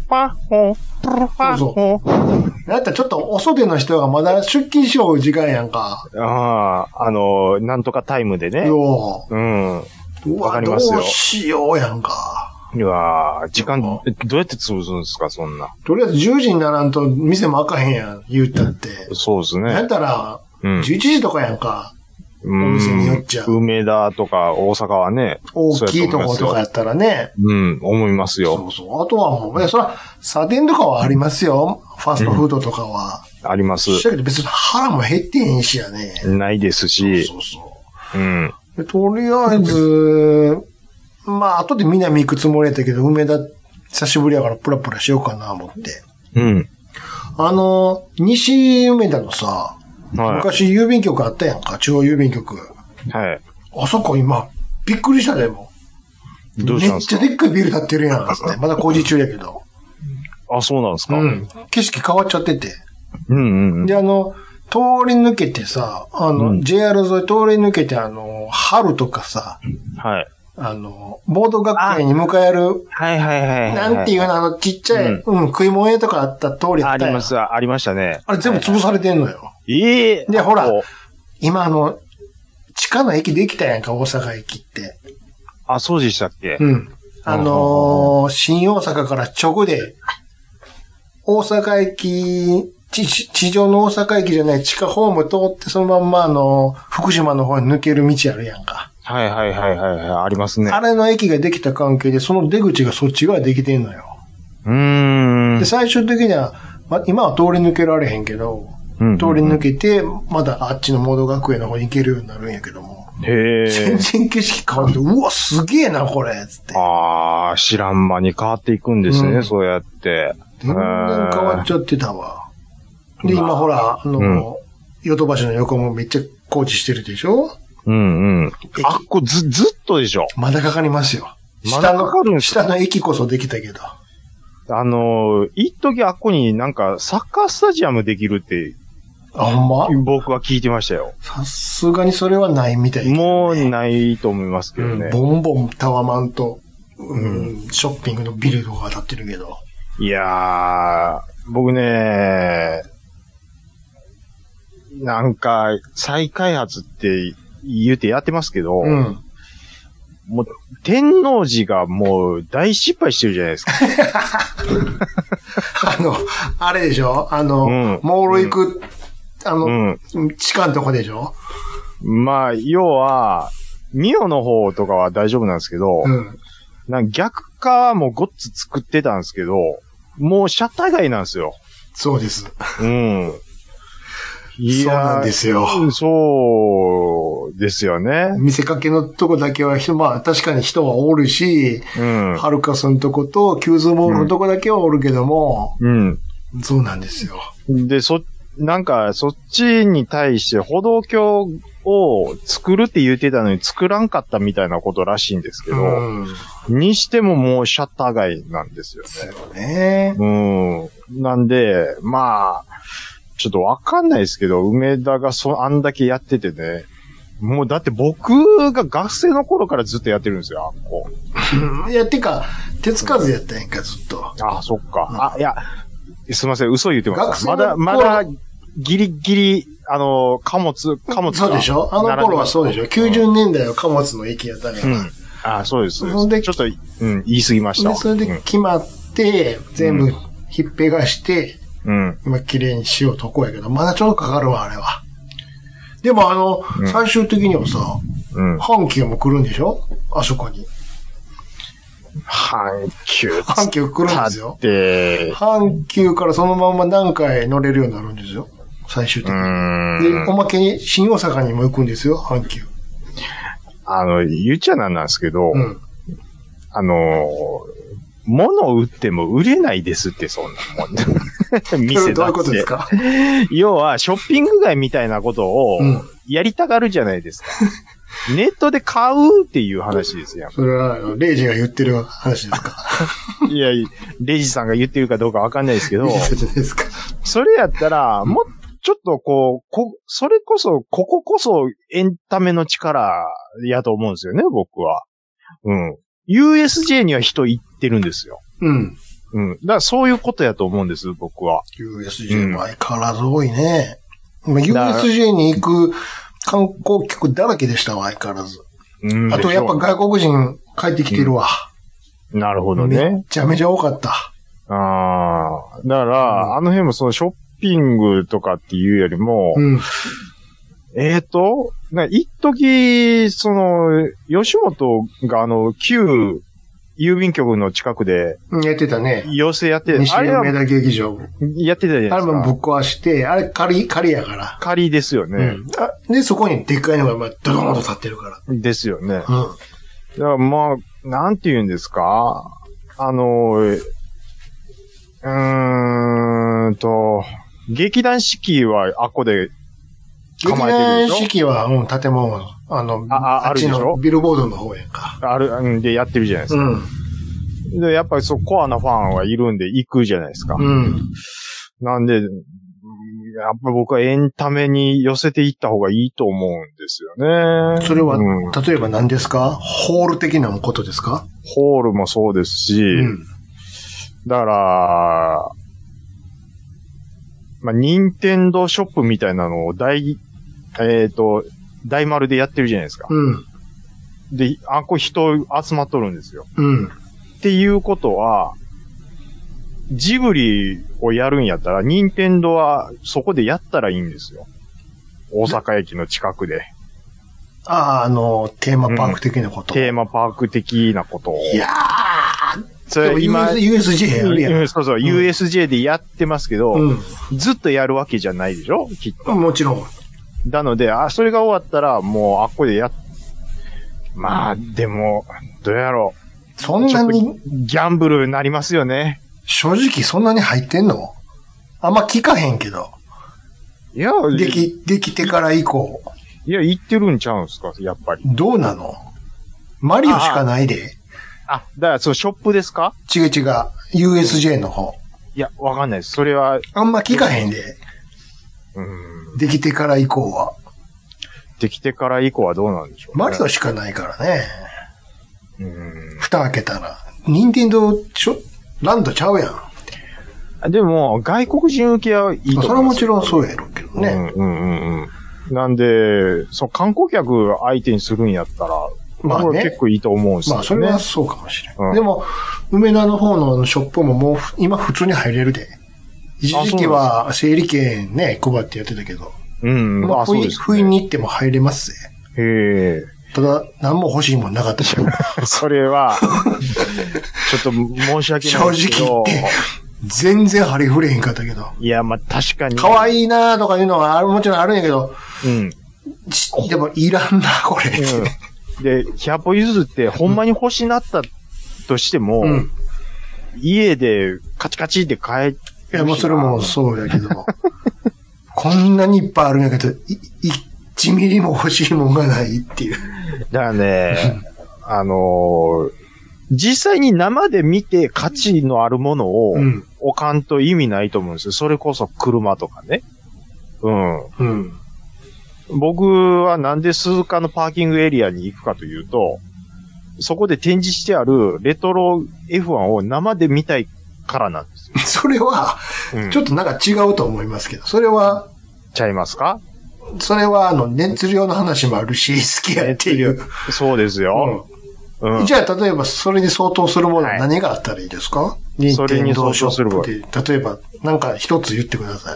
Speaker 3: パッホー、プルパッホー。
Speaker 4: だったらちょっとお袖の人がまだ出勤しよう時間やんか。
Speaker 3: ああ、あのー、なんとかタイムでね。
Speaker 4: よ
Speaker 3: うん。
Speaker 4: う。う
Speaker 3: わか
Speaker 4: わ、
Speaker 3: り
Speaker 4: ど
Speaker 3: ますよ
Speaker 4: うしようやんか。
Speaker 3: いやー時間、どうやって潰すんですか、そんな。
Speaker 4: とりあえず10時にならんと店も開かへんやん、言うたって。
Speaker 3: そうです
Speaker 4: なんや
Speaker 3: ね
Speaker 4: っ。たら、
Speaker 3: うん。
Speaker 4: 11時とかやんか。
Speaker 3: うん
Speaker 4: 店によっちゃ
Speaker 3: 梅田とか大阪はね。
Speaker 4: 大きいとことか
Speaker 3: そうや思いま
Speaker 4: やったらね。
Speaker 3: すよ。うん、思いますよ。
Speaker 4: そうそう。あとはもう、ね、そら、サテンとかはありますよ。ファストフードとかは。
Speaker 3: あります。
Speaker 4: だけど別に腹も減ってへんしやね。
Speaker 3: ないですし。
Speaker 4: そうそ
Speaker 3: うん。
Speaker 4: う。でとりあえず、まあ、後で南行くつもりやったけど、梅田、久しぶりやからプラプラしようかな、思って。
Speaker 3: うん。
Speaker 4: あの、西梅田のさ、
Speaker 3: は
Speaker 4: 昔郵便局あったやんか、中央郵便局。
Speaker 3: い。はい。
Speaker 4: あそこ今、びっくりしたで、もう。
Speaker 3: どうしたん
Speaker 4: め
Speaker 3: で
Speaker 4: っ
Speaker 3: す
Speaker 4: ち
Speaker 3: か
Speaker 4: ゃでっかいビル建ってるやん、つ
Speaker 3: *laughs*
Speaker 4: って。まだ工事中やけど。
Speaker 3: あ、そうなんですか。
Speaker 4: うん。景色変わっちゃってて。
Speaker 3: うんうん。
Speaker 4: で、あの、通り抜けてさ、あの、
Speaker 3: うん
Speaker 4: JR 沿い通り抜けて、あの、春とかさ、
Speaker 3: はい。
Speaker 4: あの、ボード学園に迎える、
Speaker 3: はいはいはいはい。
Speaker 4: なんていうの、あの、ちっちゃい、
Speaker 3: う
Speaker 4: うんん、食い物屋とかあった通りや
Speaker 3: あ
Speaker 4: った
Speaker 3: り
Speaker 4: やん
Speaker 3: ます、ありましたね。
Speaker 4: あれ全部潰されてんのよ。
Speaker 3: ええ
Speaker 4: でほら
Speaker 3: こう
Speaker 4: 今、あの、地下の駅できたやんか、大阪駅って。
Speaker 3: あ、そうでしたっけ
Speaker 4: うん。あのー新大阪から直で、大阪駅、地地上の大阪駅じゃない地下ホーム通ってそのまんまあの、福島の方に抜ける道あるやんか。
Speaker 3: はいはいはいはいはい、ありますね。
Speaker 4: あれの駅ができた関係で、その出口がそっち側にできてんのよ。
Speaker 3: うーん。
Speaker 4: で、最終的には、ま、今は通り抜けられへんけど、
Speaker 3: うん
Speaker 4: 通り抜けて、まだあっちのモード学園の方に行けるようになるんやけども、
Speaker 3: へ
Speaker 4: 全
Speaker 3: え。
Speaker 4: 然景色変わって、うわ、すげえな、これつって。
Speaker 3: ああ、知らん間に変わっていくんですね、
Speaker 4: うん
Speaker 3: そうやって。
Speaker 4: 全然変わっちゃってたわ。で、今ほら、あの、
Speaker 3: うん
Speaker 4: ヨドバシの横もめっちゃ工事してるでしょ
Speaker 3: うんうん。
Speaker 4: 駅
Speaker 3: あっこず、ずっとでしょ。
Speaker 4: まだかかりますよ。
Speaker 3: まだ
Speaker 4: 下
Speaker 3: かかるん
Speaker 4: の、
Speaker 3: すか
Speaker 4: 下の駅こそできたけど。
Speaker 3: あのー、一時あっこになんかサッカースタジアムできるって
Speaker 4: あ、ほんま
Speaker 3: 僕は聞いてましたよ。
Speaker 4: さすがにそれはないみたい。
Speaker 3: もうないと思いますけ
Speaker 4: う
Speaker 3: ど
Speaker 4: ん
Speaker 3: ね。
Speaker 4: ボンボンタワマンと、うん、ショッピングのビルとか当たってるけど。
Speaker 3: いやー、僕ねなんか、再開発って言うてやってますけど、
Speaker 4: うん。
Speaker 3: もう、天王寺がもう大失敗してるじゃないですか。
Speaker 4: あの、あれでしょあの、
Speaker 3: うん
Speaker 4: モール行く、あの、
Speaker 3: うん。
Speaker 4: 地下のとこでしょ
Speaker 3: まあ、要は、ミオの方とかは大丈夫なんですけど、
Speaker 4: うん。
Speaker 3: なんか逆化はもうごっつ作ってたんですけど、もうシャッター街なんですよ。
Speaker 4: そうです。
Speaker 3: うん。い
Speaker 4: そうな
Speaker 3: や
Speaker 4: んですよ。
Speaker 3: ー、そうですよね。
Speaker 4: 見せかけのとこだけは人、まあ確かに人はおるし、
Speaker 3: うん。
Speaker 4: ハルカスのとこと、キューズモールのとこだけはおるけども、
Speaker 3: うん。
Speaker 4: そうなんですよ。
Speaker 3: で、そ、なんか、そっちに対して歩道橋を作るって言ってたのに作らんかったみたいなことらしいんですけ
Speaker 4: う
Speaker 3: ど、
Speaker 4: ん。で
Speaker 3: にしてももうシャッター街なんですよ。
Speaker 4: すよね。
Speaker 3: うん。なんで、まあ、ちょっとわかんないですけど、梅田がそ、あんだけやっててね、もうだって僕が学生の頃からずっとやってるんですよ、あっこ。
Speaker 4: うんいや、てか、手つかずやったやんか、ずっと。
Speaker 3: ああ、そっか。あ、いや、すみません、嘘言ってま
Speaker 4: 学
Speaker 3: す。
Speaker 4: 生
Speaker 3: ま
Speaker 4: の
Speaker 3: だ、
Speaker 4: 頃
Speaker 3: まだ、ギリギリ、あの、貨物、貨物が
Speaker 4: そうでしょあの頃はそうでしょ
Speaker 3: 並ん
Speaker 4: ?90 年代は貨物の駅やったから。
Speaker 3: まうん。ああ、そうです。そう
Speaker 4: ほん
Speaker 3: で
Speaker 4: です
Speaker 3: ちょっと、うん、言い過ぎましたわ。
Speaker 4: で、それで決まって、全部ひっぺがして、
Speaker 3: うん。うん
Speaker 4: 今綺麗にしようとこやけど、まだちょっとかかるわ、あれは。でもあの、
Speaker 3: うん
Speaker 4: 最終的にはさ、
Speaker 3: うん。
Speaker 4: 阪急も来るんでしょあそこに。
Speaker 3: 阪急。
Speaker 4: 阪急来るんですよ
Speaker 3: って、
Speaker 4: 阪急からそのまんま何回乗れるようになるんですよ。最終
Speaker 3: う
Speaker 4: 的に。
Speaker 3: ー
Speaker 4: で、お
Speaker 3: ん。
Speaker 4: まけに新大阪にも行くんですよ、阪急。
Speaker 3: あの、言っちゃなんなんですけど、
Speaker 4: うん。
Speaker 3: あのー、物を売っても売れないですって、そんな
Speaker 4: *laughs*
Speaker 3: もん。店だって。
Speaker 4: どういうことですか
Speaker 3: *laughs* 要は、ショッピング街みたいなことを
Speaker 4: うん、
Speaker 3: やりたがるじゃないですか。 *laughs* ネットで買うっていう話ですやん。
Speaker 4: それは、あのレイジが言ってる話ですか
Speaker 3: いや、レイジさんが言ってるかどうかわかんないですけど
Speaker 4: レイ、ジさんじゃないですか。
Speaker 3: それやったら、もう、ちょっとこう、こ、それこそ、こここそエンタメの力やと思うんですよね、僕は。うん。USJ には人行ってるんですよ。
Speaker 4: *laughs* うん。
Speaker 3: うん。だからそういうことやと思うんです、僕は。
Speaker 4: USJ も相変わらず多いね。今 USJ に行く観光客だらけでしたわ、相変わらず。
Speaker 3: うん。
Speaker 4: あとやっぱ外国人帰ってきてるわ。
Speaker 3: 国。なるほどね。
Speaker 4: めっちゃめちゃ多かった。
Speaker 3: ああ、だから、
Speaker 4: うん
Speaker 3: あの辺もそのショッピングとかっていうよりも、
Speaker 4: うん。
Speaker 3: えっ、ー、と、な一時その、吉本があの、旧郵便局の近くで、
Speaker 4: やってたね。
Speaker 3: 寄せやって、
Speaker 4: 西
Speaker 3: あれは
Speaker 4: 梅田劇場。
Speaker 3: やってたじゃないです
Speaker 4: あ
Speaker 3: か。
Speaker 4: れもぶっ壊して、あれ仮、仮やから。
Speaker 3: 仮ですよね。
Speaker 4: うんあで、そこにでっかいのが今、ドドーンと立ってるか
Speaker 3: ですよね。
Speaker 4: ら。うん。
Speaker 3: だからまあ、なんて言うんですかあの、えうーんと、劇団四季はあっこで
Speaker 4: 劇
Speaker 3: 構えてるで
Speaker 4: 団
Speaker 3: しょ
Speaker 4: 四季は、うん、建物の、あの、
Speaker 3: あああるでしょ
Speaker 4: っちのビルボードの方やんか。
Speaker 3: ある、んでやってるじゃないですか。
Speaker 4: うん。
Speaker 3: で、やっぱりそう、コアなファンはいるんで行くじゃないですか。
Speaker 4: うん。
Speaker 3: なんで、うんやっぱ僕はエンタメに寄せていった方がいいと思うんですよね。
Speaker 4: それは、
Speaker 3: うん
Speaker 4: 例えば何ですかホール的なことですか
Speaker 3: ホールもそうですし、
Speaker 4: うん。
Speaker 3: だから、まあ、任天堂ショップみたいなのを大、えっ、と、大丸でやってるじゃないですか。
Speaker 4: うん。
Speaker 3: で、あ、これ人集まっとるんですよ。
Speaker 4: うん。
Speaker 3: っていうことは、ジブリをやるんやったら、任天堂はそこでやったらいいんですよ。大阪駅の近くで。
Speaker 4: ああ、あの、テーマパーク的なこと。
Speaker 3: テーマパーク的なことを。
Speaker 4: いやー
Speaker 3: そ
Speaker 4: でも
Speaker 3: れ今、
Speaker 4: US USJ やるや。
Speaker 3: うんんそうそう、
Speaker 4: ん
Speaker 3: USJ でやってますけど、
Speaker 4: う
Speaker 3: ずっとやるわけじゃないでしょきっと。
Speaker 4: ん。もちろん。
Speaker 3: なので、あ、それが終わったら、もう、あっこでやっ、まあ、でも、どうやろ
Speaker 4: そ。
Speaker 3: うんち
Speaker 4: な
Speaker 3: ょっと
Speaker 4: に、
Speaker 3: ギャンブルになりますよね。
Speaker 4: 正直そんなに入ってんのあんま聞かへんけど。
Speaker 3: いや、
Speaker 4: でき、できてから以降。
Speaker 3: いや、言ってるんちゃうんすか、やっぱり。
Speaker 4: どうなのマリオしかないで。
Speaker 3: あ、だから、そのショップですか
Speaker 4: 違う違う。USJ の方。
Speaker 3: いや、わかんないです。それは、う
Speaker 4: あんま聞かへんで。
Speaker 3: ーん、
Speaker 4: できてから以降は。
Speaker 3: できてから以降はどうなんでしょう、ね。
Speaker 4: マリオしかないからね。
Speaker 3: うーん
Speaker 4: 蓋開けたら。任天堂ちょ、ランドちゃうやん。
Speaker 3: あでも、外国人受けはいいと思います。
Speaker 4: それはもちろんそうやろうけどね。。
Speaker 3: うんうんうんうん。なんで、そう、観光客相手にするんやったら、
Speaker 4: まあね
Speaker 3: これ結構いいと思うんですよね。
Speaker 4: まあ、それはそうかもしれん。
Speaker 3: うん
Speaker 4: でも、梅田の方のショップももう、今普通に入れるで。一時期は整理券ね、配ってやってたけど。
Speaker 3: うん、
Speaker 4: ま
Speaker 3: ま
Speaker 4: あ、
Speaker 3: あそ
Speaker 4: 不
Speaker 3: う
Speaker 4: 意
Speaker 3: です、ね。
Speaker 4: 不意に行っても入れますぜ。
Speaker 3: へ
Speaker 4: ただ、何も欲しいもんなかったし。 *laughs*
Speaker 3: え。それは、ちょっと申し訳ないですけ
Speaker 4: 正
Speaker 3: ど。
Speaker 4: 直言って全然張り触れへんかったけど。
Speaker 3: いや、まあ確かに。
Speaker 4: 可
Speaker 3: い。
Speaker 4: 愛いなとかいうのはあるもちろんあるんやけど、
Speaker 3: うん。
Speaker 4: ちでもいらんな、これ。
Speaker 3: で、100歩譲って、ほんまに欲しなったとしても、
Speaker 4: うん。
Speaker 3: 家でカチカチって買え
Speaker 4: いや、もうそれもそうやけど。こんなにいっぱいあるんやけど、い1ミリも欲しいもんがないっていう。
Speaker 3: だからね、あのー実際に生で見て価値のあるものを
Speaker 4: うん。
Speaker 3: 置かんと意味ないと思うんですよ。それこそ車とかね。うん。
Speaker 4: うん。
Speaker 3: 僕はなんで鈴鹿のパーキングエリアに行くかというと、そこで展示してあるレトロ F1 を生で見たいからなんですよ。
Speaker 4: それは、
Speaker 3: うん、
Speaker 4: ちょっとなんか違うと思いますけど、それは、
Speaker 3: ちゃいますか
Speaker 4: それはあの、熱量の話もあるし、好きやっていう。
Speaker 3: そうですよ。うん。
Speaker 4: じゃあ、例えば、それに相当するもの、
Speaker 3: はい
Speaker 4: 何があったらいいですか
Speaker 3: それに相当するもの
Speaker 4: の。例えば、なんか一つ言ってください。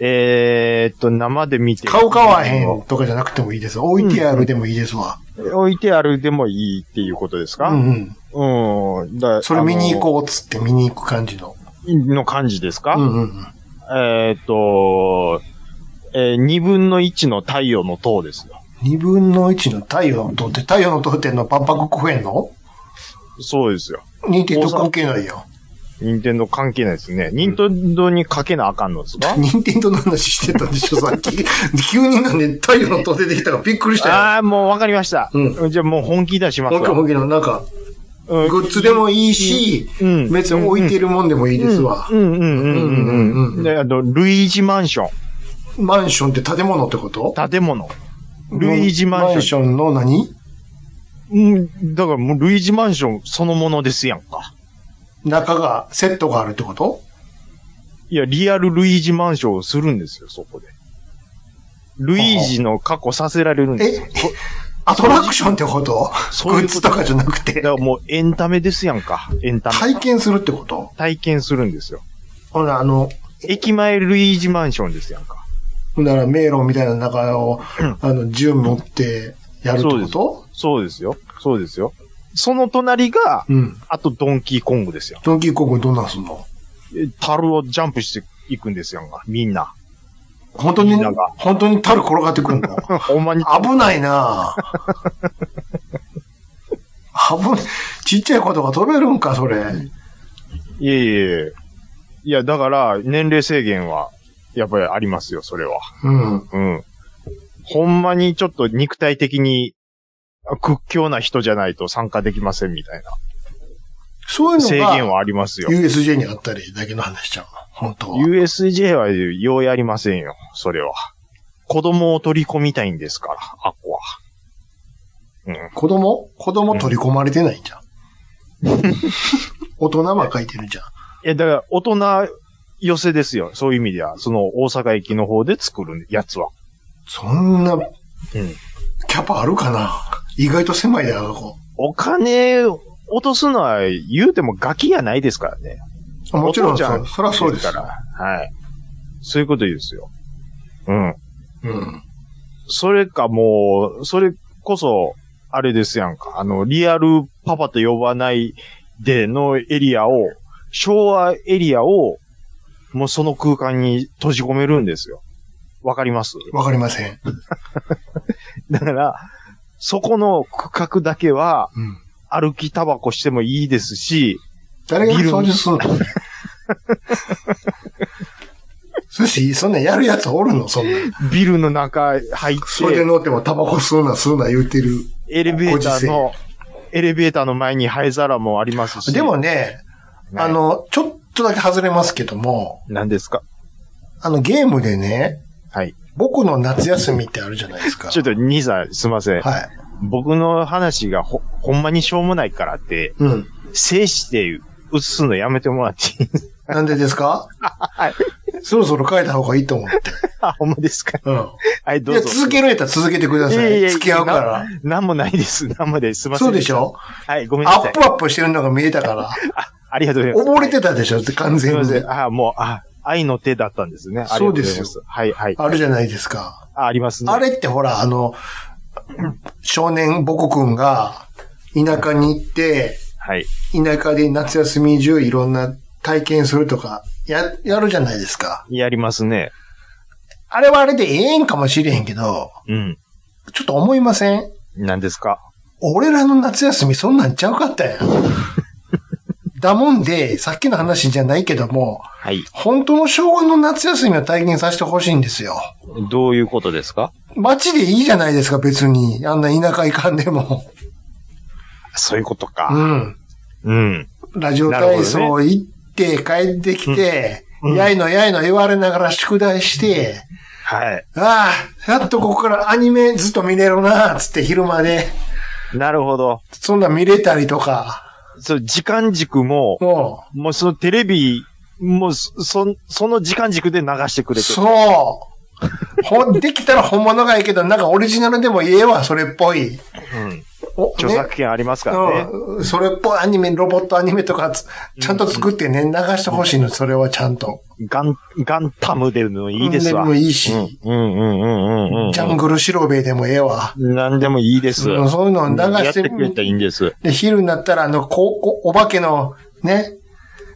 Speaker 3: えーっと、生で見て。
Speaker 4: 買う買わへんとかじゃなくてもいいです。置いてあるでもいいですわ。
Speaker 3: 置いてあるでもいいっていうことです
Speaker 4: う
Speaker 3: か
Speaker 4: んうん。
Speaker 3: うん。だ
Speaker 4: それ見に行こうっつって見に行く感じの。
Speaker 3: あのの感じですか、
Speaker 4: うんうんうん。
Speaker 3: えーっと、え2分の1の太陽の塔ですよ。
Speaker 4: 二分の一の太陽の塔って、太陽の塔っての万博公園の
Speaker 3: そうですよ。
Speaker 4: 認定と関係ないよ。
Speaker 3: 任天堂関係ないですね。任天堂にかけなあかんのですか、
Speaker 4: 任天堂の話してたでしょ、さっき。 *laughs* 急になんで太陽の塔出てきたからびっくりしたよ。
Speaker 3: ああ、もうわかりました。
Speaker 4: う
Speaker 3: じゃあもう本気出します
Speaker 4: 本気
Speaker 3: わ。
Speaker 4: 本気の、なんか、
Speaker 3: うん
Speaker 4: グッズでもいいし、
Speaker 3: うん
Speaker 4: 別に置いてるもんでもいいですわ
Speaker 3: う。んうんうんうん
Speaker 4: うんうん
Speaker 3: う。
Speaker 4: うんん
Speaker 3: で、あと、ルイージマンショ
Speaker 4: マンションって建物ってこと
Speaker 3: ン、建物。ルイージマンション。
Speaker 4: マンションの何
Speaker 3: うん、だからもうルイージマンションそのものですやんか。
Speaker 4: 中が、セットがあるってこと
Speaker 3: いや、リアルルイージマンションをするんですよ、そこで。ルイージの過去させられるんですよ。
Speaker 4: えアトラクションってこと
Speaker 3: そう
Speaker 4: グ
Speaker 3: いう
Speaker 4: ッ
Speaker 3: こと
Speaker 4: ズとかじゃなくて
Speaker 3: だか。らもうエンタメですやんか。エンタメ。
Speaker 4: 体験するってこと
Speaker 3: 体験するんですよ。
Speaker 4: ほら、あの、
Speaker 3: 駅前ルイージマンションですやんか。
Speaker 4: ほんなら迷路みたいな中を
Speaker 3: うん、
Speaker 4: あの、銃持ってやるってこと
Speaker 3: そうですよ。そうですよ。その隣が、
Speaker 4: うん。
Speaker 3: あとドンキーコングですよ。
Speaker 4: ドンキーコングどんなんすんの
Speaker 3: え樽をジャンプしていくんですよ、みんな。
Speaker 4: 本当に
Speaker 3: みんなが、
Speaker 4: 本当に樽転がってくるの
Speaker 3: ほんまに、
Speaker 4: 危ないなぁ。危ない。ちっちゃい子とか飛べるんか、それ。
Speaker 3: いえいえいえ。いや、だから、年齢制限は、やっぱりありますよ、それは。
Speaker 4: うん。
Speaker 3: うん。ほんまにちょっと肉体的にあ屈強な人じゃないと参加できませんみたい
Speaker 4: そう
Speaker 3: な
Speaker 4: いう
Speaker 3: 制限
Speaker 4: のが、
Speaker 3: はありますよ。
Speaker 4: USJ にあったりだけの話ちゃうの本当は。
Speaker 3: USJ はようやりませんよ、それは。子供を取り込みたいんですから、あっこは。
Speaker 4: 子供子供取り込まれてないんじゃん。大人は書いてるじゃん。
Speaker 3: いや、だから、大人寄せですよ。そういう意味では。その、大阪駅の方で作るやつは。
Speaker 4: そんな、
Speaker 3: うん。
Speaker 4: キャパあるかな意外と狭いだよ、ここ。
Speaker 3: お金落とすのは、言うてもガキやないですからね。
Speaker 4: もちろん
Speaker 3: お父ちゃ
Speaker 4: そ
Speaker 3: ん
Speaker 4: う、そりゃそうです
Speaker 3: から。はい。そういうことですよ。うん。
Speaker 4: うん。
Speaker 3: それかもう、それこそ、あれですやんか。あの、リアルパパと呼ばないでのエリアを、昭和エリアを、もうその空間に閉じ込めるんですよ。わかります *laughs*
Speaker 4: わかりません。
Speaker 3: だから、そこの区画だけは
Speaker 4: うん。
Speaker 3: 歩きタバコしてもいいですし、
Speaker 4: 誰が掃除するのそして、そんなんやるやつおるのそんなん。
Speaker 3: ビルの中入っ
Speaker 4: それで
Speaker 3: て、
Speaker 4: 乗ってもタバコ吸うな、吸うな言うてる。
Speaker 3: エレベーターの、エレベーターの前に灰皿もありますし。
Speaker 4: でもね、
Speaker 3: はい、
Speaker 4: あの、ちょっとだけ外れますけども、
Speaker 3: 何ですか
Speaker 4: あの、ゲームでね、
Speaker 3: はい。
Speaker 4: 僕の夏休みってあるじゃないですか。
Speaker 3: ちょっと、兄さん、すいません。
Speaker 4: はい。
Speaker 3: 僕の話がほ、ほんまにしょうもないからって、
Speaker 4: うん。
Speaker 3: 制して映すのやめてもらっていい
Speaker 4: なんでですか
Speaker 3: い
Speaker 4: そろそろ変えた方がいいと思って。
Speaker 3: あ、 *laughs* ほんまですか
Speaker 4: うん。
Speaker 3: はい、ど
Speaker 4: いうや、
Speaker 3: ぞ。
Speaker 4: 続けるんやったら続けてくださ
Speaker 3: いやいやいや
Speaker 4: い。付き合うか
Speaker 3: なんもないです。なんもです。すいま
Speaker 4: ら。
Speaker 3: せん。
Speaker 4: そうでしょ
Speaker 3: はい、ごめんな
Speaker 4: ア
Speaker 3: さ
Speaker 4: ッ
Speaker 3: い
Speaker 4: プ。アップしてるのが見えたから。
Speaker 3: ありがとうございます。
Speaker 4: 溺れてたでしょって完
Speaker 3: すい
Speaker 4: 全
Speaker 3: ま
Speaker 4: に
Speaker 3: せ。ん。あもう、あ、愛の手だったんですね。ありがとございま
Speaker 4: そ。
Speaker 3: はい、はい。
Speaker 4: あるじゃないですか。
Speaker 3: あ、ありますね。
Speaker 4: あれってほら、あの、少年ボコ君が田舎に行って、
Speaker 3: はい。
Speaker 4: 田舎で夏休み中いろんな体験するとか、や、やるじゃないですか。
Speaker 3: やりますね。
Speaker 4: あれはあれでええんかもしれへんけど、
Speaker 3: うん。
Speaker 4: ちょっと思いません
Speaker 3: 何ですか
Speaker 4: 俺らの夏休みそんなんちゃうかったやん。だもんで、さっきの話じゃないけども、
Speaker 7: はい。
Speaker 4: 本当の将軍の夏休みを体験させてほしいんですよ。
Speaker 7: どういうことですか
Speaker 4: 街でいいじゃないですか、別に。あんな田舎行かんでも。
Speaker 3: そういうこと
Speaker 4: う
Speaker 3: か。
Speaker 4: ん。
Speaker 3: うん。
Speaker 4: ラジオ体操行って、帰ってきて、
Speaker 3: うんうん
Speaker 4: やいのやいの言われながら宿題して、
Speaker 3: はい。
Speaker 4: ああ、やっとここからアニメずっと見れるな、つって昼まで。
Speaker 3: なるほど。
Speaker 4: そんなん見れたりとか。
Speaker 3: そう、時間軸も、
Speaker 4: も
Speaker 3: もうそのテレビ、もうそ、そその時間軸で流してく
Speaker 4: う、
Speaker 3: れてる。
Speaker 4: そう。ほ、できたら本物がいいけど、なんかオリジナルでもええわ、それっぽい。
Speaker 3: うん。
Speaker 4: お
Speaker 3: 著作権ありますからね。
Speaker 4: うん。それっぽいアニメ、ロボットアニメとかつ、ちゃんと作ってね、流してほしいの、それはちゃんと。
Speaker 3: ガン、ガンタムでもいいですわ。
Speaker 4: でもいいし、
Speaker 3: うんうんうんうんうん。
Speaker 4: ジャングルしろべえでもええわ。
Speaker 3: なんでもいいです。
Speaker 4: うんそういうのを流
Speaker 3: やっ
Speaker 4: して
Speaker 3: てくれたらいいんです。
Speaker 4: で、昼になったら、あの、こう、こうお化けの、ね、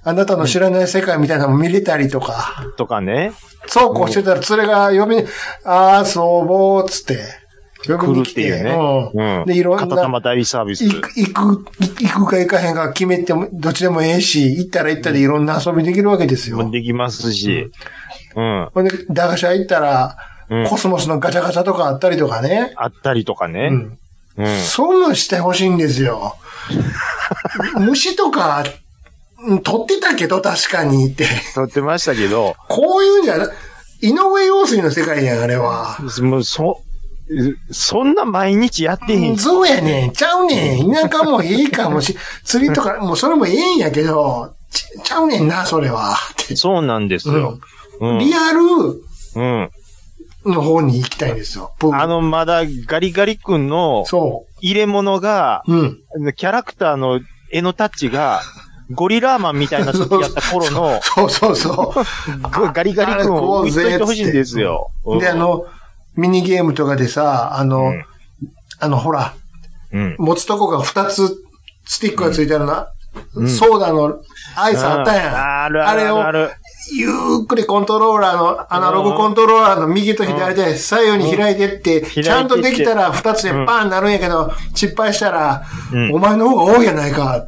Speaker 4: あなたの知らない世界みたいなのも見れたりとか、
Speaker 3: とかね。
Speaker 4: そうこうしてたら、連れが呼びに、あー、そうぼう、つって、呼び
Speaker 3: 来
Speaker 4: に
Speaker 3: る
Speaker 4: 来
Speaker 3: って
Speaker 4: て、
Speaker 3: いうね。
Speaker 4: で、いろん
Speaker 3: 片
Speaker 4: な
Speaker 3: 玉、大サービス。
Speaker 4: 行く、行く、行くか行かへんか決めても、どっちでもええし、行ったら行ったでいろんな遊びできるわけですよ。
Speaker 3: もできますし。うん。
Speaker 4: ほんで、駄菓子屋行ったら、
Speaker 3: うん
Speaker 4: コスモスのガチャガチャとかあったりとかね。
Speaker 3: あったりとかね
Speaker 4: う。ん。
Speaker 3: うん。
Speaker 4: そういうのしてほしいんですよ。
Speaker 3: *laughs*
Speaker 4: 虫とか、うん取ってたけど確かにって。
Speaker 3: 撮ってましたけど、
Speaker 4: こういうんじゃな、井上陽水の世界やん、あれは。
Speaker 3: もうそ、そんな毎日やってへんし
Speaker 4: そうやねん、ちゃうねん。田舎もいいかもし、 *laughs* 釣りとか、もうそれもええんやけど、ちちゃうねんな、それは。って
Speaker 3: そうなんですよ。うん。
Speaker 4: リアル
Speaker 3: うん。
Speaker 4: の方に行きたいんですよ。僕
Speaker 3: あの、まだガリガリ君の
Speaker 4: そ
Speaker 3: 入れ物が、
Speaker 4: う。うん。
Speaker 3: キャラクターの絵のタッチが、ゴリラーマンみたいな時やった頃の、
Speaker 4: *laughs* そうそうそう。
Speaker 3: ガリガリ君を置いといてほしいんですよ。うん
Speaker 4: で、あ、の、ミニゲームとかでさ、あの、
Speaker 3: うん
Speaker 4: あの、ほら、
Speaker 3: うん。
Speaker 4: 持つとこが2つスティックがついてあるな。
Speaker 3: うん
Speaker 4: ソーダのアイスあったやん。
Speaker 3: あある
Speaker 4: あ
Speaker 3: あ
Speaker 4: れ
Speaker 3: るあ
Speaker 4: を
Speaker 3: る。
Speaker 4: ゆっくりコントローラーの、アナログコントローラーの右と左で左右に開いてって、
Speaker 3: てって
Speaker 4: ちゃんとできたら2つで
Speaker 3: うん
Speaker 4: バーンなるんやけど、失敗したら、
Speaker 3: うん
Speaker 4: お前の方が多いやないか、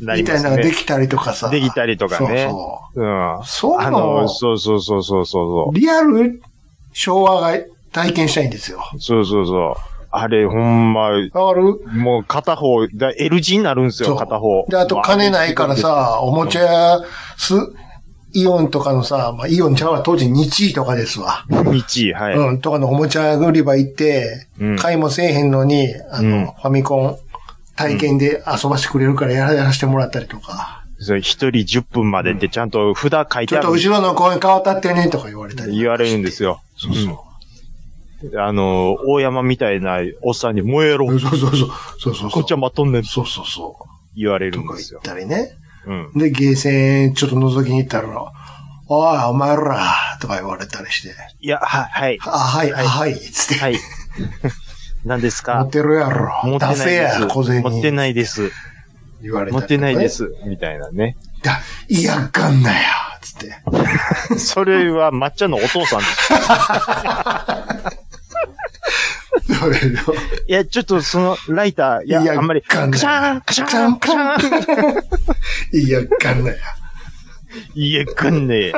Speaker 3: なり
Speaker 4: みた
Speaker 3: ま
Speaker 4: い
Speaker 3: す
Speaker 4: なのがで
Speaker 3: ね
Speaker 4: きたりとかさ。
Speaker 3: できたりとかね。
Speaker 4: そう
Speaker 3: うん。
Speaker 4: そう。そうい
Speaker 3: あ
Speaker 4: うの
Speaker 3: の、
Speaker 4: を
Speaker 3: そうそうそうそうそ
Speaker 4: リアル昭和が体験したいんですよ。
Speaker 3: う。そうそうそう。あれ、ほんま、
Speaker 4: わかる
Speaker 3: もう片方、だ L 字になるんで
Speaker 4: そ
Speaker 3: すよ、
Speaker 4: う
Speaker 3: 片方。
Speaker 4: で、あと金ないからさ、おもちゃ屋、す、イオンとかのさ、まあ、イオンちゃうわ、当時日位とかですわ。
Speaker 3: 道、はい。
Speaker 4: うん、とかのおもちゃ売り場行って、
Speaker 3: うん
Speaker 4: 買いもせえへんのに、あの、
Speaker 3: うん
Speaker 4: ファミコン体験で遊ばしてくれるからやらやらしてもらったりとか、
Speaker 3: それ一人10分までってちゃんと札書い
Speaker 4: ち
Speaker 3: て
Speaker 4: ょっ
Speaker 3: あ
Speaker 4: と
Speaker 3: る。
Speaker 4: 後ろの公園川立ってねとか言われたり。
Speaker 3: 言われるんですよ。そうそう。あの、大山みたいなおっさんに燃えろ。
Speaker 4: そうそうそう。そうそうそう。
Speaker 3: こっちは待っとんねん。
Speaker 4: そうそうそう。
Speaker 3: 言われる
Speaker 4: と
Speaker 3: ん
Speaker 4: か
Speaker 3: です
Speaker 4: 言
Speaker 3: よ
Speaker 4: っ。たりね。
Speaker 3: うん。
Speaker 4: で、ゲーセンちょっと覗きに行ったら、おい、お前ら、とか言われたりして、
Speaker 3: いや、は、はい。
Speaker 4: あ、はい、あ、はい、つって。
Speaker 3: はい。何です
Speaker 4: 持
Speaker 3: か
Speaker 4: ってるや
Speaker 3: 持
Speaker 4: ろ。
Speaker 3: ってない
Speaker 4: 出せ
Speaker 3: で
Speaker 4: や、
Speaker 3: す。
Speaker 4: 小銭。
Speaker 3: 持ってないです。
Speaker 4: 言われた
Speaker 3: 持
Speaker 4: りとかね
Speaker 3: ってないで。す。みたいなね。
Speaker 4: だいや、かんなよ、つって。
Speaker 3: それは抹茶のお父さんです。
Speaker 4: そうだよ
Speaker 3: いや、ちょっとそのライター、いや、
Speaker 4: いや
Speaker 3: あんまり、
Speaker 4: ガンガン
Speaker 3: カシャーン、カシャーン、カシャーン。
Speaker 4: いや、かんなよ。
Speaker 3: いや、くん
Speaker 4: *laughs*
Speaker 3: ねえ。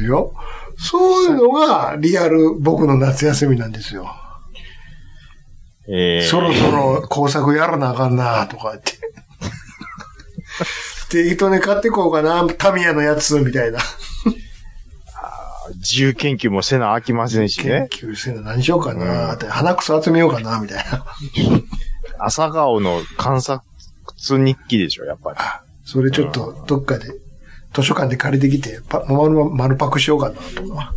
Speaker 4: いいよ。そういうのが、リアル、僕の夏休みなんですよ。
Speaker 3: えー
Speaker 4: そろそろ工作やらなあかんなあとかって。 *laughs* 適当に買ってこうかな、タミヤのやつ、みたいな。
Speaker 3: 自由研究もせなあきませんし
Speaker 4: 研
Speaker 3: ね。
Speaker 4: 究してんの何しようかなって、鼻くそ集めようかな、みたいな。
Speaker 3: 朝顔の観察日記でしょ、やっぱり。
Speaker 4: それちょっと、どっかで、図書館で借りてきて、パ丸々丸パクしようかな、とか。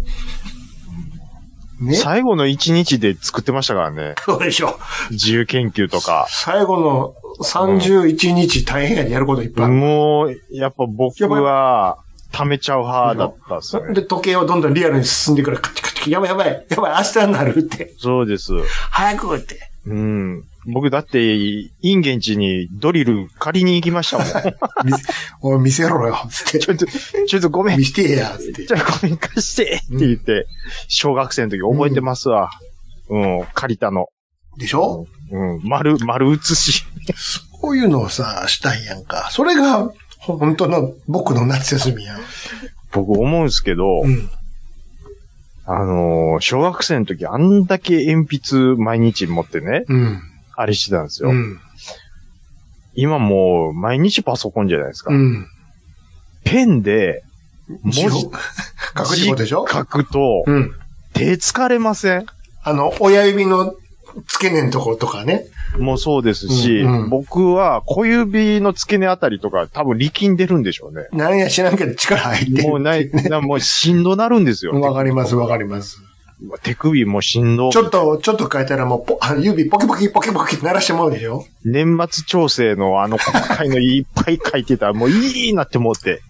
Speaker 4: ね
Speaker 3: 最後の一日で作ってましたからね。
Speaker 4: そうでしょ。
Speaker 3: 自由研究とか。
Speaker 4: 最後の31日大変やでやることいっぱいある。
Speaker 3: もう、やっぱ僕は、貯めちゃう派だったっすね。
Speaker 4: で、時計はどんどんリアルに進んでいくから、カチカチカチ、やばいやばい、やばい、明日になるって。
Speaker 3: そうです。
Speaker 4: 早くって。
Speaker 3: うん。僕だって、インゲンチにドリル借りに行きましたもん。
Speaker 4: *laughs* 見せおい、見せろよ、つっ
Speaker 3: ち
Speaker 4: て。
Speaker 3: ょっと、ちょっとごめん
Speaker 4: 見。してや、つって
Speaker 3: じ。ゃあごめん貸してって言って、小学生の時覚えてますわ。うん、借りたの。
Speaker 4: でしょ
Speaker 3: うん、丸、丸写し。
Speaker 4: こういうのをさ、したいやんか。それが、本当の僕の夏休みやん。
Speaker 3: 僕思うんですけど、
Speaker 4: うん。
Speaker 3: あのー小学生の時あんだけ鉛筆毎日持ってね、
Speaker 4: うん。
Speaker 3: あれしてたんですよ。
Speaker 4: うん。
Speaker 3: 今もう毎日パソコンじゃないですか。
Speaker 4: うん。
Speaker 3: ペンで文字
Speaker 4: 字を書くってことでしょ
Speaker 3: 書くと
Speaker 4: うん。
Speaker 3: 手疲れません
Speaker 4: あの、親指の付け根のところとかね。
Speaker 3: もうそうですし、
Speaker 4: うんうん
Speaker 3: 僕は小指の付け根あたりとか多分力んでるんでしょうね。
Speaker 4: 何や知らんけど力入ってる
Speaker 3: もうない、なもうしんどなるんですよ。
Speaker 4: わかります、わかります。
Speaker 3: 手首もしんど。
Speaker 4: ちょっと、ちょっと変えたらもうポ、あ指ポキポキポキポキ鳴らしてもらうでしょ
Speaker 3: 年末調整のあの細かいのいっぱい書いてたらもういいなって
Speaker 4: *laughs*
Speaker 3: 思って。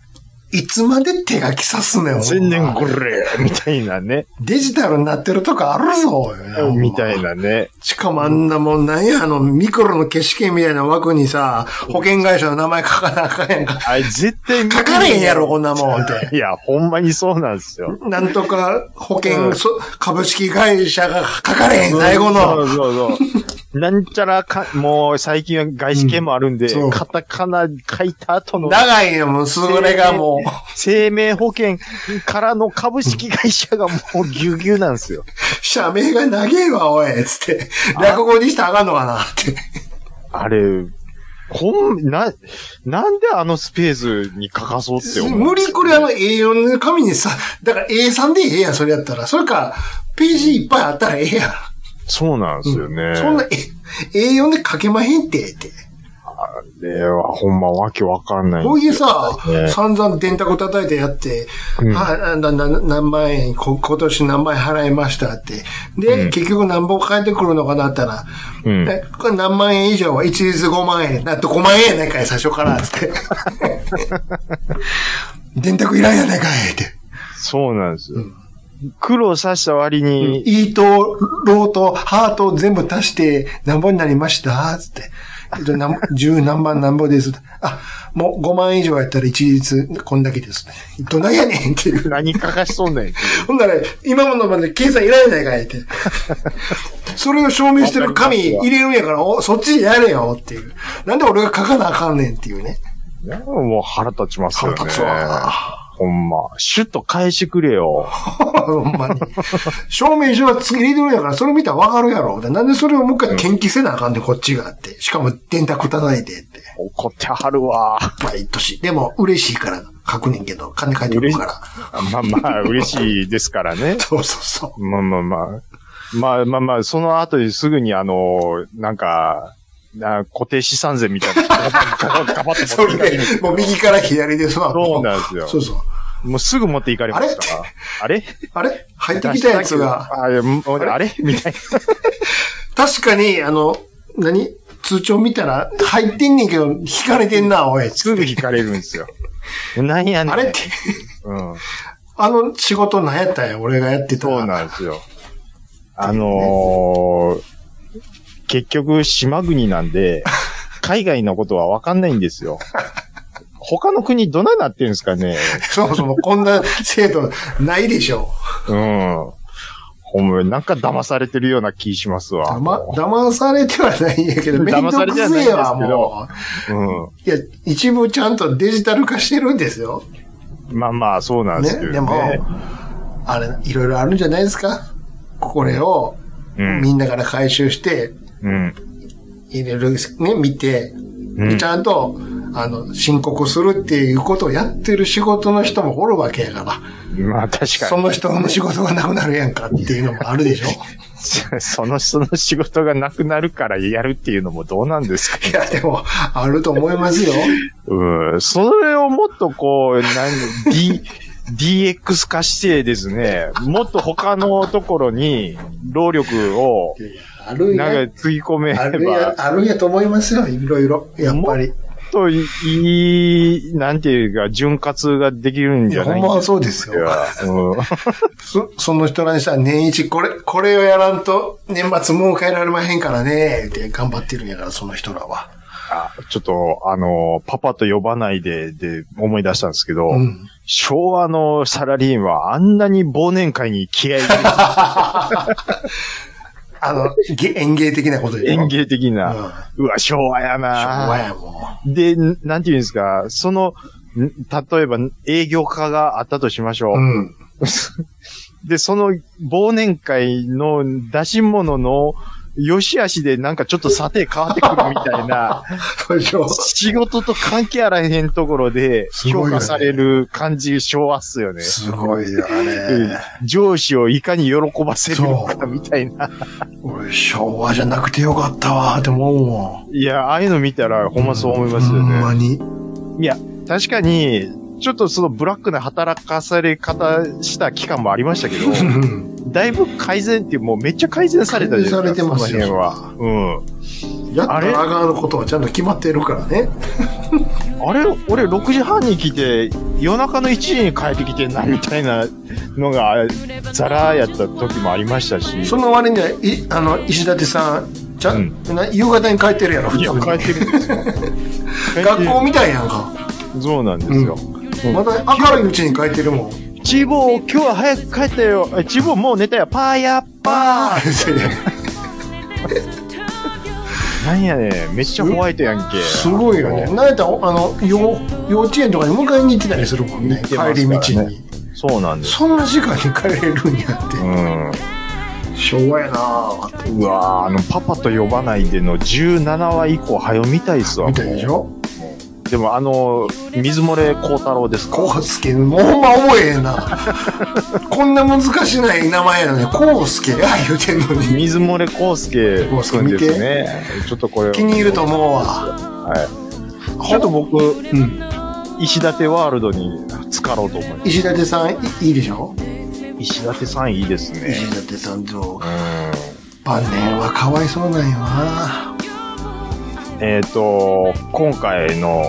Speaker 4: いつまで手書きさすねん、ほん
Speaker 3: 千
Speaker 4: ま
Speaker 3: 年これみたいなね。
Speaker 4: デジタルになってるとこあるぞ、
Speaker 3: みたい
Speaker 4: な。
Speaker 3: なね。
Speaker 4: しかもあんなもん、なんや、あの、ミクロの消し券みたいな枠にさ、保険会社の名前書かなあかんやんか。
Speaker 3: あれ絶対見て
Speaker 4: 書かれへんやろ、こんなもんって。
Speaker 3: *laughs* いや、ほんまにそうなんですよ。
Speaker 4: なんとか保
Speaker 3: う
Speaker 4: 険、
Speaker 3: ん
Speaker 4: そ株式会社が書かれへん、最後
Speaker 3: そ
Speaker 4: の
Speaker 3: う。そうそう。なんちゃらか、もう最近は外資系もあるんで、
Speaker 4: うんそう
Speaker 3: カタカナ書いた後の
Speaker 4: 長いよ、もう、それがもう。
Speaker 3: 生命保険からの株式会社がもうギュギュなんですよ。
Speaker 4: 社名が長えわ、おい、つって。落語にしたらあかんのかな、って。
Speaker 3: あれ、ほん、な、なんであのスペースに書かそうって思う
Speaker 4: 無理これあの A4 の紙にさ、だから A3 でええやん、それやったら。それか、ページいっぱいあったらええやん。
Speaker 3: そうなんですよね。
Speaker 4: そんな、え A4 で書けまへんって、って。
Speaker 3: あれはほんまわけわかんない。
Speaker 4: こういうさ、
Speaker 3: ね
Speaker 4: 散々電卓叩いてやって、
Speaker 3: うん
Speaker 4: あなな何万円こ、今年何万円払いましたって。で、
Speaker 3: うん
Speaker 4: 結局何本返ってくるのかなったら、
Speaker 3: うん。
Speaker 4: えこれ何万円以上は一律5万円、なんと5万円やないかい、最初から、つ
Speaker 3: *laughs*
Speaker 4: って。電卓いらんやないかい、って。
Speaker 3: そうなんですよ。
Speaker 4: うん
Speaker 3: 苦労させた割に、
Speaker 4: イート、ローとハートを全部足して何本になりましたつって。えっと、なん十何万何本です。あ、もう5万以上やったら一律こんだけです。どないやねんっていう。 *laughs*
Speaker 3: 何書かしそうねん。
Speaker 4: ほんなら、今ものまで計算いられないからって。 *laughs* それを証明してる紙入れるんやから、お、そっちでやれよっていう。なんで俺が書かなあかんねんっていうね。
Speaker 3: なんかもう腹立ちますよね。
Speaker 4: 腹立つわ
Speaker 3: ほんま。シュッと返してくれよ。
Speaker 4: ほんまに。証明書は次入れてるんやから、それ見たらわかるやろ。なんでそれをもう一回転記せなあかんねん、こっちがって。しかも電卓叩いてって。
Speaker 3: 怒ってはるわ。
Speaker 4: 毎年。でも、嬉しいから書くねんけど、金返ってくるから。
Speaker 3: まあまあ、嬉しいですからね。
Speaker 4: そうそうそ
Speaker 3: まあまあまあ。まあまあまあ、その後にすぐにあの、なんか、な固定資産税みたいなのガバガバっ
Speaker 4: う。
Speaker 3: て
Speaker 4: そ
Speaker 3: 持って
Speaker 4: れ
Speaker 3: いかれる
Speaker 4: で、もう右から左でさ、
Speaker 3: そうなんですよ
Speaker 4: そうそう。
Speaker 3: もうすぐ持っていかれましたから。あれ
Speaker 4: あれ入ってきたやつが、。
Speaker 3: あいやもうあれみたい
Speaker 4: 確かに、あの、何通帳見たら、入ってんねんけど、引かれてんな、おい。
Speaker 3: な。すぐ引かれるんですよ。なんやねん。
Speaker 4: あれって、
Speaker 3: うん。
Speaker 4: あの仕事何やったんや、俺がやってた。
Speaker 3: そうなんですよ。あのー、結局、島国なん *laughs* で、海外のことはわかんないんですよ。他の国どないなってるんですかね。
Speaker 4: そもそもこんな制度ないでしょ。
Speaker 3: うん。ほんま、なんか騙されてるような気しますわ。
Speaker 4: だま、騙されてはないんや
Speaker 3: *laughs*
Speaker 4: けど、めんどくせえわ、も
Speaker 3: うん。
Speaker 4: う。いや、一部ちゃんとデジタル化してるんですよ。
Speaker 3: まあまあ、そうなんですけ
Speaker 4: ね。
Speaker 3: どね。
Speaker 4: でも、あれ、いろいろあるんじゃないですかこれを、
Speaker 3: うん
Speaker 4: みんなから回収して、
Speaker 3: うん。
Speaker 4: いろいろね、見て、
Speaker 3: うん
Speaker 4: ちゃんと、あの、申告するっていうことをやってる仕事の人もおるわけやから、
Speaker 3: まあ確か
Speaker 4: その人の仕事がなくなるやんかっていうのもあるで
Speaker 3: *laughs*
Speaker 4: しょ。
Speaker 3: に、その人の仕事がなくなるからやるっていうのもどうなんですか
Speaker 4: いや、でも、あると思いますよ。
Speaker 3: うん。それをもっとこう、なん、D、DX 化してですね、もっと他のところに労力を、
Speaker 4: あるんや。
Speaker 3: なんかつぎ込め
Speaker 4: あ
Speaker 3: れ
Speaker 4: るんや
Speaker 3: ば、、
Speaker 4: あるんやと思いますよ。いろいろ。やっぱり。
Speaker 3: といい、なんていうか、潤滑ができるん
Speaker 4: い
Speaker 3: じ
Speaker 4: や、
Speaker 3: ゃ
Speaker 4: ほ
Speaker 3: なんい
Speaker 4: まはそうですよ。
Speaker 3: ですか。うん
Speaker 4: そその人らにしたら年一これ、これをやらんと年末もう帰られまへんからね、って頑張ってるんやから、その人らは。
Speaker 3: あちょっと、あの、パパと呼ばないで、で、思い出したんですけど、
Speaker 4: うん。
Speaker 3: 昭和
Speaker 4: *laughs*
Speaker 3: のサラリーマンはあんなに忘年会に気合い入れて
Speaker 4: あの、げ園芸的なことでしょ
Speaker 3: 園芸的
Speaker 4: うん。
Speaker 3: な。
Speaker 4: 昭
Speaker 3: うわ、昭和やな
Speaker 4: 和やも
Speaker 3: で、なんていうんですか、その、ん例えば営業課があったとしまし
Speaker 4: う。
Speaker 3: ょう。
Speaker 4: うん。 *laughs*
Speaker 3: で、その忘年会の出し物の良し悪しでなんかちょっと査定変わってくるみた
Speaker 4: *laughs*
Speaker 3: いな、
Speaker 4: そうでしょ。
Speaker 3: 仕事と関係あらへんところです
Speaker 4: ご
Speaker 3: 評
Speaker 4: いよね
Speaker 3: 価される感じ昭和っすよね。
Speaker 4: すごいよ、あ
Speaker 3: うん
Speaker 4: れ。
Speaker 3: 上司をいかに喜ばせるのかみたいな。
Speaker 4: 俺、昭和じゃなくてよかったわーって思うもん。
Speaker 3: いや、ああいうの見たらほんまそう思います
Speaker 4: ほ
Speaker 3: よ
Speaker 4: んま
Speaker 3: ね。
Speaker 4: に。
Speaker 3: 確かに、ちょっとそのブラックな働かされ方した期間もありましたけど、
Speaker 4: *laughs* うん
Speaker 3: だいぶ改善っていう、もうめっちゃ改善されたじゃないですか。
Speaker 4: 改善されてますよ
Speaker 3: その辺は。
Speaker 4: やったら上がることはちゃんと決まってるからね。
Speaker 3: うん。あれ、俺6時半に来て、夜中の1時に帰ってきてんな、みたいなのが、ザラやった時もありましたし。
Speaker 4: その割には、い、あの、石立さん、ちゃ、、
Speaker 3: うん
Speaker 4: な夕方に帰ってるやろ、普
Speaker 3: いや、帰
Speaker 4: 通に。
Speaker 3: ってるんですよ。
Speaker 4: *laughs* 学校みたいやんか。
Speaker 3: そうなんですよ。うん
Speaker 4: まだ明るいうちに帰ってるもん。
Speaker 3: チーボー、今日は早く帰ったよ。えチーボー、もう寝たよ。パーやっぱ
Speaker 4: ああ、そうや
Speaker 3: ー。なんやねんめっちゃホワイトやんけ。
Speaker 4: すごいよね。なんやったら、あの、幼幼稚園とかに迎えに行ってたりするもんね。
Speaker 3: てますからね
Speaker 4: 帰り道に。
Speaker 3: そうなんです。
Speaker 4: そんな時間に帰れるんやって
Speaker 3: う。ん。
Speaker 4: 昭和やなぁ、
Speaker 3: うわーあの、パパと呼ばないでの17話以降、はよ見たいっすわ。
Speaker 4: みたいでしょ
Speaker 3: でも、あの、水漏れ孝太郎ですか
Speaker 4: コウスケ、もうほんま覚えへんな。こんな難しない名前やのに、コウスケや言うてんのに。
Speaker 3: 水漏れ孝介くんですね。ちょっとこれ、
Speaker 4: 気に入ると思うわ。
Speaker 3: ちょっと僕、
Speaker 4: うん。
Speaker 3: 石立ワールドに浸かろうと思いま
Speaker 4: 石立さん、いいいでしょ
Speaker 3: す。石立さんいいですね。
Speaker 4: 石立さんと
Speaker 3: う、ん。
Speaker 4: 晩年はかわいそうなんよな
Speaker 3: えっ、と、今回の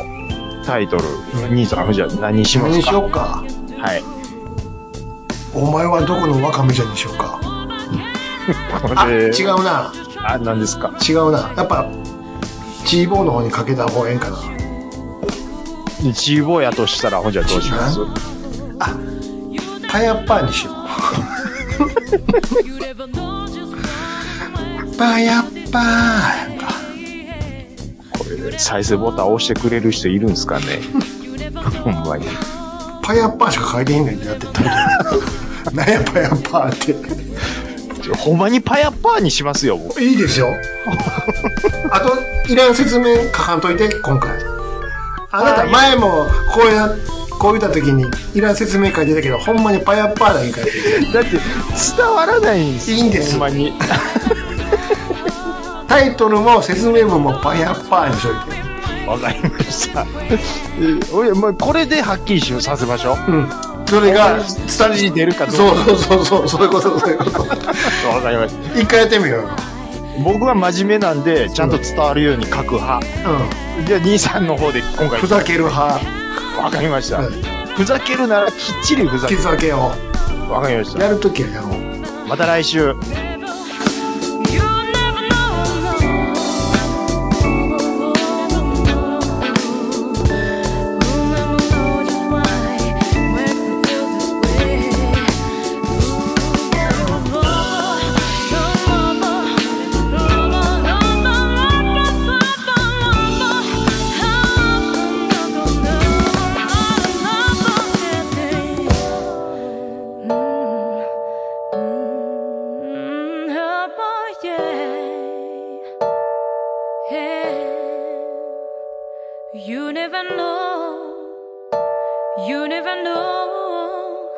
Speaker 3: タイトル、兄さん、じゃあ何しま
Speaker 4: 何
Speaker 3: す
Speaker 4: にし
Speaker 3: か
Speaker 4: ようか。
Speaker 3: はい。
Speaker 4: お前はどこのワカメじゃにしようか。
Speaker 3: こ
Speaker 4: あ、
Speaker 3: れ、
Speaker 4: 違。うな。
Speaker 3: あ、何ですか
Speaker 4: 違うな。やっぱ、チーボーの方にかけた方がええんかな。
Speaker 3: チーボーやとしたら、ほんじゃどうします
Speaker 4: 違パイアッパーにし
Speaker 3: *laughs*
Speaker 4: よう。パイアッパーやんか。
Speaker 3: 再生ボタン押してくれる人いるんですか *laughs* ねほんまに。
Speaker 4: パイアッパーしか書いてへんねんってやってた
Speaker 3: *laughs*
Speaker 4: なんやパイアッパーっ
Speaker 3: ちょほんまにパヤッパーにしますよ、僕。
Speaker 4: て。いいです *laughs* よ。あと、いらん説明書かんといて、今回。あなた前もこうや、こう言った時にいらん説明書いてたけど、ほんまにパイアッパーだけ書いてる。
Speaker 3: だって、伝わらないんですよ。
Speaker 4: いいんです
Speaker 3: ほんまに。
Speaker 4: タイトルも説明文もパイアッパーにしといて。
Speaker 3: わかりました。えおいもうこれではっきりしさせましょう。
Speaker 4: うん。それが、
Speaker 3: スタジー出るかどうか。
Speaker 4: そうそうそうそう、そういうこと、そういうこと。
Speaker 3: わかりました。
Speaker 4: 一回やってみようよ。
Speaker 3: 僕は真面目なんで、ちゃんと伝わるように書く派。
Speaker 4: う
Speaker 3: じゃあ、兄さんの方で今
Speaker 4: ん。
Speaker 3: 回
Speaker 4: ふ、ざける派、
Speaker 3: わかりました
Speaker 4: うん。
Speaker 3: ふざけるならきっちりふざけ
Speaker 4: ふざけを
Speaker 3: る。わかりまし
Speaker 4: や
Speaker 3: た。
Speaker 4: るときはやろう。
Speaker 3: また来週。
Speaker 8: You never know. You never know.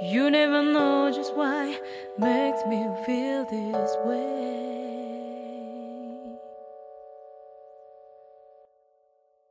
Speaker 8: You never know just why makes me feel this way.